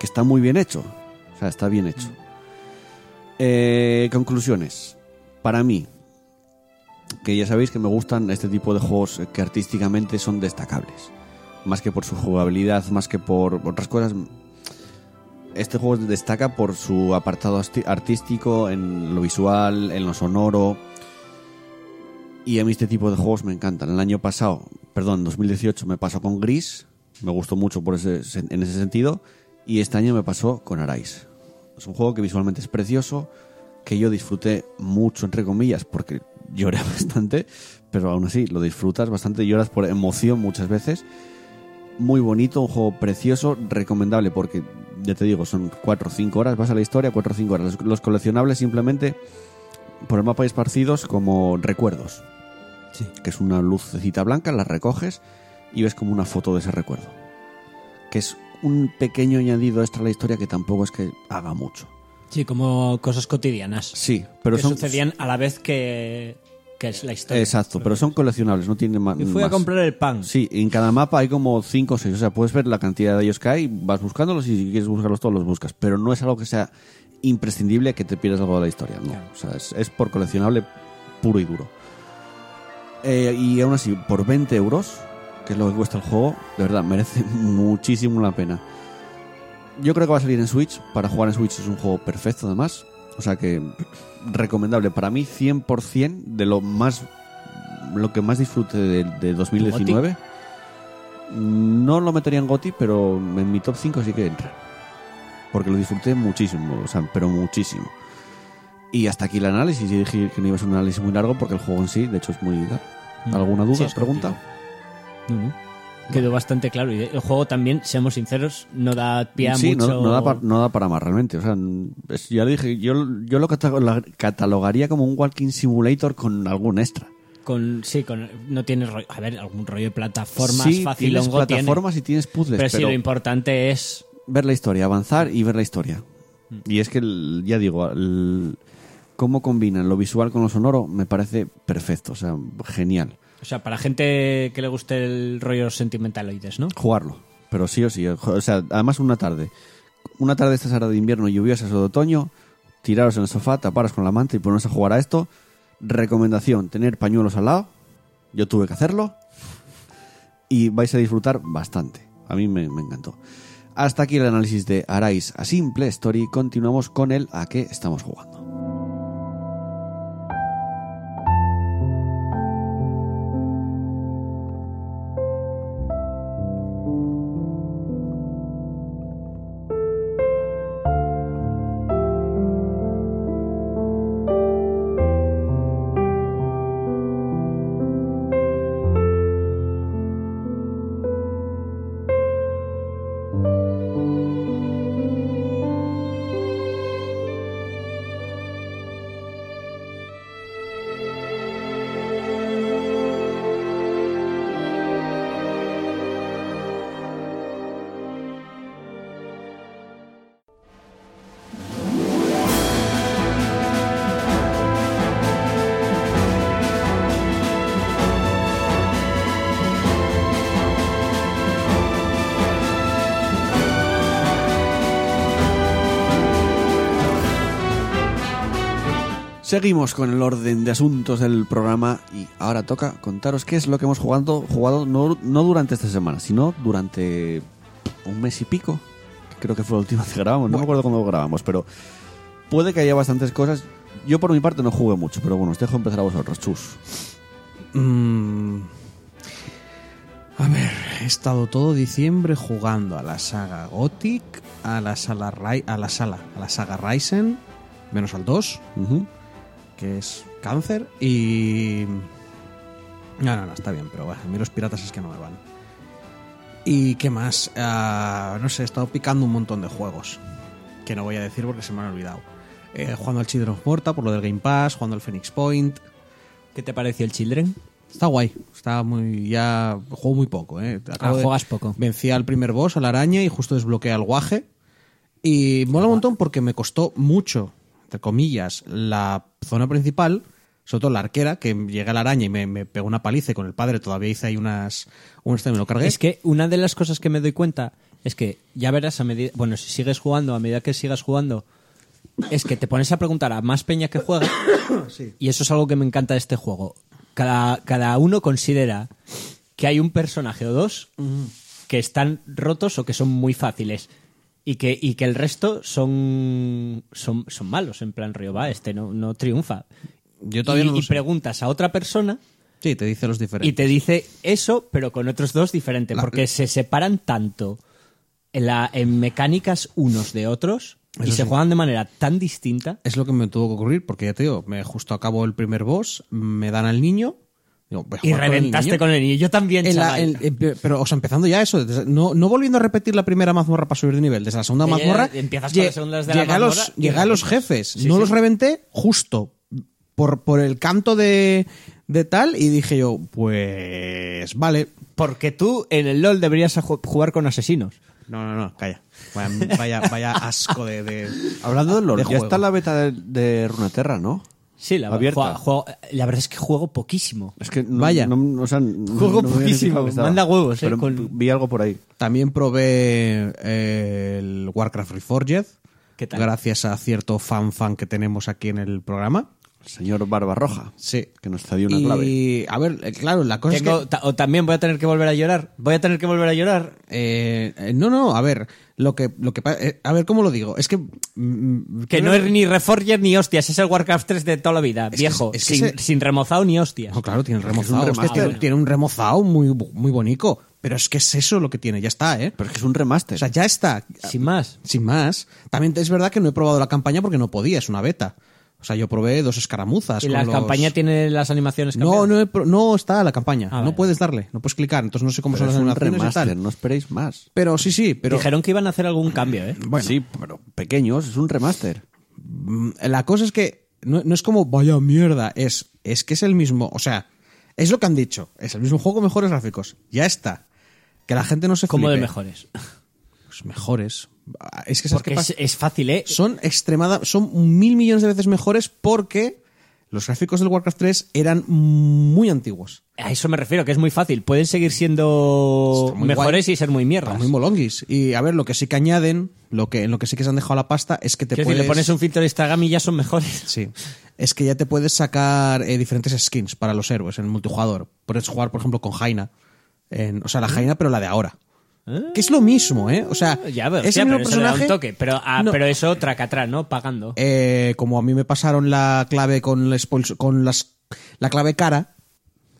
Que está muy bien hecho. O sea, está bien hecho. Eh, conclusiones. Para mí, que ya sabéis que me gustan este tipo de juegos que artísticamente son destacables. Más que por su jugabilidad, más que por otras cosas, este juego destaca por su apartado arti- artístico, en lo visual, en lo sonoro. Y a mí este tipo de juegos me encantan. El año pasado, perdón, 2018 me pasó con Gris, me gustó mucho por ese, sen- en ese sentido, y este año me pasó con Arise. Es un juego que visualmente es precioso, que yo disfruté mucho, entre comillas, porque [laughs] lloré bastante, pero aún así lo disfrutas bastante, lloras por emoción muchas veces muy bonito, un juego precioso, recomendable porque, ya te digo, son 4 o 5 horas, vas a la historia, 4 o 5 horas. Los, los coleccionables simplemente por el mapa y esparcidos como recuerdos, Sí. que es una lucecita blanca, la recoges y ves como una foto de ese recuerdo. Que es un pequeño añadido extra a la historia que tampoco es que haga mucho. Sí, como cosas cotidianas. Sí, pero que son... sucedían a la vez que, que es la historia. Exacto, pero son coleccionables, no tienen ma- más... Y fui a comprar el pan. Sí, en cada mapa hay como 5 o 6. O sea, puedes ver la cantidad de ellos que hay, vas buscándolos y si quieres buscarlos todos los buscas. Pero no es algo que sea imprescindible que te pierdas algo de la historia. No. Claro. O sea, es, es por coleccionable puro y duro. Eh, y aún así, por 20 euros, que es lo que cuesta el juego, de verdad, merece [laughs] muchísimo la pena. Yo creo que va a salir en Switch. Para jugar en Switch es un juego perfecto, además. O sea que recomendable para mí 100% de lo más lo que más disfrute de, de 2019. No lo metería en GOTI, pero en mi top 5 sí que entra. Porque lo disfruté muchísimo, o sea, pero muchísimo. Y hasta aquí el análisis. Yo dije que no iba a ser un análisis muy largo porque el juego en sí, de hecho, es muy... ¿Alguna duda? Mm. Sí, es ¿Pregunta? No, no. Quedó bastante claro. Y el juego también, seamos sinceros, no da pie a sí, no- mucho. No, da para, no da para más realmente. O sea, n- es- ya lo dije, yo, yo lo cata- la- catalogaría como un walking simulator con algún extra. Con, sí, con, no tienes rollo. A ver, algún rollo de plataformas sí, fácil. tienes hongo tiene. plataformas y tienes puzzles, pero, pero, sí, lo importante es. ver la historia, avanzar y ver la historia. Mm. Y es que, el- ya digo, el- cómo combinan lo visual con lo sonoro me parece perfecto, o sea, genial. O sea, para gente que le guste el rollo sentimentaloides, ¿no? Jugarlo, pero sí o sí. eh, jo- O sea, además una tarde. Una tarde esta hora de invierno lluviosas o de otoño, tiraros en el sofá, taparos con la manta y poneros a jugar a esto. Recomendación, tener pañuelos al lado. Yo tuve que hacerlo. Y vais a disfrutar bastante. A mí me, me encantó. Hasta aquí el análisis de Arais a Simple Story. Continuamos con el a qué estamos jugando. Seguimos con el orden de asuntos del programa y ahora toca contaros qué es lo que hemos jugado, jugado no, no durante esta semana, sino durante un mes y pico. que Creo que fue la última vez que grabamos, no me acuerdo cuándo lo grabamos, pero puede que haya bastantes cosas. Yo por mi parte no jugué mucho, pero bueno, os dejo empezar a vosotros, chus. Mm. A ver, he estado todo diciembre jugando a la saga Gothic, a la sala Rai- a la sala, a la saga Ryzen, menos al 2, Ujú. que es cáncer y no, no, no, está bien, pero bueno, a mí los piratas es que no me van. ¿Y qué más? Ah, no sé, he estado picando un montón de juegos. Que no voy a decir porque se me han olvidado. Eh, jugando al Children of Morta por lo del Game Pass, jugando al Phoenix Point, ¿Qué te pareció el Children? Está guay. Está muy. Ya. Juego muy poco, ¿eh? Ah, de- juegas poco. Vencí al primer boss, a la araña, y justo desbloqueé al guaje. Y mola un montón porque me costó mucho, entre comillas, la zona principal, sobre todo la arquera, que llegué a la araña y me, me pegó una paliza y con el padre todavía hice ahí unas. unas me lo cargué. Es que una de las cosas que me doy cuenta es que ya verás a medida, bueno, si sigues jugando, a medida que sigas jugando, es que te pones a preguntar a más peña que juega. Y eso es algo que me encanta de este juego. Cada, cada uno considera que hay un personaje o dos que están rotos o que son muy fáciles. Y que, y que el resto son, son, son malos, en plan río va, este no, no triunfa. Yo todavía Y- no lo y sé. preguntas a otra persona Sí, te dice los diferentes. y te dice eso, pero con otros dos diferente, La- porque se separan tanto en, la- en mecánicas unos de otros y Eso se sí. juegan de manera tan distinta. Es lo que me tuvo que ocurrir, porque ya te digo, me justo acabo el primer boss, me dan al niño. digo, voy a Y jugar con el reventaste niño. con el niño. Yo también, En la- chaval. en- eh, pe- pero, o sea, empezando ya eso, desde- no, no volviendo a repetir la primera mazmorra para subir de nivel, desde la segunda Ya, ya, mazmorra, ya, eh, empiezas con lle- las segundas de la llegué a los, mazmorra y llegué a los reventas. jefes, Sí, no sí. los reventé justo por, por el canto de, de tal y dije yo, pues vale. Porque tú en el LOL deberías a ju- jugar con asesinos. No, no, no, calla. Vaya, vaya, vaya asco de... de- Hablando del LoL, de ya juego. está la beta de, de Runeterra, ¿no? Sí, la, Abierta. jua- juego- la verdad es que juego poquísimo. Es que no, Vaya. no- o sea, no- Juego no me había poquísimo, fijado que estaba. manda huevos, eh, Pero con- vi algo por ahí. También probé eh, el Warcraft Reforged, ¿Qué tal? gracias a cierto fan-fan que tenemos aquí en el programa. El señor Barbarroja. Sí. Que nos cedió una y, clave. a ver, eh, claro, la cosa Tengo- es que... ta- o también voy a tener que volver a llorar. Voy a tener que volver a llorar. eh, eh, no, no, a ver, lo que, lo que pa- eh, a ver cómo lo digo, es que mm, Que no es ni Reforger ni hostias, es el Warcraft 3 de toda la vida, que- viejo. es que sin, ese- sin remozado ni hostias. No, claro, tiene Es el que es un remozado, hostia, remaster. tiene, tiene un remozado muy bu- muy bonito, pero es que es eso lo que tiene, ya está, ¿eh? Pero es que es un remaster. O sea, ya está. Sin más. Sin más. También es verdad que no he probado la campaña porque no podía, es una beta. O sea, yo probé dos escaramuzas Y con la los- campaña tiene las animaciones No, cambiadas. no, he pro- no está la campaña. Ah, no vale. puedes darle, no puedes clicar, entonces no sé cómo Pero es son un las animaciones y remaster, tal. no esperéis más. Pero sí, sí, pero Dijeron que iban a hacer algún cambio, ¿eh? Sí, pero pequeños, es un [laughs] remaster. Mm, La cosa es que no, no es como vaya mierda, es, es que es el mismo, o sea, es lo que han dicho, es el mismo juego, mejores gráficos, ya está. Que la gente no se Como de flipe. mejores. Pues mejores. Ah, Es que ¿sabes Porque qué es, pasa? es fácil, ¿eh? Son extremada, son mil millones de veces mejores porque los gráficos del Warcraft 3 eran muy antiguos. A eso me refiero, que es muy fácil. Pueden seguir siendo Está muy mejores guay. y ser muy mierdas. Están Muy molonguis. Y a ver, lo que sí que añaden, lo que, en lo que sí que se han dejado la pasta, es que te Quiero puedes... decir, le pones un filtro de Instagram y ya son mejores. Sí. Es que ya te puedes sacar eh, diferentes skins para los héroes en el multijugador. Puedes jugar, por ejemplo, con Jaina. En- o sea, ¿Eh? la Jaina, pero la de ahora. Que es lo mismo, ¿eh? O sea, [laughs] Ya, pero, es hostia, el mismo pero eso le da personaje. un toque. Pero, ah, No. pero eso tracatrá, ¿no? Pagando. Eh, como a mí me pasaron la clave con, la expulso- con las, la clave cara.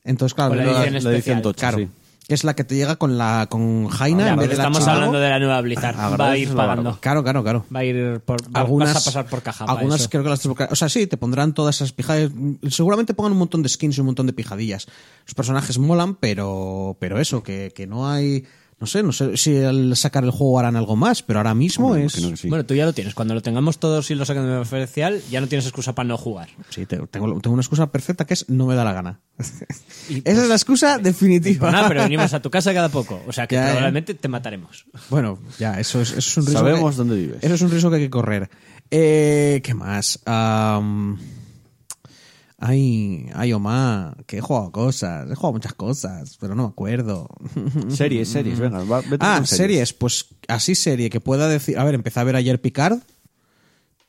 Entonces, claro, Con la me lo- edición este. la edición especial. tocha, claro, sí. que es la que te llega con la con Jaina Ya, en vez porque de la estamos Chicago. hablando de la nueva Blizzard. Va a ir Agradeces la pagando. barba. Claro, claro, claro. Va a ir por, va- algunas vas a pasar por caja. para algunas eso. creo que las o sea sí te pondrán todas esas pijadas seguramente pongan un montón de skins y un montón de pijadillas los personajes molan pero pero eso que, que no hay no sé no sé si al sacar el juego harán algo más pero ahora mismo Hombre, es imagino que sí. Bueno, tú ya lo tienes. Cuando lo tengamos todos y lo saquen de oficial, ya no tienes excusa para no jugar. sí te- tengo, tengo una excusa perfecta que es no me da la gana esa es la excusa definitiva pues eh, Nada, pero venimos a tu casa cada poco. O sea que Ya, ¿eh? probablemente te mataremos. Bueno, ya, eso es, eso es un riesgo. Sabemos que- dónde vives. Eso es un riesgo que hay que correr. Eh, ¿Qué más? Am, ay, ay, Oma, que he jugado a cosas. He jugado a muchas cosas, pero no me acuerdo. Series, series, venga. va, vete ah, con series. Pues así serie que pueda decir. A ver, empecé a ver ayer Picard.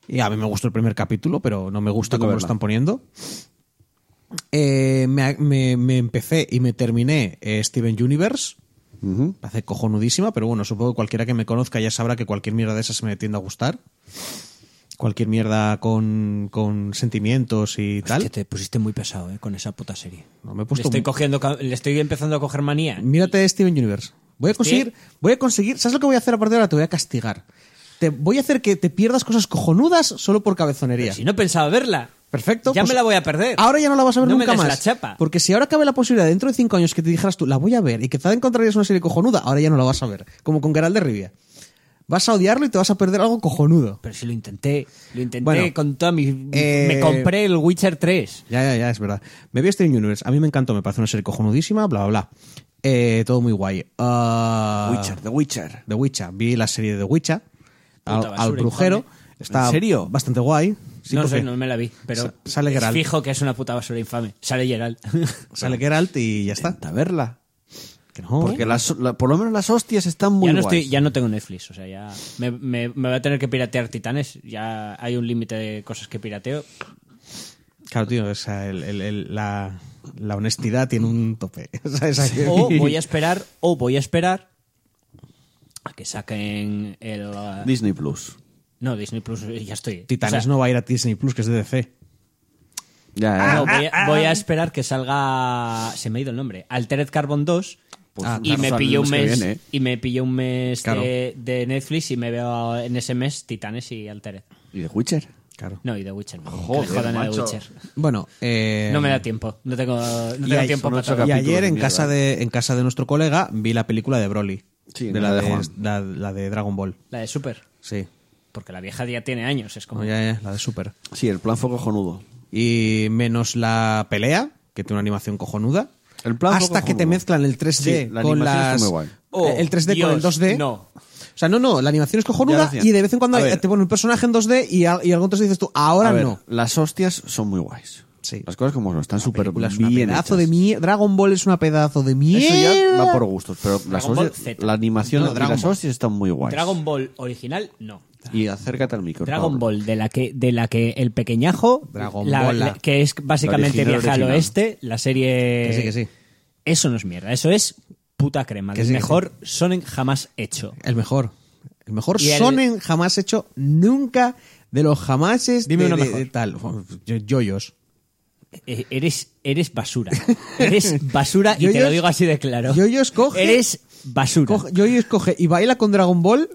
Y a mí me gustó el primer capítulo, pero no me gusta Tengo cómo lo verla. están poniendo. Eh, me, me- me empecé y me terminé eh, Steven Universe. Ujú. Me hace cojonudísima, pero bueno, supongo que cualquiera que me conozca ya sabrá que cualquier mierda de esas me tiende a gustar. Cualquier mierda con, con sentimientos y tal. Hostia, te pusiste muy pesado eh, con esa puta serie. No, me he puesto le, estoy muy- cogiendo, ca- le estoy empezando a coger manía. Mírate Steven Universe. Voy a conseguir, voy a conseguir, ¿sabes lo que voy a hacer a partir de ahora? Te voy a castigar. Te voy a hacer que te pierdas cosas cojonudas solo por cabezonería. Si no pensaba verla. Perfecto. Ya pues me la voy a perder. Ahora ya no la vas a ver No me nunca des más. la chapa. Porque si ahora cabe la posibilidad dentro de cinco años que te dijeras tú, la voy a ver y quizá encontrarías una serie cojonuda, ahora ya no la vas a ver. Como con Geralt de Rivia. Vas a odiarlo y te vas a perder algo cojonudo. Pero si lo intenté. Lo intenté Bueno, con toda mi. eh, Me compré el Witcher 3. Ya, ya, ya, es verdad. Me vi Steven Universe. A mí me encantó, me parece una serie cojonudísima, bla, bla, bla. Eh, todo muy guay. Ah, Witcher, The Witcher. The Witcher. Vi la serie de The Witcher. Al, Puta basura, al brujero. infame. Está ¿En serio? Bastante guay. Sí, no porque sé, no me la vi. Pero sa- sale es Geralt. fijo que es una puta basura infame. Sale Geralt. [laughs] Sale Geralt y ya está. Intenta verla. Que no. Porque las, la- por lo menos las hostias están muy ya, no guays. estoy, ya no tengo Netflix. O sea, ya. Me, me, me voy a tener que piratear Titanes. Ya hay un límite de cosas que pirateo. Claro, tío, o sea, el- el- el- la, la honestidad tiene un tope. [laughs] O sea, es aquí. O voy a esperar. O voy a esperar. A que saquen el. uh, Disney Plus. No, Disney Plus. eh, Ya estoy. Titanes O sea, no va a ir a Disney Plus, que es de DC. Ya, No, ya. voy, a, voy a esperar que salga. Se me ha ido el nombre. Altered Carbon 2. Pues, y, claro, me sale pilló el un mes que mes, viene, ¿eh? y me pilló un mes Claro. de, de Netflix y me veo en ese mes Titanes y Altered. ¿Y The Witcher? Claro. No, y The Witcher. no, que le Joder, jodan a The macho. Witcher. Bueno, eh, No me da tiempo. No tengo, no y tengo ahí- tiempo son para ocho todo. Y capítulos ayer de en mierda. casa, de, en casa de nuestro colega vi la película de Broly. Sí, de la la, de de, Juan. la, la de Dragon Ball. La de Super. Sí. Porque la vieja ya tiene años. Es como. No, ya, ya, la de Super. Sí, el plan fue cojonudo. Y menos la pelea, que tiene una animación cojonuda. El plan fue hasta que te cojonudo. mezclan el 3D Sí, la con animación está las. muy guay. Oh, el 3D con el Dios, 2D. no. O sea, no, no, la animación es Ya lo cojonuda hacían. y de vez en cuando A ver. te pone un personaje en 2D y, al- y algún 3D dices tú, ahora A ver, no. Las hostias son muy guays. Sí. Las cosas como son, están La súper película es una bien pedazo hechas. de mierda. Dragon Ball es una pedazo de Eso mierda. ya va por gustos, pero las Dragon Ball hostias- Z. la animación No, y Dragon las Ball. hostias están muy guays. Dragon Ball original, no. Y acércate al micro. Dragon Pablo. Ball, de la que, de la que el pequeñajo, Dragon la- Ball, la- la- que es básicamente la original, viaja al original. oeste, la serie... Que Eh. sí, que sí. Eso no es mierda, eso es puta crema. Que el sí, que mejor Sonic jamás hecho. El mejor. El mejor Y el- Sonen jamás hecho nunca de los jamases Dime de, uno de- mejor. de tal. Yo- Yoyos. E- Eres, eres basura. [laughs] Eres basura y Yo- te lo yo- digo así de claro. yo- yo escoge- Eres basura. Coge- Yoyos coge y baila con Dragon Ball,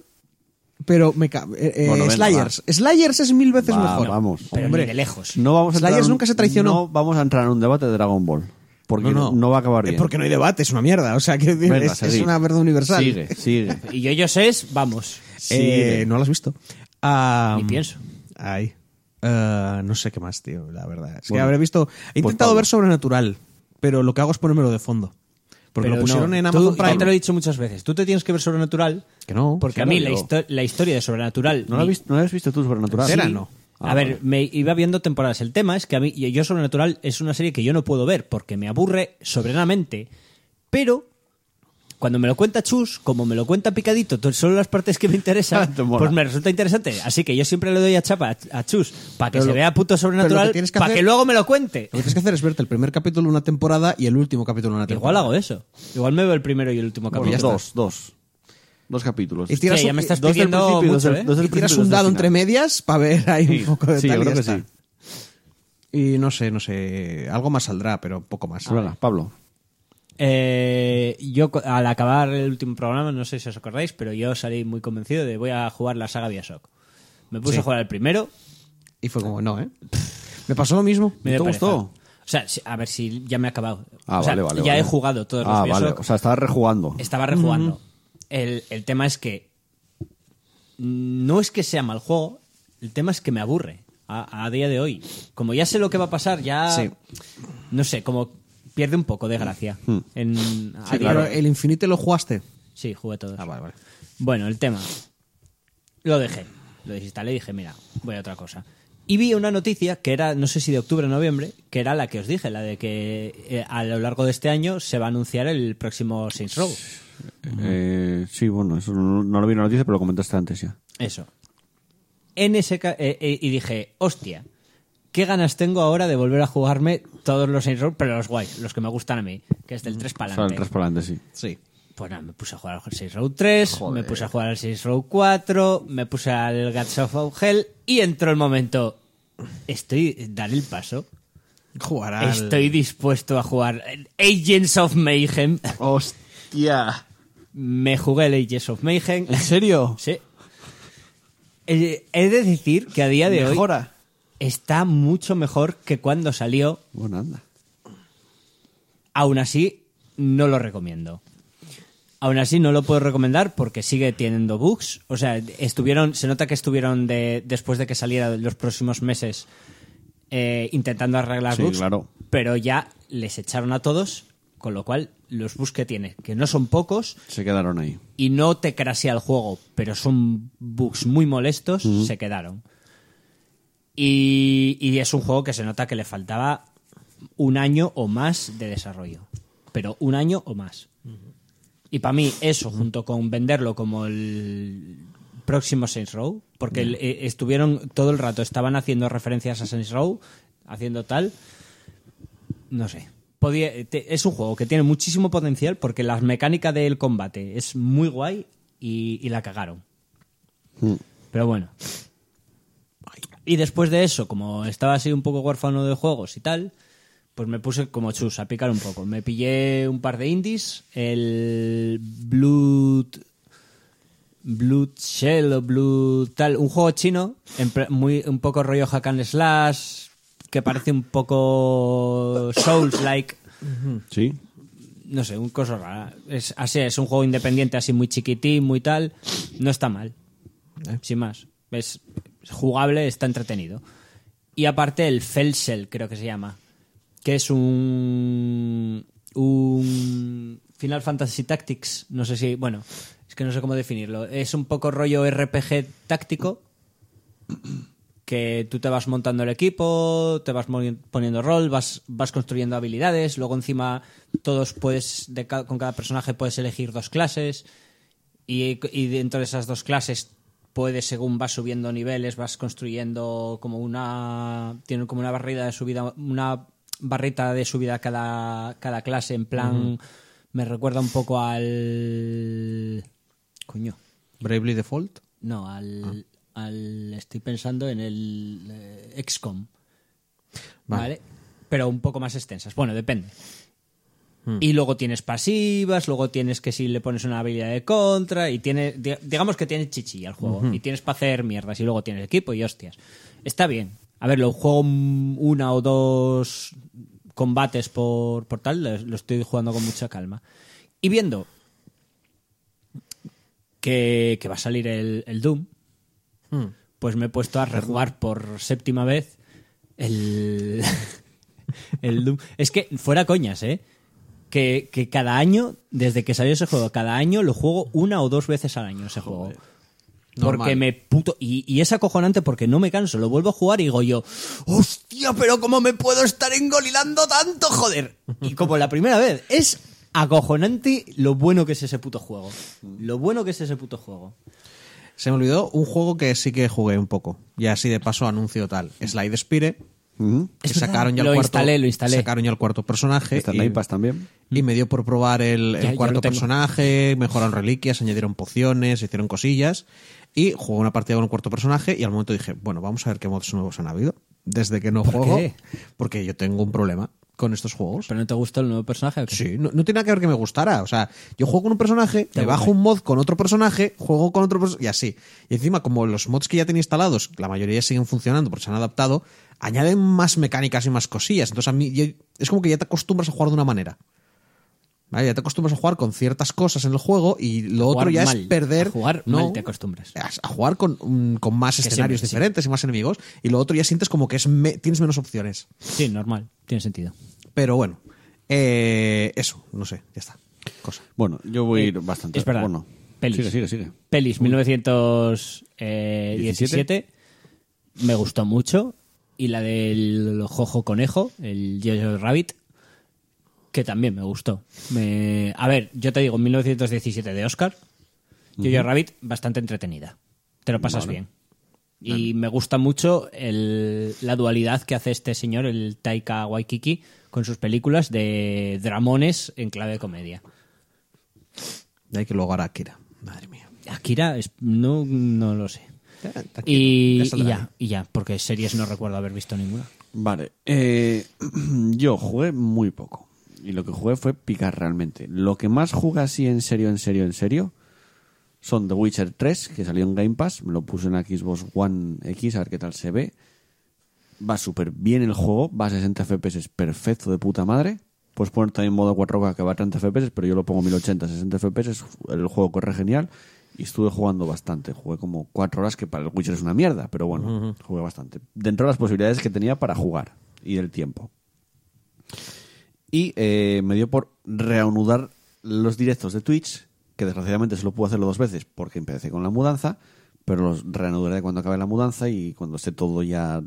pero me ca- eh, eh, Bueno, venga, Slayers. Slayers es mil veces Va, mejor. vamos. Pero Hombre. ni de lejos. No vamos a Slayers entrar en un- nunca se traicionó. No vamos a entrar en un debate de Dragon Ball. Porque no, va a acabar Eh, bien. Porque no hay debate, es una mierda. O sea, que Venga, es, es seguid. una verdad universal. Sigue, sigue. Y yo, yo sé, es, vamos. Eh, Sigue. no lo has visto. Ah, Ni pienso. Ay. Ah, no sé qué más, tío, la verdad. Es que Bueno. habré visto. He Pues intentado Pablo. ver Sobrenatural, pero lo que hago es ponérmelo de fondo. Porque Pero lo pusieron no, en tú- Amazon Prime. Ya te lo he dicho muchas veces. Tú te tienes que ver Sobrenatural. Que no, Porque ya a lo mí la, digo. histo- la historia de Sobrenatural. ¿No, la has ni- visto, ¿No la has visto tú, Sobrenatural? Entera, no. Ah, a ver, vale. me iba viendo temporadas. El tema es que a mí, yo yo Sobrenatural es una serie que yo no puedo ver porque me aburre soberanamente, pero cuando me lo cuenta Chus, como me lo cuenta picadito, to- solo las partes que [laughs] me interesan, Ah, Te mola. pues me resulta interesante. Así que yo siempre le doy a chapa a, a Chus para que Pero se lo- vea puto pero lo Sobrenatural, que tienes que para hacer- que luego me lo cuente. Lo que tienes que hacer es verte el primer capítulo de una temporada y el último capítulo de una temporada. Igual hago eso. Igual me veo el primero y el último Bueno, capítulo. dos, dos. Dos capítulos. Y tiras Hostia, ya un- me estás dos del pidiendo principio y dos mucho, del- ¿eh? dos del y tiras principio y un dos del dado final. entre medias para ver ahí Sí, un poco de sí, yo tal y creo ya que sí. está. Y no sé, no sé. Algo más saldrá, pero poco más. Ah, Venga, Pablo. Eh, yo cu- al acabar el último programa, no sé si os acordáis, pero yo salí muy convencido de voy a jugar la saga Bioshock. Me puse Sí. a jugar el primero. Y fue como, no, ¿eh? Me pasó lo mismo. Me ¿Te dio gustó? pereza. O sea, si- a ver si ya me he acabado. Ah, O sea, vale, vale. ya vale. he jugado todos Ah, los Bioshock. vale. O sea, estaba rejugando. Estaba rejugando. el, el tema es que no es que sea mal juego, el tema es que me aburre a, a día de hoy. Como ya sé lo que va a pasar, ya... Sí. No sé, como pierde un poco de gracia. Hmm. En, a Ah, día pero de hoy. el Infinite lo jugaste. Sí, jugué todos. Ah, vale, vale. Bueno, el tema. Lo dejé. Lo desinstalé y dije, mira, voy a otra cosa. Y vi una noticia que era, no sé si de octubre o noviembre, que era la que os dije, la de que eh, a lo largo de este año se va a anunciar el próximo Saints Row. Eh, sí, bueno, eso no, no lo vi en la noticia, pero lo comentaste antes ya. Eso. en ese ca- eh, eh, y dije, hostia, qué ganas tengo ahora de volver a jugarme todos los Saints Row, pero los guays, los que me gustan a mí, que es del 3 para Son adelante. tres para adelante, sí. Sí. Pues nada, me puse a jugar al 6 Row 3, Joder. me puse a jugar al 6 Row 4, me puse al Gods of Hell y entró el momento. Estoy dar el paso. Jugar al... Estoy dispuesto a jugar Agents of Mayhem. ¡Hostia! Me jugué el Agents of Mayhem. ¿En serio? Sí. Eh, He de decir que a día de hoy Mejora. está mucho mejor que cuando salió. Bueno, anda. Aún así, no lo recomiendo. Aún así, no lo puedo recomendar porque sigue teniendo bugs. O sea, estuvieron, se nota que estuvieron de, después de que saliera los próximos meses eh, intentando arreglar Sí, bugs. claro. Pero ya les echaron a todos, con lo cual los bugs que tiene, que no son pocos, Se quedaron ahí. y no te crasea el juego, pero son bugs muy molestos, se quedaron. Y, y es un juego que se nota que le faltaba un año o más de desarrollo. Pero un año o más. Y para mí eso, junto con venderlo como el próximo Saints Row, porque el- eh, estuvieron todo el rato, estaban haciendo referencias a Saints Row, haciendo tal, no sé. Podía- te- es un juego que tiene muchísimo potencial porque la mecánica del combate es muy guay y, y la cagaron. Pero bueno. Y después de eso, como estaba así un poco huérfano de juegos y tal, pues me puse como chus a picar un poco. Me pillé un par de indies, el Blood... Blood Shell o Blood tal, un juego chino, en pla- muy, un poco rollo hack and slash, que parece un poco Souls-like, ¿Sí? no sé, un cosa rara. Es, así, es un juego independiente, así muy chiquitín, muy tal. No está mal. Sin más. Es jugable, está entretenido. Y aparte el Felsel, creo que se llama. Que es un. Un. Final Fantasy Tactics. No sé si. Bueno, es que no sé cómo definirlo. Es un poco rollo RPG táctico que tú te vas montando el equipo, te vas moni- poniendo rol, vas, vas construyendo habilidades, luego encima todos puedes, de ca- con cada personaje puedes elegir dos clases y, y dentro de esas dos clases puedes, según vas subiendo niveles, vas construyendo como una, tienen como una barrida de subida, una barrita de subida cada, cada clase en plan, me recuerda un poco al... Coño. Bravely Default. No, al, al- estoy pensando en el eh, XCOM. Vale. Vale. Pero un poco más extensas. Bueno, depende. Y luego tienes pasivas, luego tienes que si le pones una habilidad de contra y tiene di- digamos que tiene chichi al juego y tienes para hacer mierdas y luego tienes equipo y hostias. Está bien. A ver, lo juego un- una o dos combates por, por tal, lo- lo estoy jugando con mucha calma. Y viendo que, que va a salir el, el Doom, pues me he puesto a rejugar por séptima vez el, [laughs] el Doom. Es que, fuera coñas, ¿eh? Que, que cada año, desde que salió ese juego, cada año lo juego una o dos veces al año ese juego. Porque Normal. me puto. Y, y es acojonante porque no me canso. Lo vuelvo a jugar y digo yo, "Oh", ¡hostia, pero cómo me puedo estar engolilando tanto, joder! Y como la primera vez, es acojonante lo bueno que es ese puto juego. Lo bueno que es ese puto juego. Se me olvidó un juego que sí que jugué un poco. Y así de paso anuncio tal. Slide Spire. Que Es verdad. sacaron ya el Lo cuarto, instalé, lo instalé. Sacaron ya el cuarto personaje. Está en y- la iPad también. Y me dio por probar el, el Ya, ya lo cuarto tengo. personaje, mejoraron reliquias, añadieron pociones, hicieron cosillas. Y jugué una partida con el cuarto personaje y al momento dije, bueno, vamos a ver qué mods nuevos han habido. Desde que no juego, qué? porque yo tengo un problema con estos juegos. ¿Pero no te gustó el nuevo personaje? o qué? Sí, no, no tiene nada que ver que me gustara. O sea, yo juego con un personaje, Te me aburre. bajo un mod con otro personaje, juego con otro personaje y así. Y encima, como los mods que ya tenía instalados, la mayoría siguen funcionando porque se han adaptado, añaden más mecánicas y más cosillas. Entonces, a mí yo- es como que ya te acostumbras a jugar de una manera. ¿Vale? Ya te acostumbras a jugar con ciertas cosas en el juego y lo otro Jugar ya mal. es perder. A jugar no, mal te acostumbras. A, a jugar con, mm, con más siempre, escenarios sí. diferentes y más enemigos. Y lo otro ya sientes como que es me- tienes menos opciones. Sí, normal. Tiene sentido. Pero bueno, eh, eso, no sé, ya está. Cosa. Bueno, yo voy a ir bastante. Es verdad. Bueno, Eh, Pelis. Sigue, sigue, sigue. Pelis 1917. Me gustó mucho. Y la del Jojo Conejo, el Jojo Rabbit, que también me gustó. Me- A ver, yo te digo, 1917 de Oscar. Jojo Rabbit, bastante entretenida. Te lo pasas bien. Y me gusta mucho el- la dualidad que hace este señor, el Taika Waikiki, con sus películas de dramones en clave de comedia. Y hay que luego hará Akira. Madre mía. Akira, es- no, no lo sé. Eh, Y y ya, y ya, porque series no recuerdo haber visto ninguna. Vale. eh, [clears throat] yo jugué muy poco. Y lo que jugué fue picar realmente. Lo que más jugué así en serio, en serio, en serio son The Witcher 3, que salió en Game Pass. Me lo puse en Xbox One X a ver qué tal se ve. Va súper bien el juego. Va a 60 FPS, es perfecto de puta madre. Puedes poner también modo 4K que va a 30 FPS, pero yo lo pongo 1080, 60 FPS. El juego corre genial. Y estuve jugando bastante. Jugué como 4 horas, que para el Witcher es una mierda, pero bueno, jugué bastante. Dentro de las posibilidades que tenía para jugar y del tiempo. Y eh, me dio por reanudar los directos de Twitch, que desgraciadamente solo pude hacerlo dos veces porque empecé con la mudanza, pero los reanudaré cuando acabe la mudanza y cuando esté todo ya.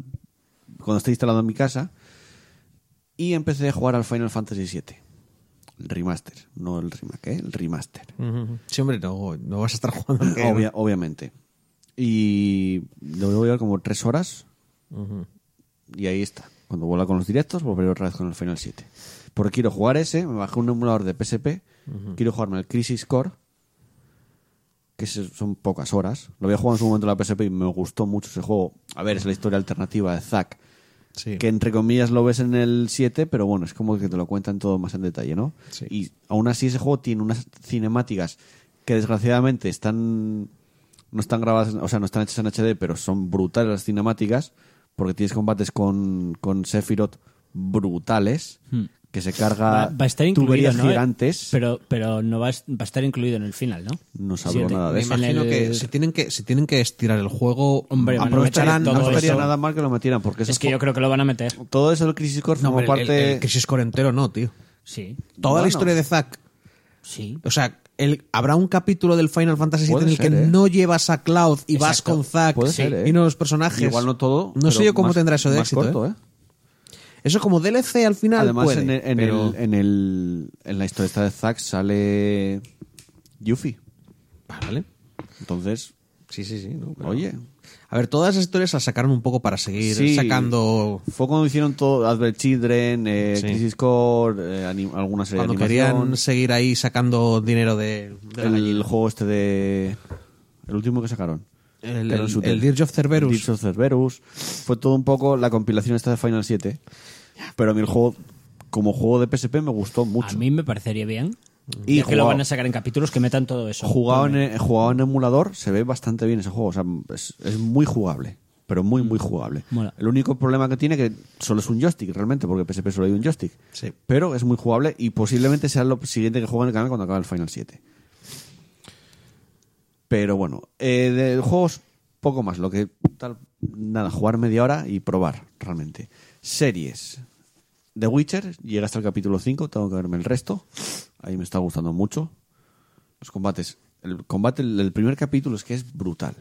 cuando esté instalado en mi casa. Y empecé a jugar al Final Fantasy VII. El remaster, no el remake, ¿eh? el remaster. Sí, hombre, no, no vas a [laughs] estar jugando. al que- Obvia- obviamente. Y lo debo llevar como tres horas. Y ahí está. Cuando vuelva con los directos, volveré otra vez con el Final 7. Porque quiero jugar ese, me bajé un emulador de PSP. Quiero jugarme el Crisis Core. Que se- son pocas horas. Lo había jugado en su momento en la PSP y me gustó mucho ese juego. A ver, es la historia alternativa de Zack. Sí. Que entre comillas lo ves en el 7, pero bueno, es como que te lo cuentan todo más en detalle, ¿no? Sí. Y aún así ese juego tiene unas cinemáticas que desgraciadamente están no están grabadas, o sea, no están hechas en HD, pero son brutales las cinemáticas porque tienes combates con con Sephiroth brutales que se carga Hmm. Va, va a estar incluido, tuberías ¿no? Ah, gigantes. Pero, pero no va, a- va a estar incluido en el final, ¿no? No salgo Siete. nada de Me eso. imagino En el- que si tienen que si tienen que estirar el juego, Hombre, van a aprovecharán meter no todo aprovecharán- estaría eso. nada mal que lo metieran porque eso Es que yo creo que lo van a meter. todo eso del Crisis Core No, forma hombre, el- parte el, Crisis Core entero no, tío. Sí, Toda Bueno. la historia de Zack. sí. O sea, el- habrá un capítulo del Final Fantasy VII Puede en el ser, que ¿eh? no llevas a Cloud y vas Exacto. con Zack Puede sí, ser, ¿eh? y no los personajes. igual no todo. No sé pero yo cómo más- tendrá eso de más éxito. corto, ¿eh? Eso como DLC al final Además, puede, en, el, en, pero- el, eh, en, el- en la historia esta de Zack sale Yuffie. Vale. Entonces, Sí, sí, sí. no, pero- oye. A ver, todas las historias las sacaron un poco para seguir sí, sacando Fue cuando hicieron todo Advert Children, eh, Sí. Crisis Core, eh, ani- alguna serie cuando de animación. querían seguir ahí sacando dinero de, de la el juego este de. El último que sacaron. El- Que era un el- shooter. el Dirge of Cerberus. Dirge of Cerberus. Fue todo un poco la compilación esta de Final 7. Pero a mí el juego, como juego de PSP, me gustó mucho. A mí me parecería bien. Y Y que lo jugado- van a sacar en capítulos que metan todo eso. Jugado en, eh, jugado en emulador, se ve bastante bien ese juego. O sea, es, es muy jugable. Pero muy, muy jugable. Mm. Mola. El único problema que tiene que solo es un joystick, realmente, porque PSP solo hay un joystick. Sí. Pero es muy jugable y posiblemente sea lo siguiente que juegue en el canal cuando acabe el Final 7. Pero bueno, eh, de juegos poco más. Lo que tal, nada, jugar media hora y probar, realmente. Series. The Witcher, llega hasta el capítulo 5, tengo que verme el resto. Ahí me está gustando mucho. Los combates. El combate del primer capítulo es que es brutal.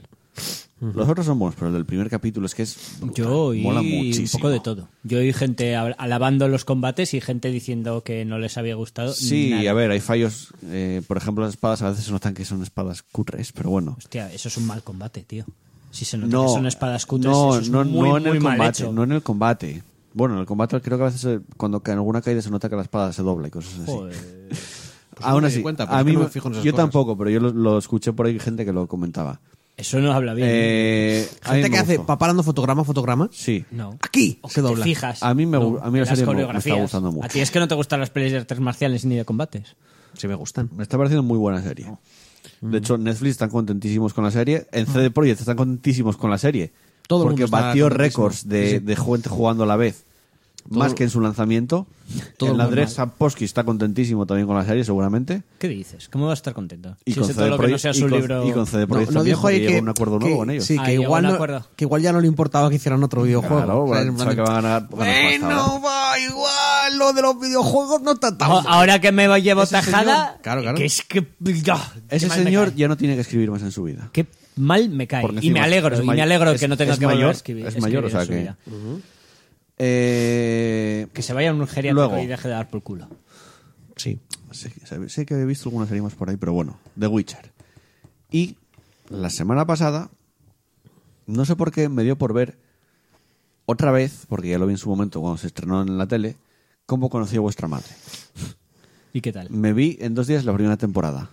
Los otros son buenos, pero el del primer capítulo es que es. brutal. Yo oí Mola un muchísimo. poco de todo. Yo oí gente al- alabando los combates y gente diciendo que no les había gustado. Sí, nada. a ver, hay fallos. eh, por ejemplo, las espadas a veces se notan que son espadas cutres, pero bueno. Hostia, eso es un mal combate, tío. Si se nota que son espadas cutres, no, eso es no, muy, no en muy el mal combate, hecho. no en el combate. Bueno, en el combate creo que a veces eh, cuando ca- en alguna caída se nota que la espada se dobla y cosas así. Joder. Pues no Aún me así, di cuenta, pero a es que mí no me me- fijo en esas yo cosas. tampoco, pero yo lo, lo escuché por ahí gente que lo comentaba. Eso no habla bien. Eh, a mí gente me que hace gustó. va parando fotograma a fotograma. Sí. No. Aquí O se que te dobla. fijas. A mí me No, gu- a mí la las serie me- me está coreografías. gustando mucho. A ti es que no te gustan las pelis de artes marciales ni de combates. Sí me gustan. Me está pareciendo muy buena serie. De hecho, Mm. Netflix están contentísimos con la serie. En CD Projekt están contentísimos con la serie. Todo el porque mundo está batió contentísimo. récords de, de gente jugando a la vez. más que en su lanzamiento. todo el el Andrés mundo. Sapkowski está contentísimo también con la serie, seguramente. ¿Qué dices? ¿Cómo va a estar contento? Y si con ese todo lo que no Projekt- sea y su con- libro... y con CD No, Projekt no también, dijo ahí porque llegó que, un acuerdo que- nuevo con ellos. Sí, Ah, que llegó igual, un no- acuerdo. que igual ya no le importaba que hicieran otro videojuego. Claro, O sea, bueno, en sabe plan- que van a ganar- van a ¿eh? ganar pasta bueno, va, igual lo de los videojuegos no está tan Ah, mal. Ahora que me llevo Ese tajada... señor- claro, claro. Que es que... Ah, qué Ese mal me señor cae. ya no tiene que escribir más en su vida. Qué mal me cae. Porque y me encima alegro, es y may- me alegro es- que no tenga es que volver a mayor, escribir. es mayor, o escribir en sea su que- vida. Eh, Que se vaya a un geriátrico Luego, y deje de dar por culo. Sí. Sé, que- sé que he visto algunas serie más por ahí, pero bueno, The Witcher. Y la semana pasada No sé por qué me dio por ver otra vez, porque ya lo vi en su momento cuando se estrenó en la tele, cómo conocí a vuestra madre. ¿Y qué tal? Me vi en dos días la primera temporada.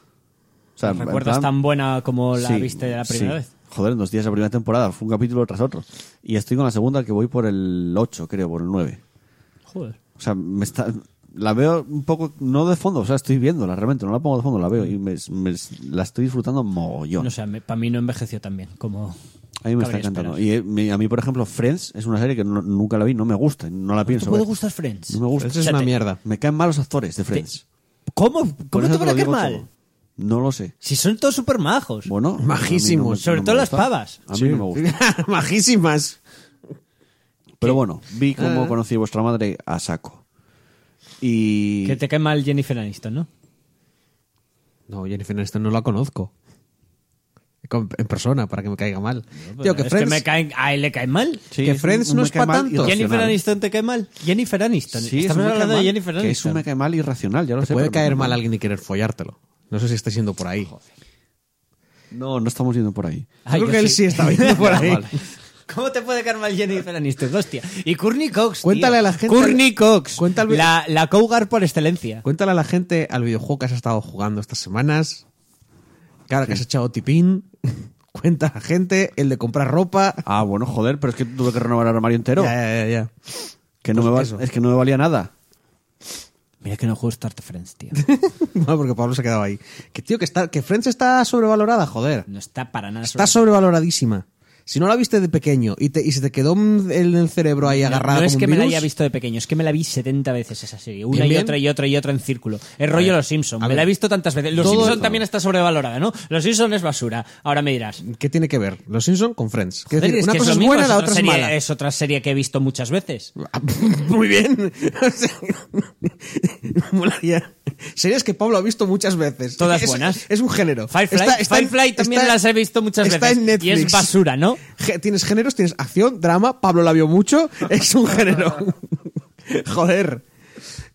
O sea, en ¿Recuerdas plan- tan buena como la Sí, viste la sí. primera vez? Joder, en dos días la primera temporada, fue un capítulo tras otro. Y estoy con la segunda que voy por el 8, creo, por el 9. Joder. O sea, me está, la veo un poco, no de fondo, o sea, estoy viéndola realmente, no la pongo de fondo, la veo y me, me- la estoy disfrutando mogollón. No sé, para mí no envejeció tan bien como... a mí me está cabría encantando. Y esperar. eh, mi- a mí, por ejemplo, Friends es una serie que no- nunca la vi, no me gusta, no la pienso. ¿Te puede ver. gustar Friends? No me gusta. Friends es una Fíjate. mierda. Me caen mal los actores de Friends. ¿Cómo? Por ¿Cómo eso te van a lo caer digo mal? todo. No lo sé. Si son todos súper majos. Bueno, Majísimos. a mí no me- Sobre no me todo las gusta. pavas. A mí no me gusta. [laughs] Majísimas. Pero bueno, vi Ah. cómo conocí a vuestra madre a saco. Y. Que te cae mal Jennifer Aniston, ¿no? No, Jennifer Aniston no la conozco. Con- en persona, para que me caiga mal. Tío, que es Friends, que me caen, a él le cae mal. Sí, que es un- Friends un no me es cae pa' mal tanto. irracional. Jennifer Aniston te cae mal. Jennifer Aniston. Sí, es un Estamos me cae hablando mal, de Jennifer Que es Aniston. un me cae mal irracional, ya lo sé. puede pero me caer cae mal alguien de querer follártelo. No sé si está siendo por ahí. No, no estamos yendo por ahí. Ah, Creo yo que él sí estaba [laughs] yendo por ahí. Vale. ¿Cómo te puede caer mal Jennifer Aniston? Hostia. Y Courtney Cox. tío. Cuéntale a la gente- Courtney Cox. Cuéntale- La, la cougar por excelencia. Cuéntale a la gente al videojuego que has estado jugando estas semanas. Claro, que has echado tipín. [laughs] Cuenta a la gente el de comprar ropa. Ah, bueno, joder, pero es que tuve que renovar el armario entero. Ya, ya, ya, ya. [laughs] que no me va- eso. es que no me valía nada. Mira que no juego Start Friends, [laughs] tío. No, porque Pablo se ha quedado ahí. Que tío, que, está, que Friends está sobrevalorada, joder. No está para nada. Está sobrevaloradísima. Si no la viste de pequeño y, te, y se te quedó en el cerebro ahí No, agarrada no es como un que me la virus, haya visto de pequeño, es que me la vi 70 veces esa serie. Una Bien, y bien. otra y otra y otra en círculo. El rollo Los Simpson. a Me ver. la he visto tantas veces. Los Todo Simpson esto- también está sobrevalorada, ¿no? Los Simpson es basura. Ahora me dirás. ¿Qué tiene que ver? Los Simpson con Friends. Quiero "Joder, decir, es una que cosa lo es mismo, buena, la otra es serie- mala. Es otra serie que he visto muchas veces. [laughs] Muy bien. [laughs] O sea, molaría. Series que Pablo ha visto muchas veces. Todas Es- buenas. Es un género. Firefly, en- Firefly también las he visto muchas está veces. en Netflix. Y es basura, ¿no? Ge- Tienes géneros, tienes acción, drama. Pablo la vio [laughs] mucho. Es un género. [laughs] Joder.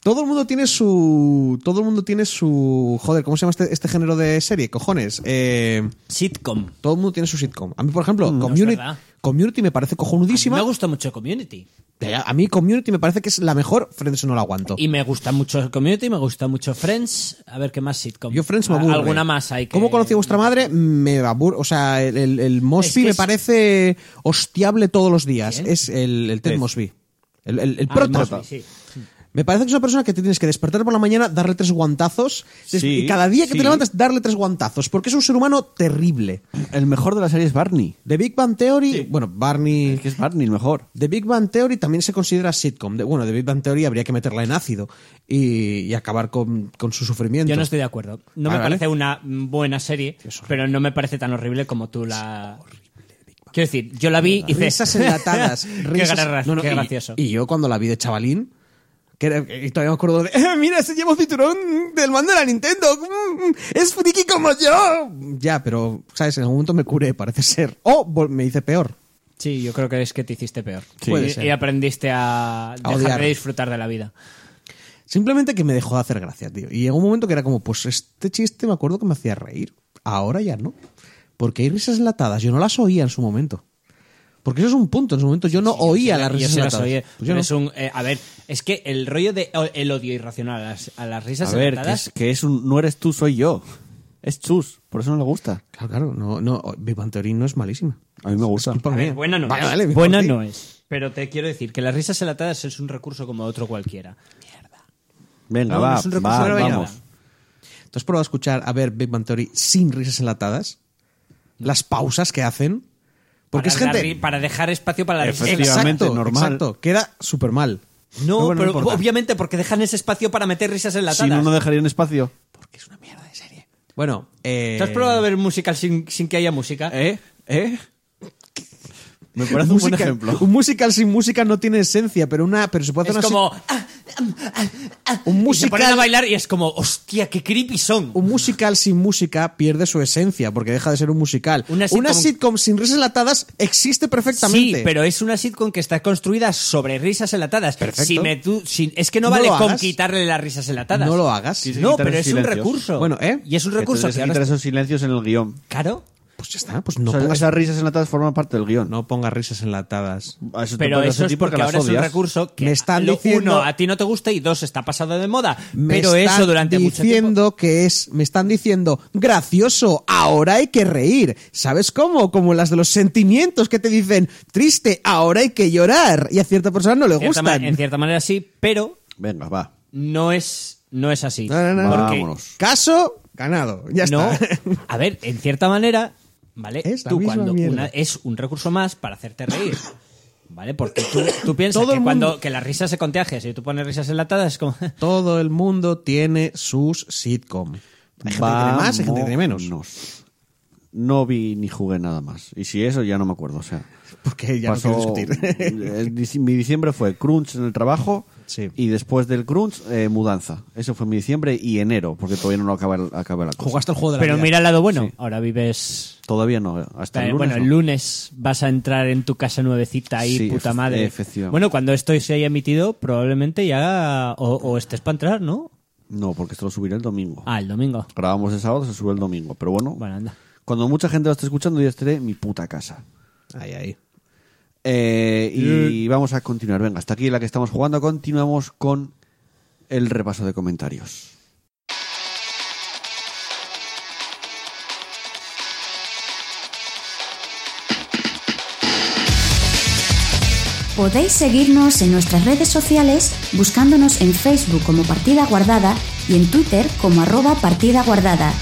Todo el mundo tiene su. Todo el mundo tiene su. Joder, ¿cómo se llama este, este género de serie? Cojones. Eh, Sitcom. todo el mundo tiene su sitcom. A mí, por ejemplo, Mm, es Community, verdad. Community me parece cojonudísima. Me gusta mucho Community. Ya, A mí Community me parece que es la mejor, Friends no la aguanto. Y me gusta mucho Community, me gusta mucho Friends. A ver qué más sitcom. Yo Friends me A- aburre. Alguna más hay que... ¿Cómo conocí a vuestra madre? Me aburre. O sea, el, el, el Mosby Es que me es- parece hostiable todos los días. ¿Quién? Es el, el Ted Ted. Mosby. El, el, el Ah, prota. Mosby, sí. Me parece que es una persona que te tienes que despertar por la mañana, darle tres guantazos. des- Sí, y cada día que sí. te levantas, darle tres guantazos. Porque es un ser humano terrible. El mejor de la serie es Barney. The Big Bang Theory. Bueno, Barney. Es que es Barney el mejor. The Big Bang Theory también se considera sitcom. De- bueno, The Big Bang Theory habría que meterla en ácido y, y acabar con, con su sufrimiento. Yo no estoy de acuerdo. No Ah, Vale, me vale. parece una buena serie, pero no me parece tan horrible como tú la. Quiero decir, yo la vi y hice. Risas [laughs] enlatadas. risas- Qué, gra- No, no, qué y- gracioso. Y, yo cuando la vi de chavalín, que era- y todavía me acuerdo de, "Eh, mira, se lleva un cinturón del mando de la Nintendo. Mm, Es friki como yo. Ya, pero, ¿sabes? En algún momento me curé, parece ser. O vol- me hice peor. Sí, yo creo que es que te hiciste peor. Sí. Puede y, ser. y aprendiste a, dejar odiar. de disfrutar de la vida. Simplemente que me dejó de hacer gracia, tío. Y llegó un momento que era como, pues este chiste me acuerdo que me hacía reír. Ahora ya no. Porque hay risas enlatadas. Yo no las oía en su momento. Porque eso es un punto. En su momento yo no oía las Y yo risas se las enlatadas. oí, Pues yo pero no. es un, eh, a ver, es que el rollo de o- el odio irracional a las, a las risas A ver, que enlatadas. es, que es un. No eres tú, soy yo. Es chus, por eso no le gusta. Claro, claro. No, no, Big Bang Theory no es malísima. A mí me gusta. culpa a ver, mía. buena no Vale, es. vale, buena sí. no es. Pero te quiero decir que las risas enlatadas es un recurso como otro cualquiera. Venga, No, no va, es un recurso va, de la variedad. vamos. ¿Tú has probado a escuchar a ver Big Bang Theory sin risas enlatadas? Las pausas que hacen. Porque para es gente... dar ri- para dejar espacio para la risa. Efectivamente, exacto, normal. Exacto. Queda súper mal. No, Pero bueno, pero no importa. obviamente porque dejan ese espacio para meter risas Si enlatadas. no, no dejarían espacio. Porque es una mierda de serie. Bueno, eh... ¿Te has probado a ver musical sin, sin que haya música? ¿Eh? ¿Eh? Me parece un buen musical- ejemplo. Un musical sin música no tiene esencia, pero una pero se puede hacer es una como... ah, ah, ah, Un y musical- se ponen a bailar y es como, hostia, qué creepy son. un musical sin música pierde su esencia porque deja de ser un musical. Una sitcom- sitcom sin risas latadas existe perfectamente. Sí, pero es una sitcom que está construida sobre risas enlatadas. Perfecto. Si me tú- si- es que no No vale lo con hagas. quitarle las risas enlatadas. No lo hagas. Sí, sí. No, Quitar pero es esos un silencios. recurso. Bueno, ¿eh? Y es un recurso Entonces, que quitar ahora... esos silencios en el guión. Claro. Pues ya está, pues no, o sea, pongas, esas risas enlatadas forman parte del guión. no pongas risas enlatadas. A eso te Pero puedes eso es sentir porque, las ahora es un odias. recurso que Me están lo- diciendo- uno, a ti no te gusta y dos, está pasado de moda. Me pero eso están durante mucho tiempo... diciendo que es, me están diciendo, gracioso, ahora hay que reír. ¿Sabes cómo? Como las de los sentimientos que te dicen, triste, ahora hay que llorar. Y a cierta persona no le en cierta ma- gustan. en cierta manera sí, pero Venga, va. no es, no es así. No, no, no, no. Porque- Vámonos. Caso, ganado. Ya no, está. [laughs] a ver, en cierta manera, ¿vale? Es la tú misma cuando mierda. una- es un recurso más para hacerte reír. ¿Vale? Porque tú, tú piensas Todo que el cuando mundo- que la risa se contagia, si tú pones risas enlatadas, es como [laughs] Todo el mundo tiene sus sitcom. Hay gente que tiene más, hay gente que tiene menos. Vámonos. No vi ni jugué nada más. Y si eso, ya no me acuerdo. O sea, Porque ya pasó- no quiero [laughs] discutir. el dic- mi diciembre fue crunch en el trabajo Sí. y después del crunch, eh, mudanza. Eso fue mi diciembre y enero, porque todavía no lo acaba, acaba la cosa. Jugaste el juego de la Pero vida. mira el lado bueno. Ahora vives Todavía no, hasta el Eh, lunes. bueno, el no. lunes vas a entrar en tu casa nuevecita ahí, Sí, puta efe- madre. efectivamente. Bueno, cuando esto se haya emitido, probablemente ya o, o estés para entrar, ¿no? No, porque esto lo subiré el domingo. Ah, el domingo. Grabamos el sábado, se sube el domingo. Pero bueno, Bueno, anda. cuando mucha gente lo esté escuchando, yo estaré en mi puta casa. Ahí, ahí. Eh, y vamos a continuar. Venga, hasta aquí la que estamos jugando. Continuamos con el repaso de comentarios. Podéis seguirnos en nuestras redes sociales buscándonos en Facebook como Partida Guardada y en Twitter como arroba Partida Guardada.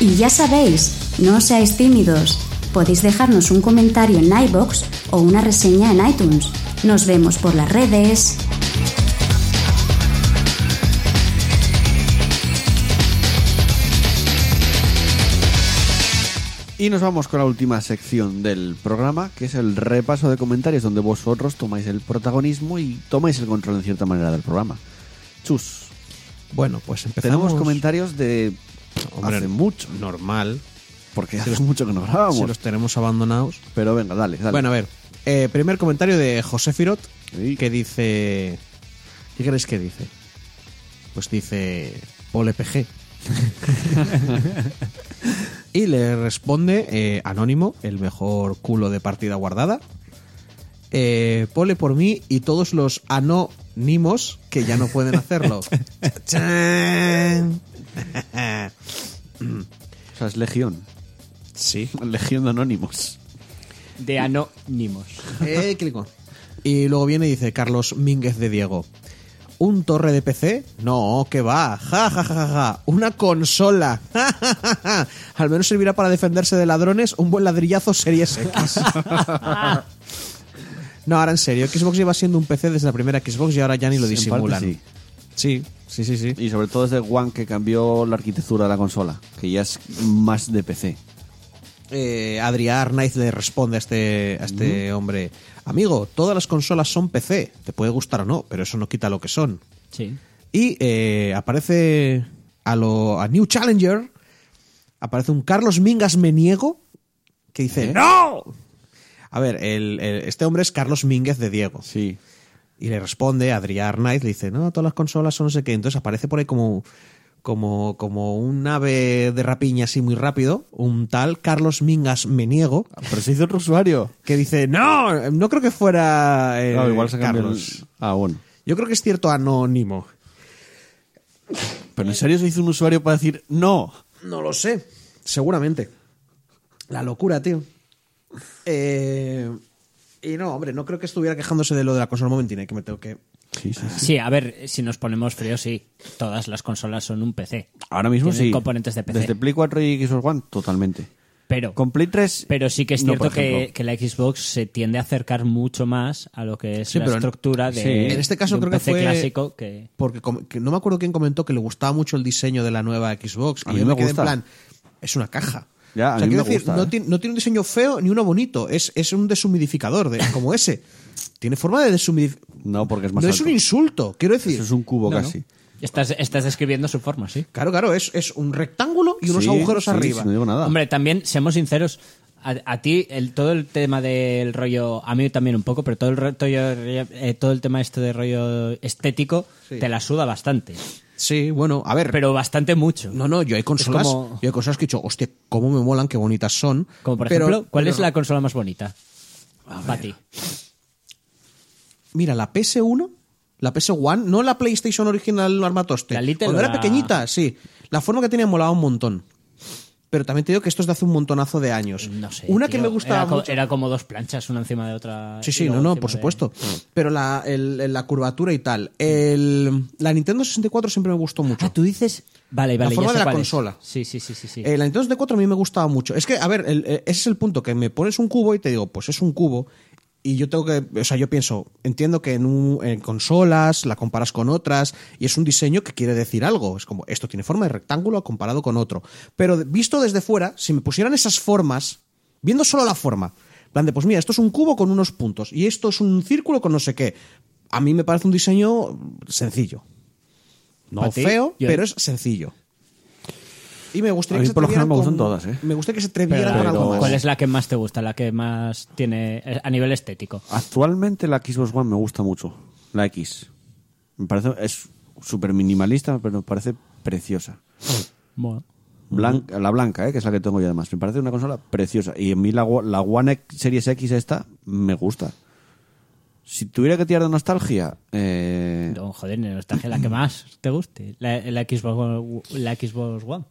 Y ya sabéis, no seáis tímidos. Podéis dejarnos un comentario en iBox o una reseña en iTunes. Nos vemos por las redes. Y nos vamos con la última sección del programa, que es el repaso de comentarios, donde vosotros tomáis el protagonismo y tomáis el control en cierta manera del programa. Chus, Bueno, pues empezamos. tenemos comentarios de Hombre, hace mucho, Normal. porque hace mucho que no grabábamos. Si los tenemos abandonados. Pero venga, dale, dale. Bueno, a ver. eh, primer comentario de José Firot, Sí. que dice... ¿Qué crees que dice? Pues dice... E Pole [laughs] PG. y le responde eh, Anónimo, el mejor culo de partida guardada. Eh, pole por mí y todos los anónimos que ya no pueden [laughs] hacerlo. Chachán. [laughs] o sea, es Legión, sí. [laughs] Legión de Anónimos. De anónimos. Eh, clico. Y luego viene y dice Carlos Mínguez de Diego. ¿Un torre de PC? No, que va. Ja, ja, ja, ja, ja. Una consola. [laughs] Ja, ja, ja, ja. Al menos servirá para defenderse de ladrones. Un buen ladrillazo [laughs] Series X. no, ahora en serio. Xbox lleva siendo un PC desde la primera Xbox y ahora ya ni lo En parte disimulan. sí. sí, sí, sí, sí. Y sobre todo desde One que cambió la arquitectura de la consola, que ya es más de PC. eh, Adrián Arnaiz le responde a este, a este hombre. Amigo, todas las consolas son PC. Te puede gustar o no, pero eso no quita lo que son. Sí. Y eh, aparece a, lo, a New Challenger, aparece un Carlos Mingas Meniego que ¿Eh? dice ¡No! A ver, el- el- este hombre es Carlos Mínguez de Diego. Sí. Y le responde a Adrián Arnaiz, le dice, no, todas las consolas son no sé qué. Entonces aparece por ahí como, como, como un ave de rapiña así muy rápido, un tal Carlos Mingas Meniego, Pero se hizo otro usuario. que dice, no, no creo que fuera eh, Claro, igual se cambió Carlos. el- Ah, bueno. Yo creo que es cierto anónimo. Pero Eh, en serio se hizo un usuario para decir no. No lo sé. Seguramente. La locura, tío. Eh, y no, hombre, no creo que estuviera quejándose de lo de la consola momentina, que me tengo que... Sí, sí, Sí, a ver, si nos ponemos fríos, sí. Todas las consolas son un PC. Ahora mismo Tienen sí. componentes de PC. Desde Play 4 y Xbox One, totalmente. Pero, Con Play 3. pero sí que es no, cierto por que, ejemplo. que la Xbox se tiende a acercar mucho más a lo que es Sí, la pero en- estructura de, sí. En este caso de un creo que PC fue- clásico que... Porque com- que no me acuerdo quién comentó que le gustaba mucho el diseño de la nueva Xbox. A y mí yo me quedé gusta. en plan, es una caja. Ya, a o sea, mí quiero me decir, gusta, no, ¿eh? tiene, no tiene un diseño feo ni uno bonito. Es, es un deshumidificador, de, como ese. Tiene forma de deshumidificador. No, porque es más No es alto. un insulto, quiero decir. Eso es un cubo No, no. casi. Estás, estás describiendo su forma, sí. Claro, claro, es, es un rectángulo y unos Sí, agujeros sí, arriba. sí, No digo nada. Hombre, también, seamos sinceros, A, a ti, el, todo el tema del rollo, a mí también un poco, pero todo el, ro- todo, eh, todo el tema este de rollo estético Sí. te la suda bastante. Sí, bueno, a ver. Pero bastante mucho. No, no, yo hay consolas. como- Yo hay cosas que he dicho, hostia, cómo me molan, qué bonitas son. Como por pero- ejemplo, ¿cuál pero es la consola más bonita? Para ti. Mira, la PS1, la PS1, no la PlayStation original armatoste. La Little Cuando o era la- pequeñita, sí. La forma que tenía molaba un montón. Pero también te digo que esto es de hace un montonazo de años. No sé. Una que tío. me gustaba era, co- mucho. era eh. como dos planchas, una encima de otra. Sí, y sí, luego no, no, encima por de- supuesto. Pero la, el- la curvatura y tal. El- la Nintendo 64 siempre me gustó mucho. Ah, tú dices. Vale, La vale. ya forma de sé la cuál es. consola. Sí, sí, sí, sí. sí. Eh, la Nintendo 64 a mí me gustaba mucho. Es que, a ver, el- eh, ese es el punto, que me pones un cubo y te digo, pues es un cubo. Y yo tengo que, o sea, yo pienso, entiendo que en, un- en consolas la comparas con otras y es un diseño que quiere decir algo. Es como, esto tiene forma de rectángulo comparado con otro. Pero de- visto desde fuera, si me pusieran esas formas, viendo solo la forma, en plan de, pues mira, esto es un cubo con unos puntos y esto es un círculo con no sé qué. A mí me parece un diseño sencillo. No ¿Pa ti? feo, Yo- pero es sencillo. Y me gustaría A mí que se por lo general me atrevieran gustan con- todas, ¿eh? Me gustaría que se Pero atrevieran la- con algo más. ¿Cuál es la que más te gusta? La que más tiene. eh, A nivel estético. Actualmente la Xbox One me gusta mucho. La X. Me parece. Es súper minimalista, pero me parece preciosa. Bueno. Blan- La blanca, ¿eh? que es la que tengo yo además. Me parece una consola preciosa. Y a mí la, Wa- la One X Series X esta me gusta. Si tuviera que tirar de nostalgia, eh, No, joder, ni nostalgia, la que más te guste. La, la Xbox, One- la Xbox One.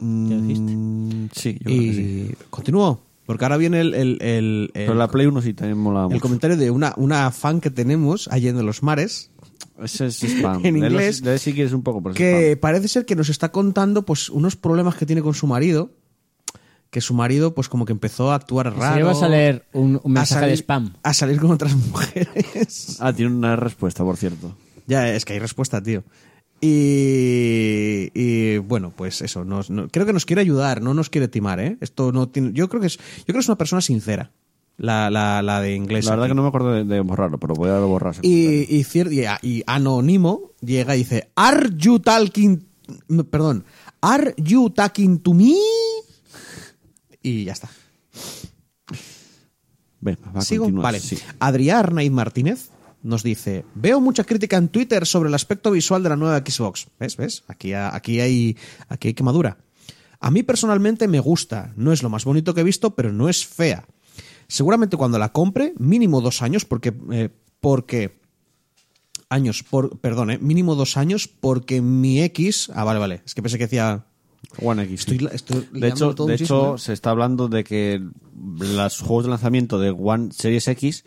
Ya dijiste. mm, sí, yo creo que sí. Y continúo, porque ahora viene el, el, el, el- Pero la Play 1 sí también mola el mucho. comentario de una, una fan que tenemos allá en los mares, Ese es spam. [laughs] En Léelo si- inglés, léelo si quieres un poco, pero es que spam. parece ser que nos está contando pues unos problemas que tiene con su marido, que su marido pues como que empezó a actuar raro. Si llevas a leer un, un a mensaje de salir- spam. A salir con otras [laughs] mujeres. Ah, tiene una respuesta, por cierto. Ya, es que hay respuesta, tío. Y, y, bueno, pues eso, nos- no- creo que nos quiere ayudar, no nos quiere timar, ¿eh? Esto no tiene, yo creo que es, yo creo que es una persona sincera, la, la, la de inglés. La verdad aquí. que no me acuerdo de, de borrarlo, pero voy a borrar. Y, y, cier- y a- y anónimo llega y dice, Are you talking, m- perdón, Are you talking to me? Y ya está. Venga, va, ¿Sigo? continúa, Vale. sí. Adrián Arnaiz Martínez nos dice: Veo mucha crítica en Twitter sobre el aspecto visual de la nueva Xbox. ¿Ves? ¿Ves? Aquí, ha- aquí, hay, aquí hay quemadura. A mí personalmente me gusta. No es lo más bonito que he visto, pero no es fea. Seguramente cuando la compre, mínimo dos años, porque. eh, porque años, por, perdón, eh, mínimo dos años, porque mi X. Ah, vale, vale. Es que pensé que decía. One X. sí. Estoy la- estoy de liándolo hecho, todo de muchísimo, hecho ¿eh? se está hablando de que los juegos de lanzamiento de One Series X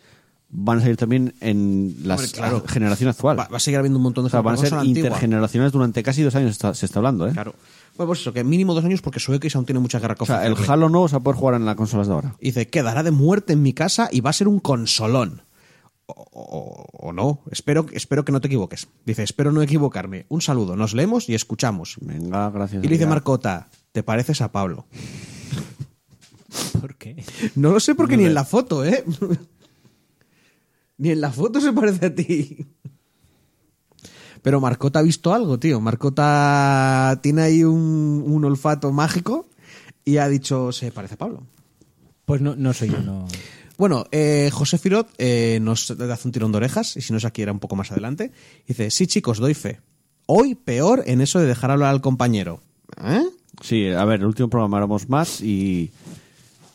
van a salir también en la Hombre, claro. generación actual. Va, va a seguir habiendo un montón o de sea, van a ser consola antigua. intergeneracionales durante casi dos años, está- se está hablando. ¿eh? Claro. Bueno, pues eso, que mínimo dos años porque su X aún tiene mucha guerra O con sea, el Facebook. Halo nuevo se va a poder jugar en las consolas de ahora. Y dice, quedará de muerte en mi casa y va a ser un consolón. O, o- o no, espero, espero que no te equivoques. Dice, espero no equivocarme. Un saludo, nos leemos y escuchamos. Venga, gracias. Y le dice Adrián. Marcota, ¿te pareces a Pablo? ¿Por qué? No lo sé porque ni en la foto, [laughs] ¿eh? ni en la foto se parece a ti. Pero Marcota ha visto algo, tío. Marcota tiene ahí un, un olfato mágico y ha dicho, se parece a Pablo. Pues no, no soy yo, no. Bueno, eh, José Firot eh, nos hace un tirón de orejas, y si no es aquí era un poco más adelante. Dice, sí chicos, doy fe. Hoy peor en eso de dejar hablar al compañero. ¿Eh? Sí, a ver, el último programa éramos más y,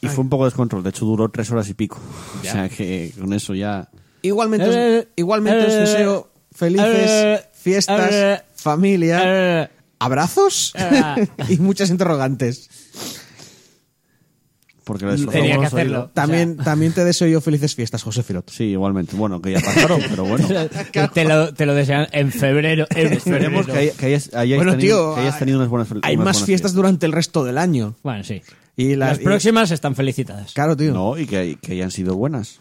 y fue un poco de descontrol. De hecho, duró tres horas y pico. O sea, que con eso ya... Igualmente, os- Eh, igualmente os eh, deseo felices eh, fiestas, eh, familia, Eh, abrazos eh. [laughs] y muchas interrogantes. Porque lo destrozamos Tenía que los hacerlo. oídos. También, también te deseo yo felices fiestas, José Firot. Sí, igualmente. Bueno, que ya [laughs] pasaron, pero bueno. te, lo, te lo desean en febrero. [laughs] En Esperemos que, febrero. hay- que hayas, hayáis Bueno, tenido, tío, que hayas hay- tenido unas buenas fel- Hay unas más buenas fiestas durante el resto del año. Bueno, sí. Y la- las y- próximas están felicitadas. Claro, tío. No, y que, que hayan sido buenas.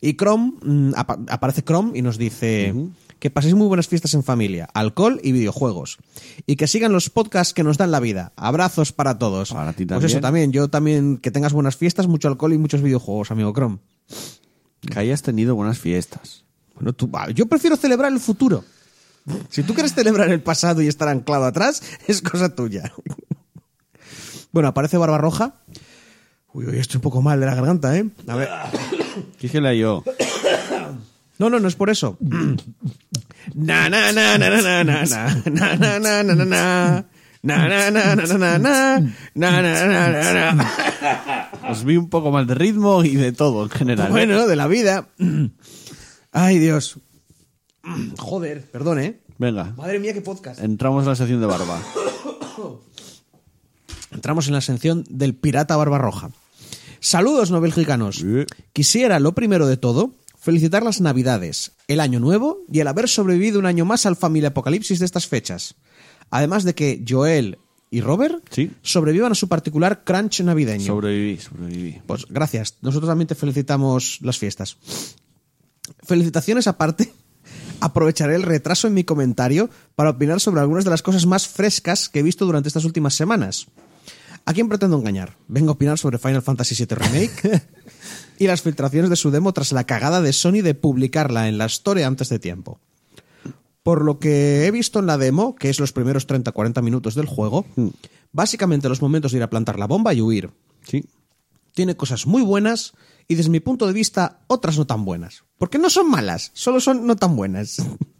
Y Chrome, mm, apa- aparece Chrome y nos dice que paséis muy buenas fiestas en familia, alcohol y videojuegos. Y que sigan los podcasts que nos dan la vida. Abrazos para todos. Para ti Pues eso también. también, yo también, que tengas buenas fiestas, mucho alcohol y muchos videojuegos, amigo Chrome. Que hayas tenido buenas fiestas. Bueno, tú, va, yo prefiero celebrar el futuro. Si tú quieres celebrar el pasado y estar anclado atrás, es cosa tuya. Bueno, aparece Barbarroja Uy, hoy estoy un poco mal de la garganta, ¿eh? A ver. Dígela yo. No, no, no es por eso. [clears throat] Na, na, na, na, na, na, na, na, na, na, na, na, na. Na, na, na, na, na, na, na. Na, na, na, na, na. Os vi un poco mal de ritmo y de todo en general. ¿eh? Bueno, de la vida. Ay, Dios. Joder, perdón, ¿eh? Venga, Madre mía, qué podcast. entramos en la sección de barba. Entramos en la sección del pirata barbarroja. Saludos, no belgicanos. Eh. Quisiera, lo primero de todo, felicitar las Navidades, el Año Nuevo y el haber sobrevivido un año más al familia apocalipsis de estas fechas. Además de que Joel y Robert Sí. sobrevivan a su particular crunch navideño. Sobreviví, sobreviví. Pues gracias. Nosotros también te felicitamos las fiestas. Felicitaciones aparte. Aprovecharé el retraso en mi comentario para opinar sobre algunas de las cosas más frescas que he visto durante estas últimas semanas. ¿A quién pretendo engañar? Vengo a opinar sobre Final Fantasy VII Remake y las filtraciones de su demo tras la cagada de Sony de publicarla en la Store antes de tiempo. Por lo que he visto en la demo, que es los primeros 30-40 minutos del juego, básicamente los momentos de ir a plantar la bomba y huir Sí. tiene cosas muy buenas y desde mi punto de vista otras no tan buenas. Porque no son malas, solo son no tan buenas. [laughs]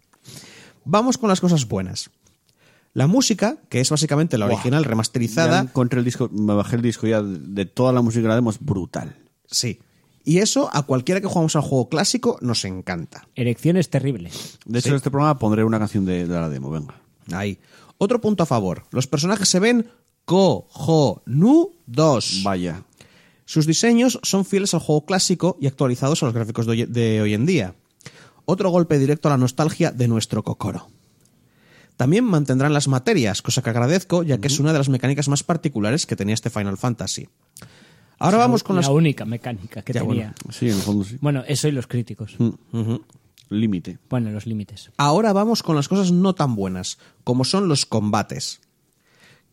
Vamos con las cosas buenas. La música, que es básicamente la Buah. original Ya remasterizada, encontré el disco, me bajé el disco ya de de toda la música que la demos brutal. sí. Y eso a cualquiera que jugamos al juego clásico nos encanta. Erecciones terribles. De hecho, en este programa pondré una canción de, de la demo, venga. Ahí. Otro punto a favor. Los personajes se ven cojonudos. Vaya. Sus diseños son fieles al juego clásico y actualizados a los gráficos de hoy, de hoy en día. Otro golpe directo a la nostalgia de nuestro Kokoro. También mantendrán las materias, cosa que agradezco, ya que es una de las mecánicas más particulares que tenía este Final Fantasy. Ahora vamos con la las. única mecánica que Ya, Mm. tenía. Sí, en el fondo sí. Bueno. eso y los críticos. Límite. Bueno, los límites. Ahora vamos con las cosas no tan buenas, como son los combates.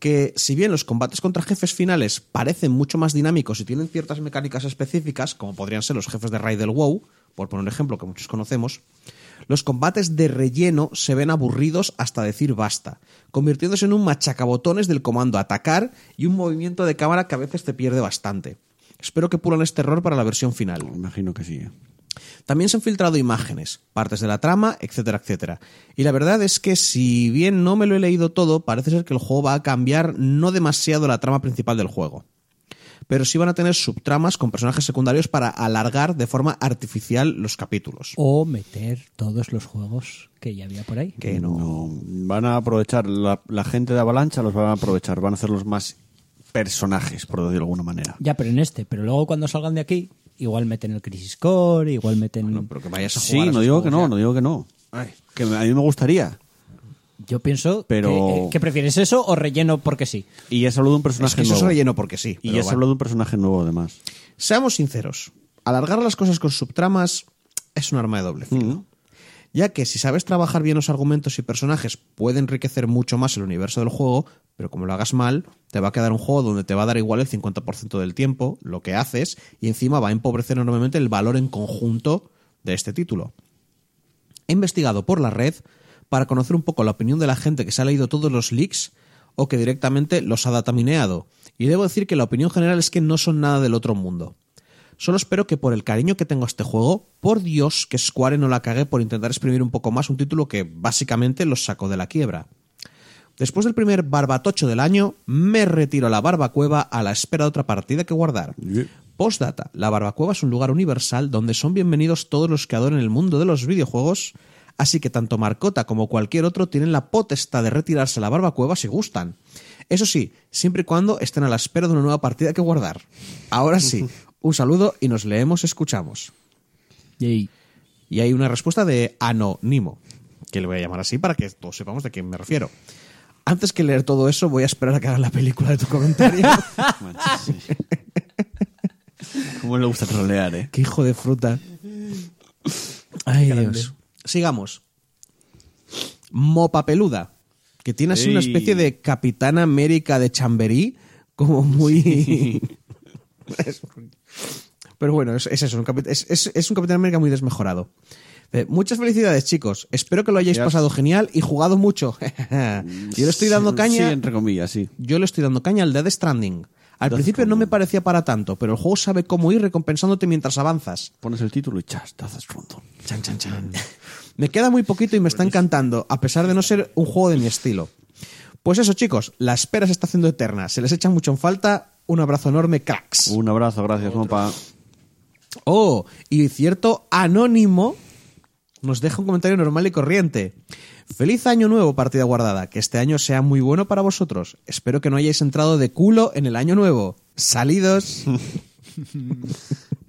Que si bien los combates contra jefes finales parecen mucho más dinámicos y tienen ciertas mecánicas específicas, como podrían ser los jefes de raid del WoW, por poner un ejemplo que muchos conocemos, los combates de relleno se ven aburridos hasta decir basta, convirtiéndose en un machacabotones del comando atacar y un movimiento de cámara que a veces te pierde bastante. Espero que pulan este error para la versión final. Me Imagino que sí. ¿eh? También se han filtrado imágenes, partes de la trama, etcétera, etcétera. Y la verdad es que si bien no me lo he leído todo, parece ser que el juego va a cambiar no demasiado la trama principal del juego. Pero sí van a tener subtramas con personajes secundarios para alargar de forma artificial los capítulos. O meter todos los juegos que ya había por ahí. Que no. No, van a aprovechar, la, la gente de Avalancha los van a aprovechar, van a hacerlos más personajes, por decirlo de alguna manera. Ya, pero en este. Pero luego cuando salgan de aquí, igual meten el Crisis Core, igual meten... Pero que vayas a jugar. Sí, a no esos digo que juegos no, ya. no digo que no. Que me- a mí me gustaría. Yo pienso Pero- que, que prefieres eso o relleno porque sí. Y ya se habló de un Es personaje que eso es nuevo. relleno porque sí. y pero ya se bueno. habló de un personaje nuevo, [laughs] además. Seamos sinceros, alargar las cosas con subtramas es un arma de doble filo. Ya que si sabes trabajar bien los argumentos y personajes, puede enriquecer mucho más el universo del juego, pero como lo hagas mal, te va a quedar un juego donde te va a dar igual el 50% del tiempo, lo que haces, y encima va a empobrecer enormemente el valor en conjunto de este título. He investigado por la red para conocer un poco la opinión de la gente que se ha leído todos los leaks o que directamente los ha datamineado. Y debo decir que la opinión general es que no son nada del otro mundo. Solo espero que por el cariño que tengo a este juego, por Dios que Square no la cague por intentar exprimir un poco más un título que básicamente los sacó de la quiebra. Después del primer barbatocho del año, me retiro a la barbacueva a la espera de otra partida que guardar. Postdata, la barbacueva es un lugar universal donde son bienvenidos todos los que adoren el mundo de los videojuegos, así que tanto Marcota como cualquier otro tienen la potestad de retirarse a la barbacueva si gustan. Eso sí, siempre y cuando estén a la espera de una nueva partida que guardar. Ahora sí, un saludo y nos leemos, escuchamos. Y Y hay una respuesta de anónimo, que le voy a llamar así para que todos sepamos de quién me refiero. Antes que leer todo eso, voy a esperar a que haga la película de tu comentario. Ah, [laughs] Cómo le gusta trolear, ¿eh? Qué hijo de fruta. Ay, Dios. Sigamos. Mopa peluda, que tiene así una Ey. especie de Capitán América de Chamberí, como muy... Es- [laughs] Pero bueno, es, es eso, un capi- es, es- es un Capitán América muy desmejorado. Eh, muchas felicidades, chicos. Espero que lo hayáis Gracias. pasado genial y jugado mucho. [laughs] Yo le estoy dando Sí, caña Sí, entre comillas, sí. yo le estoy dando caña al Dead Stranding. Al Entonces, principio como- no me parecía para tanto, pero el juego sabe cómo ir recompensándote mientras avanzas. Pones el título y chas, te haces tonto. Chan, chan, chan. [laughs] Me queda muy poquito y me está encantando, a pesar de no ser un juego de mi estilo. Pues eso, chicos, la espera se está haciendo eterna. Se les echa mucho en falta. Un abrazo enorme, cracks. Un abrazo, gracias, Mopa. Oh, y cierto anónimo nos deja un comentario normal y corriente. Feliz año nuevo, partida guardada. Que este año sea muy bueno para vosotros. Espero que no hayáis entrado de culo en el año nuevo. Salidos.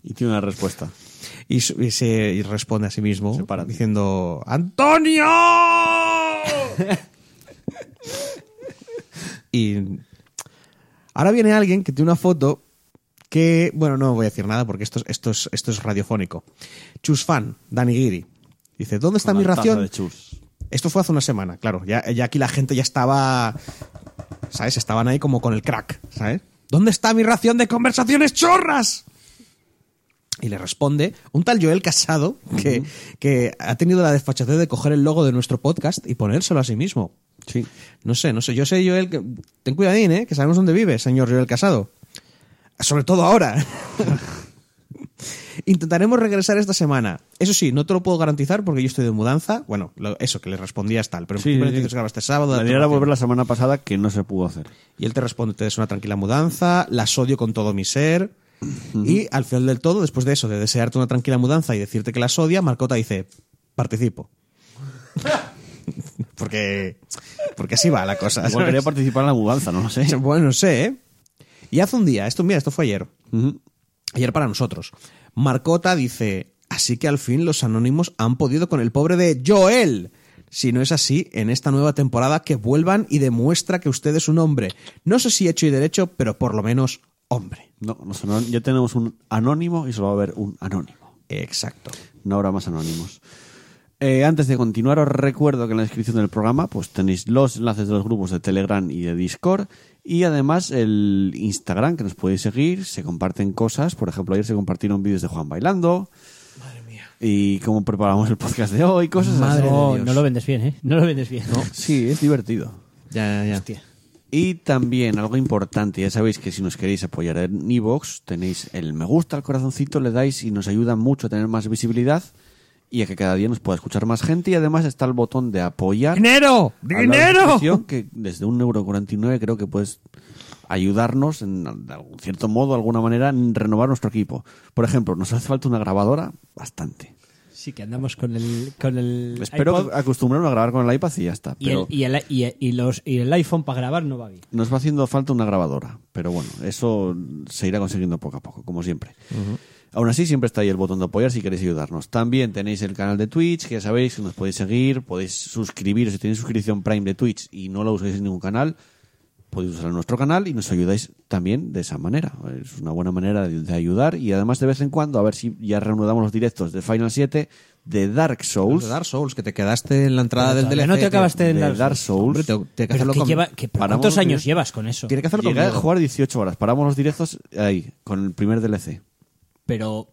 Y tiene una respuesta. Y, su- y se y responde a sí mismo Sepárate. diciendo: [laughs] ¡Antonio! y ahora viene alguien que tiene una foto que, bueno, no voy a decir nada porque esto, es- esto, es, esto es radiofónico. Chusfan, Dani Giri. Dice, ¿dónde está Con mi la taza ración? de chus. Esto fue hace una semana, claro. Ya, ya aquí la gente ya estaba. ¿Sabes? Estaban ahí como con el crack, ¿sabes? ¿Dónde está mi ración de conversaciones chorras? Y le responde un tal Joel Casado que, que ha tenido la desfachatez de coger el logo de nuestro podcast y ponérselo a sí mismo. Sí. No sé, no sé. Yo sé, Joel, que. Ten cuidadín, ¿eh? Que sabemos dónde vive, señor Joel Casado. Sobre todo ahora. [laughs] Intentaremos regresar esta semana. Eso sí, no te lo puedo garantizar porque yo estoy de mudanza. Bueno, lo- eso que le respondías tal, pero Sí, en sí, principio necesito sí. que se grabe este sábado. La date idea era una volver la semana pasada que no se pudo [laughs] hacer. y él te responde, te des una tranquila mudanza, las odio con todo mi ser. Y al final del todo, después de eso, de desearte una tranquila mudanza y decirte que las odia, Marcota dice, [laughs] participo. porque, porque así va la cosa. Igual ¿sabes? quería participar en la mudanza, no lo sé. [laughs] Bueno, no sé, ¿eh? Y hace un día, esto, mira, esto fue ayer. Ujú. Ayer para nosotros. Marcota dice, así que al fin los anónimos han podido con el pobre de Joel. Si no es así, en esta nueva temporada que vuelvan y demuestra que usted es un hombre. No sé si hecho y derecho, pero por lo menos hombre. No, no sé, no, ya tenemos un anónimo y solo va a haber un anónimo. Exacto. No habrá más anónimos. Eh, antes de continuar, os recuerdo que en la descripción del programa pues tenéis los enlaces de los grupos de Telegram y de Discord y además el Instagram que nos podéis seguir. Se comparten cosas, por ejemplo, ayer se compartieron vídeos de Juan bailando. Madre mía. Y cómo preparamos el podcast de hoy, cosas Madre así. Oh, no, de Dios. no lo vendes bien, ¿eh? No lo vendes bien. Sí, es divertido. Ya, ya, ya. Y también algo importante, ya sabéis que si nos queréis apoyar en iVoox, tenéis el me gusta, el corazoncito, le dais y nos ayuda mucho a tener más visibilidad y a que cada día nos pueda escuchar más gente. Y además está el botón de apoyar. ¡Dinero! a la [laughs] organización, que desde 1,49€ creo que puedes ayudarnos en de algún cierto modo, de alguna manera, en renovar nuestro equipo. Por ejemplo, nos hace falta una grabadora bastante. Sí, que andamos con el. Con el Espero iPod acostumbrarme a grabar con el iPad y ya está. y, el, pero- y, el, y, el- y los, y el iPhone para grabar no va bien. Nos va haciendo falta una grabadora, pero bueno, eso se irá consiguiendo poco a poco, como siempre. Aún así, siempre está ahí el botón de apoyar si queréis ayudarnos. También tenéis el canal de Twitch, que ya sabéis que nos podéis seguir, podéis suscribiros si tenéis suscripción Prime de Twitch y no la usáis en ningún canal, podéis usar nuestro canal y nos ayudáis también de esa manera. Es una buena manera de, de ayudar y además de vez en cuando, a ver si ya reanudamos los directos de Final 7, de Dark Souls. Dark Souls, que te quedaste en la entrada Pero del todavía DLC. no te acabaste de del Dark Dark Souls. Hombre, te- tiene que hacerlo Pero que con- lleva- que- pero paramos ¿Cuántos los años videos. llevas con eso? Tiene que hacerlo Llegué a conmigo. jugar 18 horas. Paramos los directos ahí, con el primer DLC. Pero.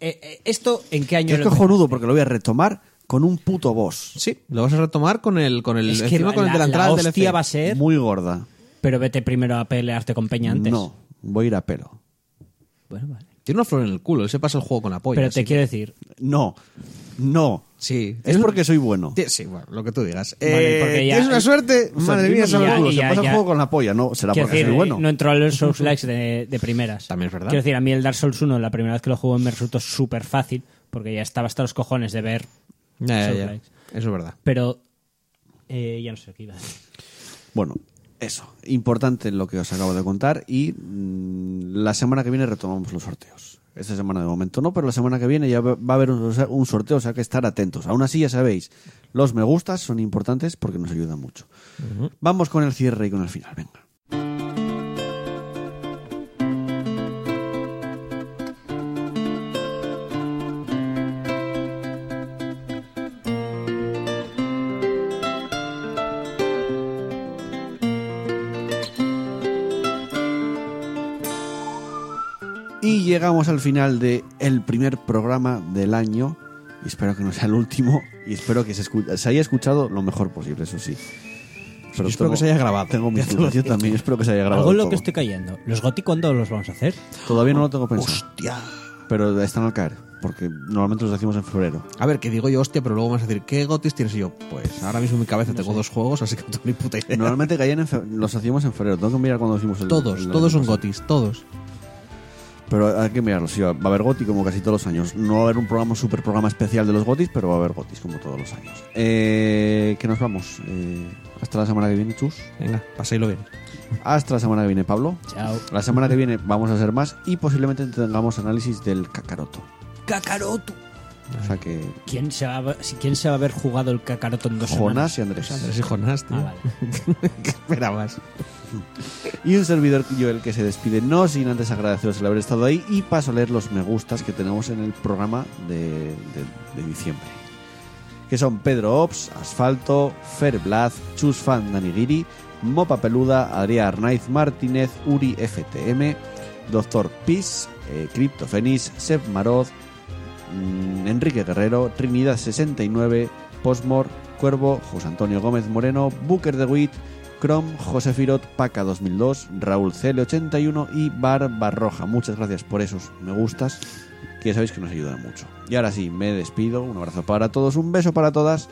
eh, eh, ¿Esto en qué año Que es lo cojonudo porque lo voy a retomar con un puto boss. Sí, lo vas a retomar con el, con el, Es que encima la, con el de la la entrada del hostia DLC. va a ser. Muy gorda. Pero vete primero a pelearte con Peña antes. No, voy a ir a pelo. Bueno, vale. Tiene una flor en el culo, él se pasa el juego con la polla. Pero así te que- quiero decir. No, no. Sí. Es porque soy bueno. Ti- Sí, bueno, lo que tú digas. Vale, Eh, porque ya- tienes una suerte. O sea, Madre dime mía, si ya- Salvador. alguno se ya- pasa el ya. juego con la polla. No, será Quiero porque decir, soy bueno. no entró a los Souls Likes de, de primeras. También es verdad. Quiero decir, a mí el Dark Souls 1, la primera vez que lo jugué, me resultó súper fácil, porque ya estaba hasta los cojones de ver. Ya, ya, Souls ya. likes. Eso es verdad. Pero. eh, ya no sé qué iba a decir. Bueno, eso. Importante lo que os acabo de contar. Y mm, la semana que viene retomamos los sorteos. Esta semana de momento no, pero la semana que viene ya va va a haber un, un sorteo, o sea que estar atentos. Aún así, ya sabéis, los me gustas son importantes porque nos ayudan mucho. Vamos con el cierre y con el final, venga. Y llegamos al final de el primer programa del año. Y espero que no sea el último. Y espero que se, escu- se haya escuchado lo mejor posible, eso sí. pero Yo espero que se haya grabado. Tengo mis [laughs] Ya te lo dudas. Yo digo. también espero que se haya grabado. Algo en lo todo. que estoy cayendo. ¿Los GOTI cuándo los vamos a hacer? Todavía no lo tengo pensado. Hostia. Pero están al caer, porque normalmente los decimos en febrero. A ver, que digo yo hostia, pero luego vas a decir, ¿qué gotis tienes? Y yo, pues ahora mismo en mi cabeza tengo dos juegos, así que [laughs] no tengo ni puta idea. Normalmente caían en fe- los hacíamos en febrero. Tengo que mirar cuando hicimos el. todos, el- todos son el- gotis, todos. Pero hay que mirarlo. Sí, va a haber Goti como casi todos los años. No va a haber un programa super programa especial de los Gotis, pero va a haber Gotis como todos los años. Eh, que nos vamos. Eh, hasta la semana que viene, Chus. Venga, pasadlo bien. Hasta la semana que viene, Pablo. Chao. La semana que viene vamos a hacer más y posiblemente tengamos análisis del cacaroto. ¡Cacaroto! O sea que ¿Quién se va, a- si- ¿Quién se va a haber jugado el cacaroto en dos Jonás semanas? y Andrés. Andrés y Jonás, tío. Pues, Ah, vale. [laughs] ¿Qué esperabas? Y un servidor Joel que se despide, no sin antes agradeceros el haber estado ahí y paso a leer los me gustas que tenemos en el programa de, de- de diciembre. Que son Pedro Ops, Asfalto, Fer Blaz, Chus Fan Danigiri, Mopa Peluda, Adrián Arnaiz Martínez, Uri FTM, Doctor Pis, eh, Crypto Fenix, Seb Maroz, mm, Enrique Guerrero, Trinidad 69, Postmor, Cuervo, José Antonio Gómez Moreno, Booker de Witt, Chrome, José Firot, Paca 2002, Raúl CL81 y Barbarroja. Muchas gracias por esos me gustas que ya sabéis que nos ayudan mucho. Y ahora sí, me despido. Un abrazo para todos, un beso para todas.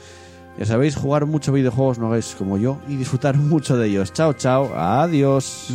Ya sabéis, [laughs] jugar mucho videojuegos, no hagáis como yo, y disfrutar mucho de ellos. Chao, chao, adiós.